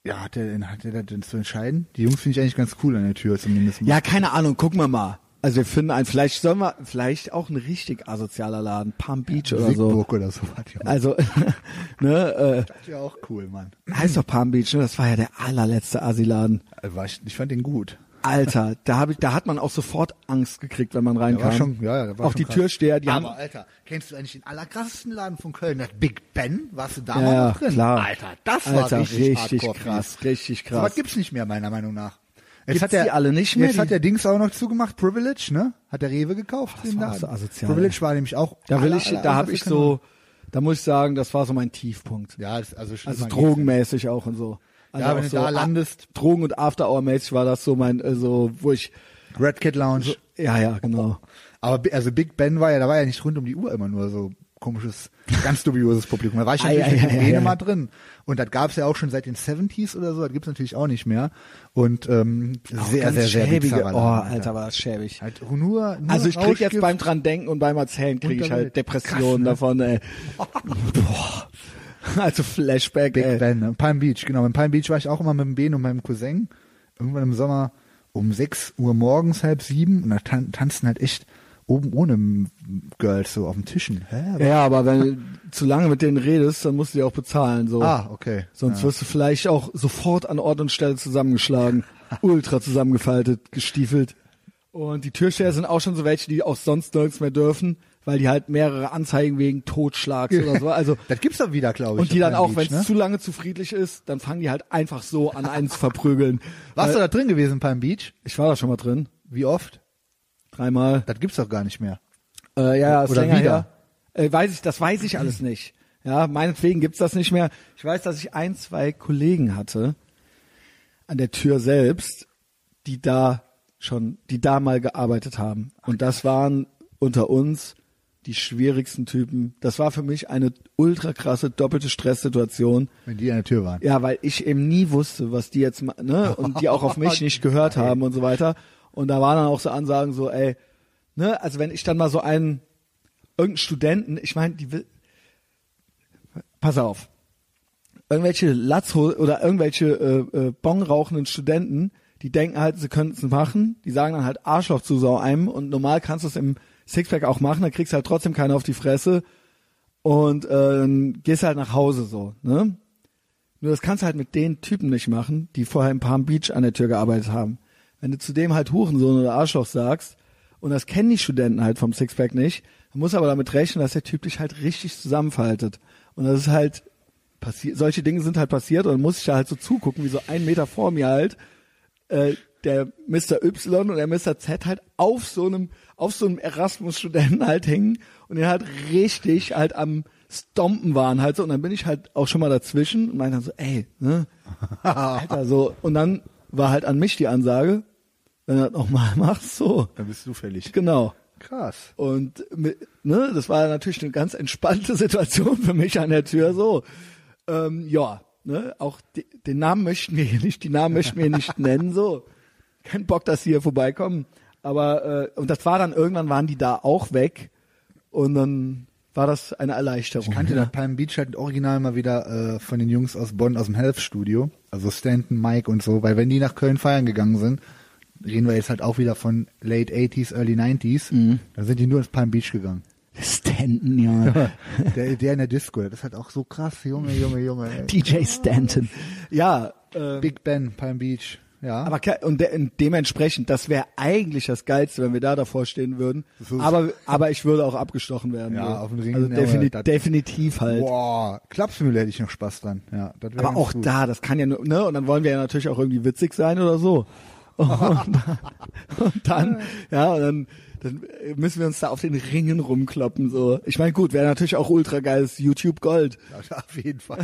Ja, hat der, denn- hat der das denn zu entscheiden? Die Jungs finde ich eigentlich ganz cool an der Tür zumindest. mal. Ja, keine Ahnung, gucken wir mal. Also wir finden einen, vielleicht sollen wir, vielleicht auch ein richtig asozialer Laden, Palm Beach oder so. Siegburg oder so. Hat ja, Also, ne, hat ja auch cool, Mann. äh, heißt doch Palm Beach, ne? Das war ja der allerletzte Asiladen. Also war ich, ich fand den gut. Alter, da hab ich, da hat man auch sofort Angst gekriegt, wenn man reinkam. war schon- ja, ja, der war auch schon die krass. Türsteher, die Aber haben. Alter, kennst du eigentlich den allerkrassesten Laden von Köln? Das Big Ben? Warst du da Ja, mal ja, noch drin? klar. Alter, das Alter, war richtig, richtig hardcore krass, fies. richtig So krass. was gibt's nicht mehr, meiner Meinung nach. Jetzt Gibt's hat der, die alle nicht mehr, Jetzt hat die- der Dings auch noch zugemacht, Privilege, ne? Hat der Rewe gekauft. das den war auch Laden. so asozial, Privilege war nämlich auch. Da will aller, ich, aller da hab ich unterste so, da muss ich sagen, das war so mein Tiefpunkt. Kanone. Ja, das, also, Also schlimmer drogenmäßig auch und so. Also Ja, wenn auch du so da a- landest. Drogen- und After-Hour-mäßig war das so mein, äh, so, wo ich, geht's. Red Cat Lounge. ja, ja, genau. Aber bi- also Big Ben war ja, da war ja nicht rund um die Uhr immer nur so komisches, ganz dubioses Publikum. Da war ich Ei, natürlich ei, mit ei, denen ei, mal ei. drin. Und das gab's ja auch schon seit den 70s oder so, das gibt's natürlich auch nicht mehr. Und ähm, Auch sehr, ganz sehr, sehr schäbige. bizarrer Oh, Laden, Alter, war das schäbig. Halt nur, nur Also ich krieg jetzt Rauschgift. beim dran denken und beim erzählen kriege ich Unterwelt. halt Depressionen Krass, ne? davon, ey. Boah. Also Flashback, Big ey. Ben, ne? Palm Beach, genau. In Palm Beach war ich auch immer mit dem Ben und meinem Cousin. Irgendwann im Sommer um 6 Uhr morgens, halb sieben. Und da tan tanzen halt echt oben ohne Girls so auf den Tischen. Hä? Ja, aber wenn du zu lange mit denen redest, dann musst du die auch bezahlen, so. Ah, okay. Sonst Ja. wirst du vielleicht auch sofort an Ort und Stelle zusammengeschlagen, ultra zusammengefaltet, gestiefelt. Und die Türsteher sind auch schon so welche, die auch sonst nirgends mehr dürfen, weil die halt mehrere Anzeigen wegen Totschlags oder so. Also das gibt's doch wieder, glaube ich. Und die auf dann Palm auch, wenn Beach, es ne? zu lange zu friedlich ist, dann fangen die halt einfach so an, einen zu verprügeln. Warst du Weil- da drin gewesen, Palm Beach? Ich war da schon mal drin. Wie oft? Dreimal. Das gibt's doch gar nicht mehr. Äh, ja, ja, ist Oder länger wieder. Her. Äh, weiß ich, das weiß ich alles nicht. Ja, meinetwegen gibt's das nicht mehr. Ich weiß, dass ich ein, zwei Kollegen hatte an der Tür selbst, die da schon, die da mal gearbeitet haben. Und das waren unter uns die schwierigsten Typen. Das war für mich eine ultra krasse doppelte Stresssituation. Wenn die an der Tür waren. Ja, weil ich eben nie wusste, was die jetzt, ma- ne, und die auch auf mich nicht gehört haben und so weiter. Und da waren dann auch so Ansagen so, ey, ne, also wenn ich dann mal so einen, irgendeinen Studenten, ich meine, die will, pass auf, irgendwelche Latzho oder irgendwelche äh, äh, Bon rauchenden Studenten, die denken halt, sie könnten es machen, die sagen dann halt Arschloch zu so einem und normal kannst du es im Sixpack auch machen, dann kriegst du halt trotzdem keiner auf die Fresse und äh, gehst halt nach Hause so, ne? Nur das kannst du halt mit den Typen nicht machen, die vorher in Palm Beach an der Tür gearbeitet haben. Wenn du zudem halt Hurensohn oder Arschloch sagst, und das kennen die Studenten halt vom Sixpack nicht, du musst aber damit rechnen, dass der Typ dich halt richtig zusammenfaltet. Und das ist halt passiert, solche Dinge sind halt passiert und dann muss ich da halt so zugucken, wie so ein Meter vor mir halt, äh, der Mr. Y und der Mr. Z halt auf so einem, auf so einem Erasmus-Studenten halt hängen und den halt richtig halt am Stompen waren halt so. Und dann bin ich halt auch schon mal dazwischen und meinte dann so, ey, ne? Alter, so. Und dann war halt an mich die Ansage, wenn du das nochmal machst, so. Dann bist du fällig. Genau. Krass. Und mit, ne, das war natürlich eine ganz entspannte Situation für mich an der Tür. So, ähm, ja, ne, auch die, den Namen möchten wir hier nicht, die Namen möchten wir hier nicht nennen. So, kein Bock, dass sie hier vorbeikommen. Aber äh, und das war dann irgendwann waren die da auch weg und dann war das eine Erleichterung. Ich kannte das Palm Beach halt original mal wieder äh, von den Jungs aus Bonn aus dem Health Studio, also Stanton, Mike und so, weil wenn die nach Köln feiern gegangen sind, reden wir jetzt halt auch wieder von late 80s, early 90s, Mhm. da sind die nur ins Palm Beach gegangen. Stanton, ja. Der, der in der Disco, das ist halt auch so krass, Junge, Junge, Junge. ey. DJ Stanton. Ja, äh, Big Ben, Palm Beach, ja. Ah. aber ke- und de und dementsprechend, das wäre eigentlich das Geilste, wenn wir da davor stehen würden. So ist- Aber, aber ich würde auch abgestochen werden. Ja, so. auf den Ring, Also ja, defini aber das- definitiv halt. Boah, Klapsmühle hätte ich noch Spaß dran. Ja, das wär Aber ganz auch gut. da, das kann ja nur, ne? Und dann wollen wir ja natürlich auch irgendwie witzig sein oder so. Und, dann- und dann, ja, und dann, dann müssen wir uns da auf den Ringen rumkloppen. so. Ich meine, gut, wäre natürlich auch ultra geiles YouTube Gold. Ja, auf jeden Fall.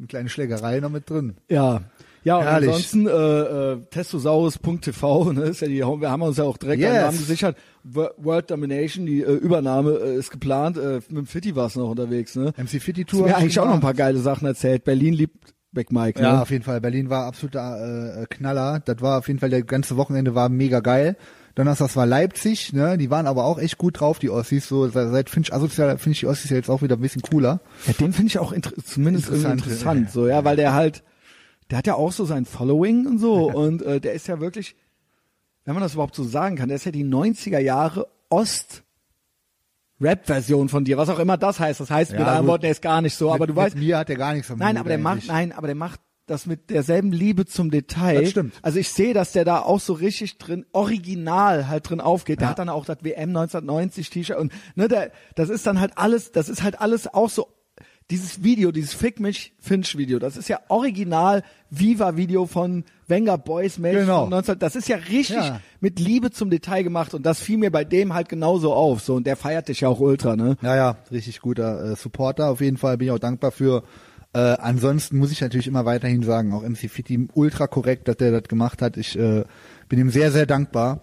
Eine kleine Schlägerei noch mit drin. Ja. Ja, und Herrlich. ansonsten äh, äh, testosaurus.tv, ne, ist ja die, Home- wir haben uns ja auch direkt Yes. einen Namen gesichert. Wo- World Domination, die äh, Übernahme äh, ist geplant. Äh, mit dem Fitti war es noch unterwegs, ne? MC Fitty Hast du Tour. mir eigentlich auch noch ein paar geile Sachen erzählt. Berlin liebt Back Mike, Ja, ne? auf jeden Fall. Berlin war absoluter äh, Knaller. Das war auf jeden Fall, der ganze Wochenende war mega geil. Donnerstags war Leipzig, ne? Die waren aber auch echt gut drauf, die Ossis. So seit, seit Finch asozial finde ich die Ossis ja jetzt auch wieder ein bisschen cooler. Ja, den finde ich auch inter zumindest Interessant, interessant, interessant so, ja, weil der halt, der hat ja auch so sein Following und so und äh, der ist ja wirklich, wenn man das überhaupt so sagen kann, der ist ja die 90er Jahre Ost Rap-Version von dir, was auch immer das heißt. Das heißt Ja, mit anderen gut. Worten, der ist gar nicht so, aber mit, du weißt, Mit mir hat der gar nichts am nein, Hut aber der macht, eigentlich. nein, aber der macht das mit derselben Liebe zum Detail. Das stimmt. Also ich sehe, dass der da auch so richtig drin, original halt drin aufgeht. Der hat dann auch das WM 1990 T-Shirt und ne, der, das ist dann halt alles, das ist halt alles auch so dieses Video, dieses Fick mich Finch Video, das ist ja original Viva Video von Wenger Boys Mädchen Genau. von 19, das ist ja richtig Ja. mit Liebe zum Detail gemacht und das fiel mir bei dem halt genauso auf, so und der feiert dich ja auch ultra, ne? Ja, ja, richtig guter äh, Supporter. Auf jeden Fall bin ich auch dankbar für. Äh, ansonsten muss ich natürlich immer weiterhin sagen, auch MC Fitti ultra korrekt, dass der das gemacht hat. Ich äh, bin ihm sehr, sehr dankbar.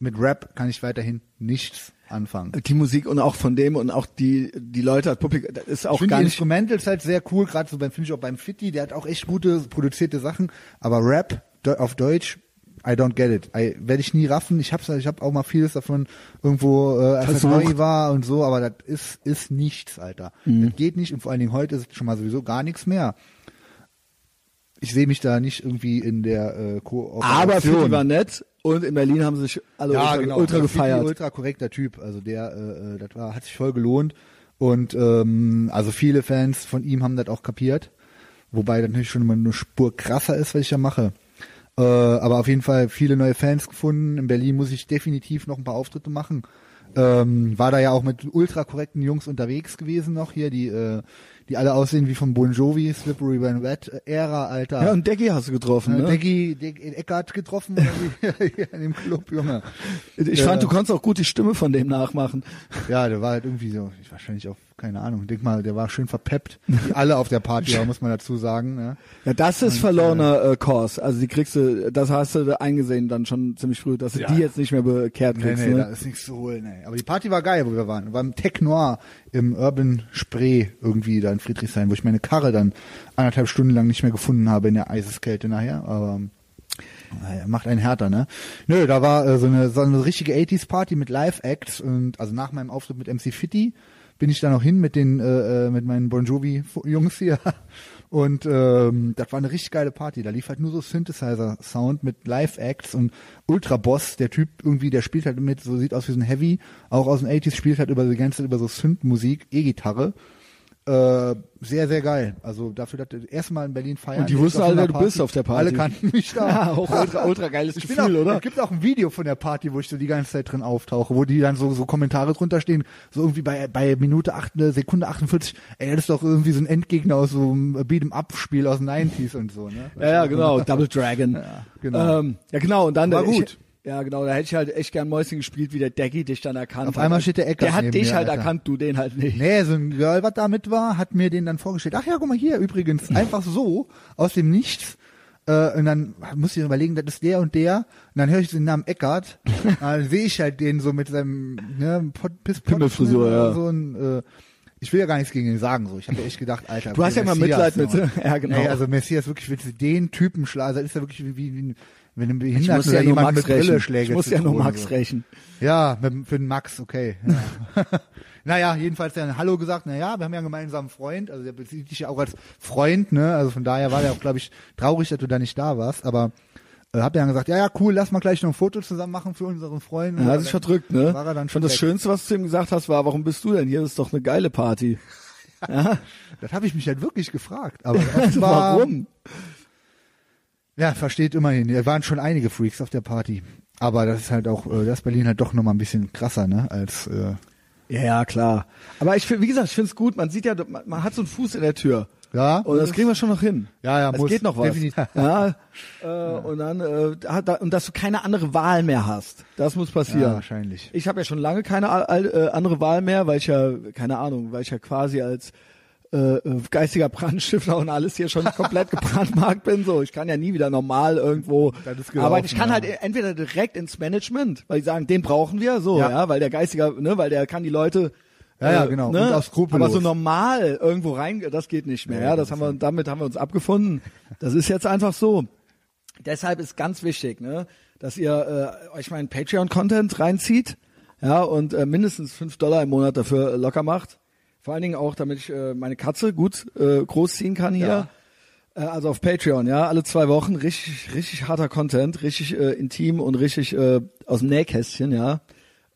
Mit Rap kann ich weiterhin nichts anfangen. Die Musik und auch von dem und auch die, die Leute, das Publikum, das ist Ich auch finde gar die nicht. Instrumentals halt sehr cool, gerade so beim, finde ich auch beim Fitti, der hat auch echt gute produzierte Sachen, aber Rap de auf Deutsch, I don't get it. I- Werde ich nie raffen. Ich hab's, ich hab auch mal vieles davon irgendwo, äh, als das Versucht. neu war und so, aber das ist, ist nichts, Alter. Mhm. Das geht nicht und vor allen Dingen heute ist es schon mal sowieso gar nichts mehr. Ich sehe mich da nicht irgendwie in der äh, Kooperation. Aber Fifi war nett und in Berlin haben sie sich alle ja, ultra, genau. ultra Das ist wirklich ein gefeiert. Ultra korrekter Typ. Also der, äh, äh, das war, hat sich voll gelohnt. Und ähm, also viele Fans von ihm haben das auch kapiert. Wobei das natürlich schon immer eine Spur krasser ist, was ich da mache. Äh, aber auf jeden Fall viele neue Fans gefunden. In Berlin muss ich definitiv noch ein paar Auftritte machen. Ähm, war da ja auch mit ultra korrekten Jungs unterwegs gewesen noch hier, die äh, die alle aussehen wie von Bon Jovi, Slippery When Wet äh, Ära, Alter. Ja, und Decky hast du getroffen, äh, ne? Deggy, Deggy Eckart getroffen oder wie? hier in dem Club, Junge. ich Ja. fand, du konntest auch gut die Stimme von dem nachmachen. Ja, der war halt irgendwie so, ich wahrscheinlich auch, keine Ahnung, denk mal, der war schön verpeppt. Wie alle auf der Party, waren, muss man dazu sagen. Ne? Ja, das ist verlorener äh, Cause. Also die kriegst du, das hast du eingesehen dann schon ziemlich früh, dass du die jetzt nicht mehr bekehrt Nee, kriegst. nee, da ne? ist nichts zu holen, ey. Aber die Party war geil, wo wir waren. Wir waren im Tech Noir im Urban Spree irgendwie da in Friedrichshain, wo ich meine Karre dann anderthalb Stunden lang nicht mehr gefunden habe in der Eiseskälte nachher. Aber ähm, naja, macht einen härter, ne? Nö, da war äh, so, eine, so eine richtige 80s-Party mit Live-Acts und also nach meinem Auftritt mit MC Fitty bin ich da noch hin mit den äh, äh, mit meinen Bon Jovi Jungs hier und ähm, das war eine richtig geile Party. Da lief halt nur so Synthesizer Sound mit Live Acts und Ultra Boss, der Typ irgendwie, der spielt halt mit so sieht aus wie so ein Heavy, auch aus den 80s spielt halt über die ganze Zeit über so Synth Musik, E-Gitarre. Äh, sehr sehr geil. Also dafür dass erstmal in Berlin feiern. Und die Jetzt wussten auf alle, einer wer du bist auf der Party. Alle kannten mich da. Ja, auch ultra, ultra geiles Ich bin Gefühl, auch, oder? Es gibt auch ein Video von der Party, wo ich so die ganze Zeit drin auftauche, wo die dann so, so Kommentare drunter stehen, so irgendwie bei, bei Minute 8, ne, Sekunde 48, ey, das ist doch irgendwie so ein Endgegner aus so einem Beat'em-Up-Spiel aus den 90s und so, ne? Ja, ja, genau, Double Dragon. Ja, genau. Ähm, ja, genau, und dann War ich, gut. Ja, genau, da hätte ich halt echt gern Mäuschen gespielt, wie der Decky dich dann erkannt Auf hat. einmal steht der Eckart Der hat neben dich mir, halt Alter. erkannt, du den halt nicht. Nee, so ein Girl, was da mit war, hat mir den dann vorgestellt. Ach ja, guck mal hier, übrigens, Hm. einfach so, aus dem Nichts. Äh, und dann muss ich überlegen, das ist der und der. Und dann höre ich den Namen Eckart. dann sehe ich halt den so mit seinem ne, Pot- Piss- Pimmelfrisur, Potschnitt oder ja. So ein, äh, Ich will ja gar nichts gegen ihn sagen, so. Ich habe echt gedacht, Alter. Du hast ja okay, immer Messias, Mitleid mit. ne? Ja, genau. Nee, also Messias wirklich, wenn du den Typen schlagst, dann ist er wirklich wie, wie, wie ein- wenn ein ich muss Behinderten oder ja nur jemand mit Max Brille rächen. schlägt. Ich muss ja nur Max so. rächen. Ja, mit, dem- für den Max, okay. Ja. naja, jedenfalls dann Hallo gesagt, naja, wir haben ja einen gemeinsamen Freund, also der bezieht dich ja auch als Freund, ne? Also von daher war der auch, glaube ich, traurig, dass du da nicht da warst, aber äh, hab dann gesagt, ja, ja, cool, lass mal gleich noch ein Foto zusammen machen für unseren Freund. Ja, hat sich verdrückt, ne? War er dann ich fand das schon weg. Schönste, was du ihm gesagt hast, war, warum bist du denn hier? Das ist doch eine geile Party. Das habe ich mich halt wirklich gefragt. Aber offenbar- Warum? Ja, versteht immerhin. Da waren schon einige Freaks auf der Party. Aber das ist halt auch, äh, das ist Berlin halt doch nochmal ein bisschen krasser, ne? Als äh, Ja, ja, klar. Aber ich find- wie gesagt, ich finde es gut. Man sieht ja, man, man hat so einen Fuß in der Tür. Ja. Und das kriegen wir schon noch hin. Ja, ja, Es muss. geht noch was. Definitiv. Ja, äh, Und dann, äh, da, da- und dass du keine andere Wahl mehr hast. Das muss passieren. Ja, wahrscheinlich. Ich habe ja schon lange keine al- al- äh, andere Wahl mehr, weil ich ja, keine Ahnung, weil ich ja quasi als äh, äh, geistiger Brandstifter und alles hier schon komplett gebrandmarkt bin. So, ich kann ja nie wieder normal irgendwo Das ist gelaufen, arbeiten. Ich kann ja. halt entweder direkt ins Management, weil die sagen, den brauchen wir, so, Ja. ja, weil der geistiger, ne, weil der kann die Leute Ja, ja, äh, genau. Ne? Und auch skrupellos. Aber so normal irgendwo rein, das geht nicht mehr. Ja, Ja, ja, das das haben wir, damit haben wir uns abgefunden. Das ist jetzt einfach so. Deshalb ist ganz wichtig, ne, dass ihr äh, euch meinen Patreon-Content reinzieht, ja, und äh, mindestens fünf Dollar im Monat dafür äh, locker macht. Vor allen Dingen auch, damit ich äh, meine Katze gut äh, großziehen kann hier. Ja. Äh, Also auf Patreon, ja, alle zwei Wochen richtig, richtig harter Content, richtig äh, intim und richtig äh, aus dem Nähkästchen, ja.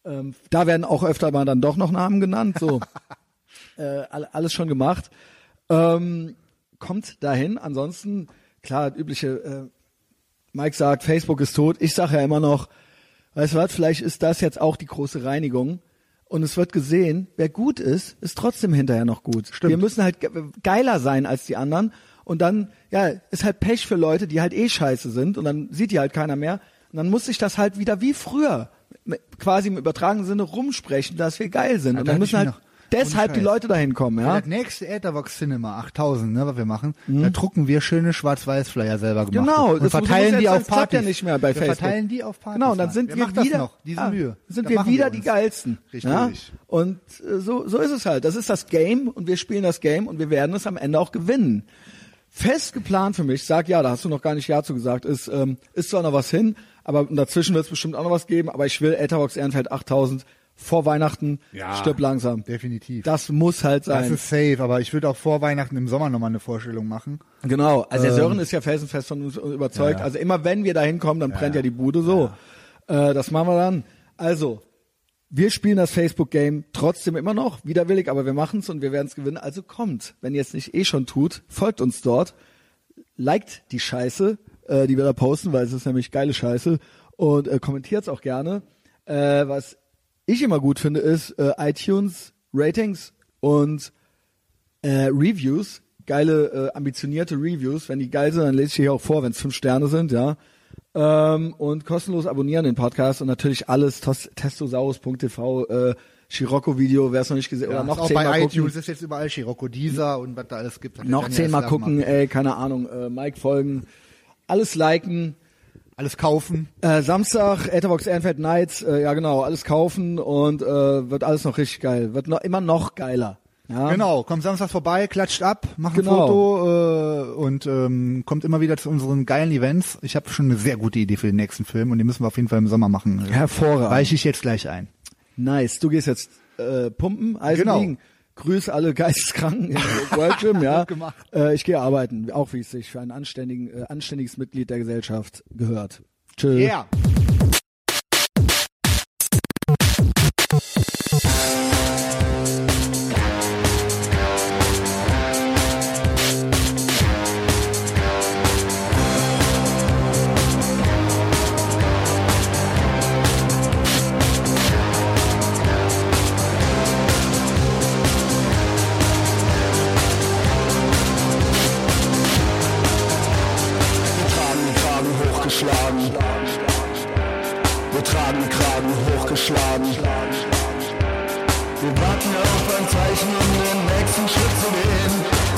Ähm, da werden auch öfter mal dann doch noch Namen genannt, so. äh, all- alles schon gemacht. Ähm, kommt dahin, ansonsten, klar, das übliche, äh, Mike sagt, Facebook ist tot. Ich sage ja immer noch, weißt du was, vielleicht ist das jetzt auch die große Reinigung. Und es wird gesehen, wer gut ist, ist trotzdem hinterher noch gut. Stimmt. Wir müssen halt ge- geiler sein als die anderen. Und dann, ja, ist halt Pech für Leute, die halt eh scheiße sind. Und dann sieht die halt keiner mehr. Und dann muss ich das halt wieder wie früher, m- quasi im übertragenen Sinne rumsprechen, dass wir geil sind. Ja, und da dann hatte ich müssen halt mir noch- deshalb Ohne die Scheiß. Leute dahin kommen, ja. Mhm. Das nächste Etherbox Cinema 8000, ne, was wir machen, da drucken wir schöne Schwarz-Weiß-Flyer selber gemacht. Genau, und das muss verteilen ich die jetzt auf sagen, das klappt Partys. ja nicht mehr bei wir Facebook. verteilen die auf Partys. Genau, und dann Mann. sind Wer wir, macht wieder das noch, diese ah, Mühe. Sind Da wir machen wieder uns. die geilsten. Richtig. Ja? Und äh, so so ist es halt. Das ist das Game und wir spielen das Game und wir werden es am Ende auch gewinnen. Fest geplant für mich, sag ja, da hast du noch gar nicht ja zu gesagt, ist ähm, ist zwar noch was hin, aber dazwischen wird es bestimmt auch noch was geben, aber ich will Etherbox Ehrenfeld 8000 vor Weihnachten Ja. stirb langsam. Definitiv. Das muss halt Das sein. ist safe, aber ich würde auch vor Weihnachten im Sommer nochmal eine Vorstellung machen. Genau, also der Sören ist ja felsenfest von uns überzeugt. Also immer wenn wir da hinkommen, dann brennt ja. die Bude so. Äh, das machen wir dann. Also, wir spielen das Facebook-Game trotzdem immer noch, widerwillig, aber wir machen's und wir werden's gewinnen. Also kommt, wenn ihr es nicht eh schon tut, folgt uns dort, liked die Scheiße, äh, die wir da posten, weil es ist nämlich geile Scheiße und äh, kommentiert's auch gerne. Äh, was ich immer gut finde, ist äh, iTunes, Ratings und äh, Reviews, geile, äh, ambitionierte Reviews. Wenn die geil sind, dann lese ich die hier auch vor, wenn es fünf Sterne sind, ja. Ähm, und kostenlos abonnieren den Podcast und natürlich alles tos- testosaurus.tv, äh, Scirocco-Video, wer es noch nicht gesehen Ja, oder noch auch bei zehnmal gucken. iTunes ist jetzt überall Scirocco Deezer und was da alles gibt. hat der Noch Daniel zehnmal Slack gucken, gemacht. ey, keine Ahnung, äh, Mike folgen, alles liken, Alles kaufen. äh, Samstag, Etherbox Ehrenfeld Nights, äh, ja genau, alles kaufen und äh, wird alles noch richtig geil, wird noch, immer noch geiler. Ja? Genau, kommt Samstag vorbei, klatscht ab, macht ein Genau. Foto äh, und ähm, kommt immer wieder zu unseren geilen Events. Ich habe schon eine sehr gute Idee für den nächsten Film und den müssen wir auf jeden Fall im Sommer machen. Hervorragend. Weiche ich jetzt gleich ein. Nice. Du gehst jetzt äh, pumpen, Eisen Genau. liegen. Grüß alle Geisteskranken im World Gym, ja. Gut gemacht. Äh, ich gehe arbeiten, auch wie es sich für ein anständigen, äh, anständiges Mitglied der Gesellschaft gehört. Tschö. Yeah. Wir tragen den Kragen hochgeschlagen. Wir tragen den Kragen hochgeschlagen. Wir warten auf ein Zeichen, um den nächsten Schritt zu gehen.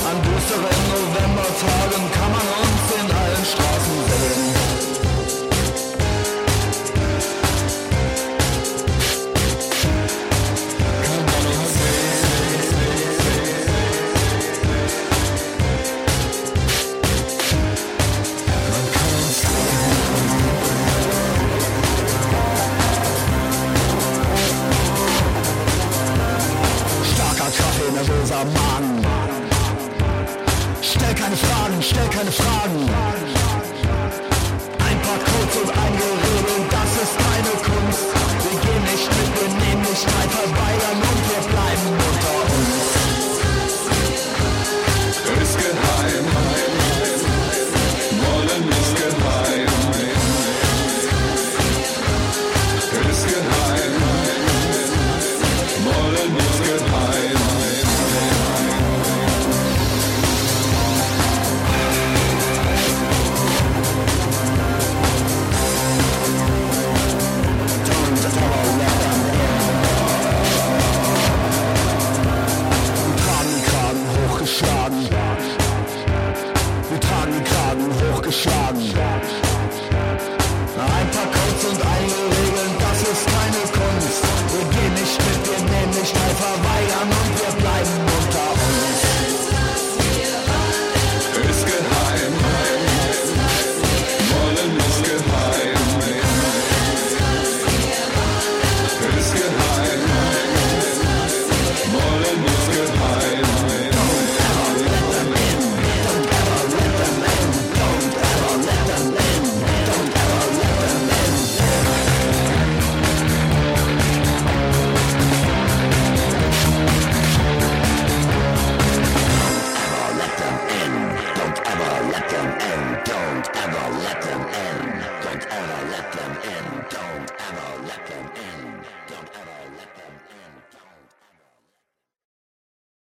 An düsteren Novembertagen kann man uns in allen Straßen sehen. Kann man uns sehen. generöser Mann. Stell keine Fragen, stell keine Fragen. Ein paar Codes und ein Gerede, das ist keine Kunst. Wir gehen nicht mit Benehmlichkeit verweigern und wir bleiben unter uns. ist geheim. Wollen ist geheim. Ist geheim. Wollen ist geheim. tragen den Kragen hochgeschlagen. Wir tragen den Kragen hochgeschlagen. Ein paar Codes und einige Regeln, das ist keine Kunst. Wir gehen nicht mit, wir nehmen nicht teil, verweigern und wir bleiben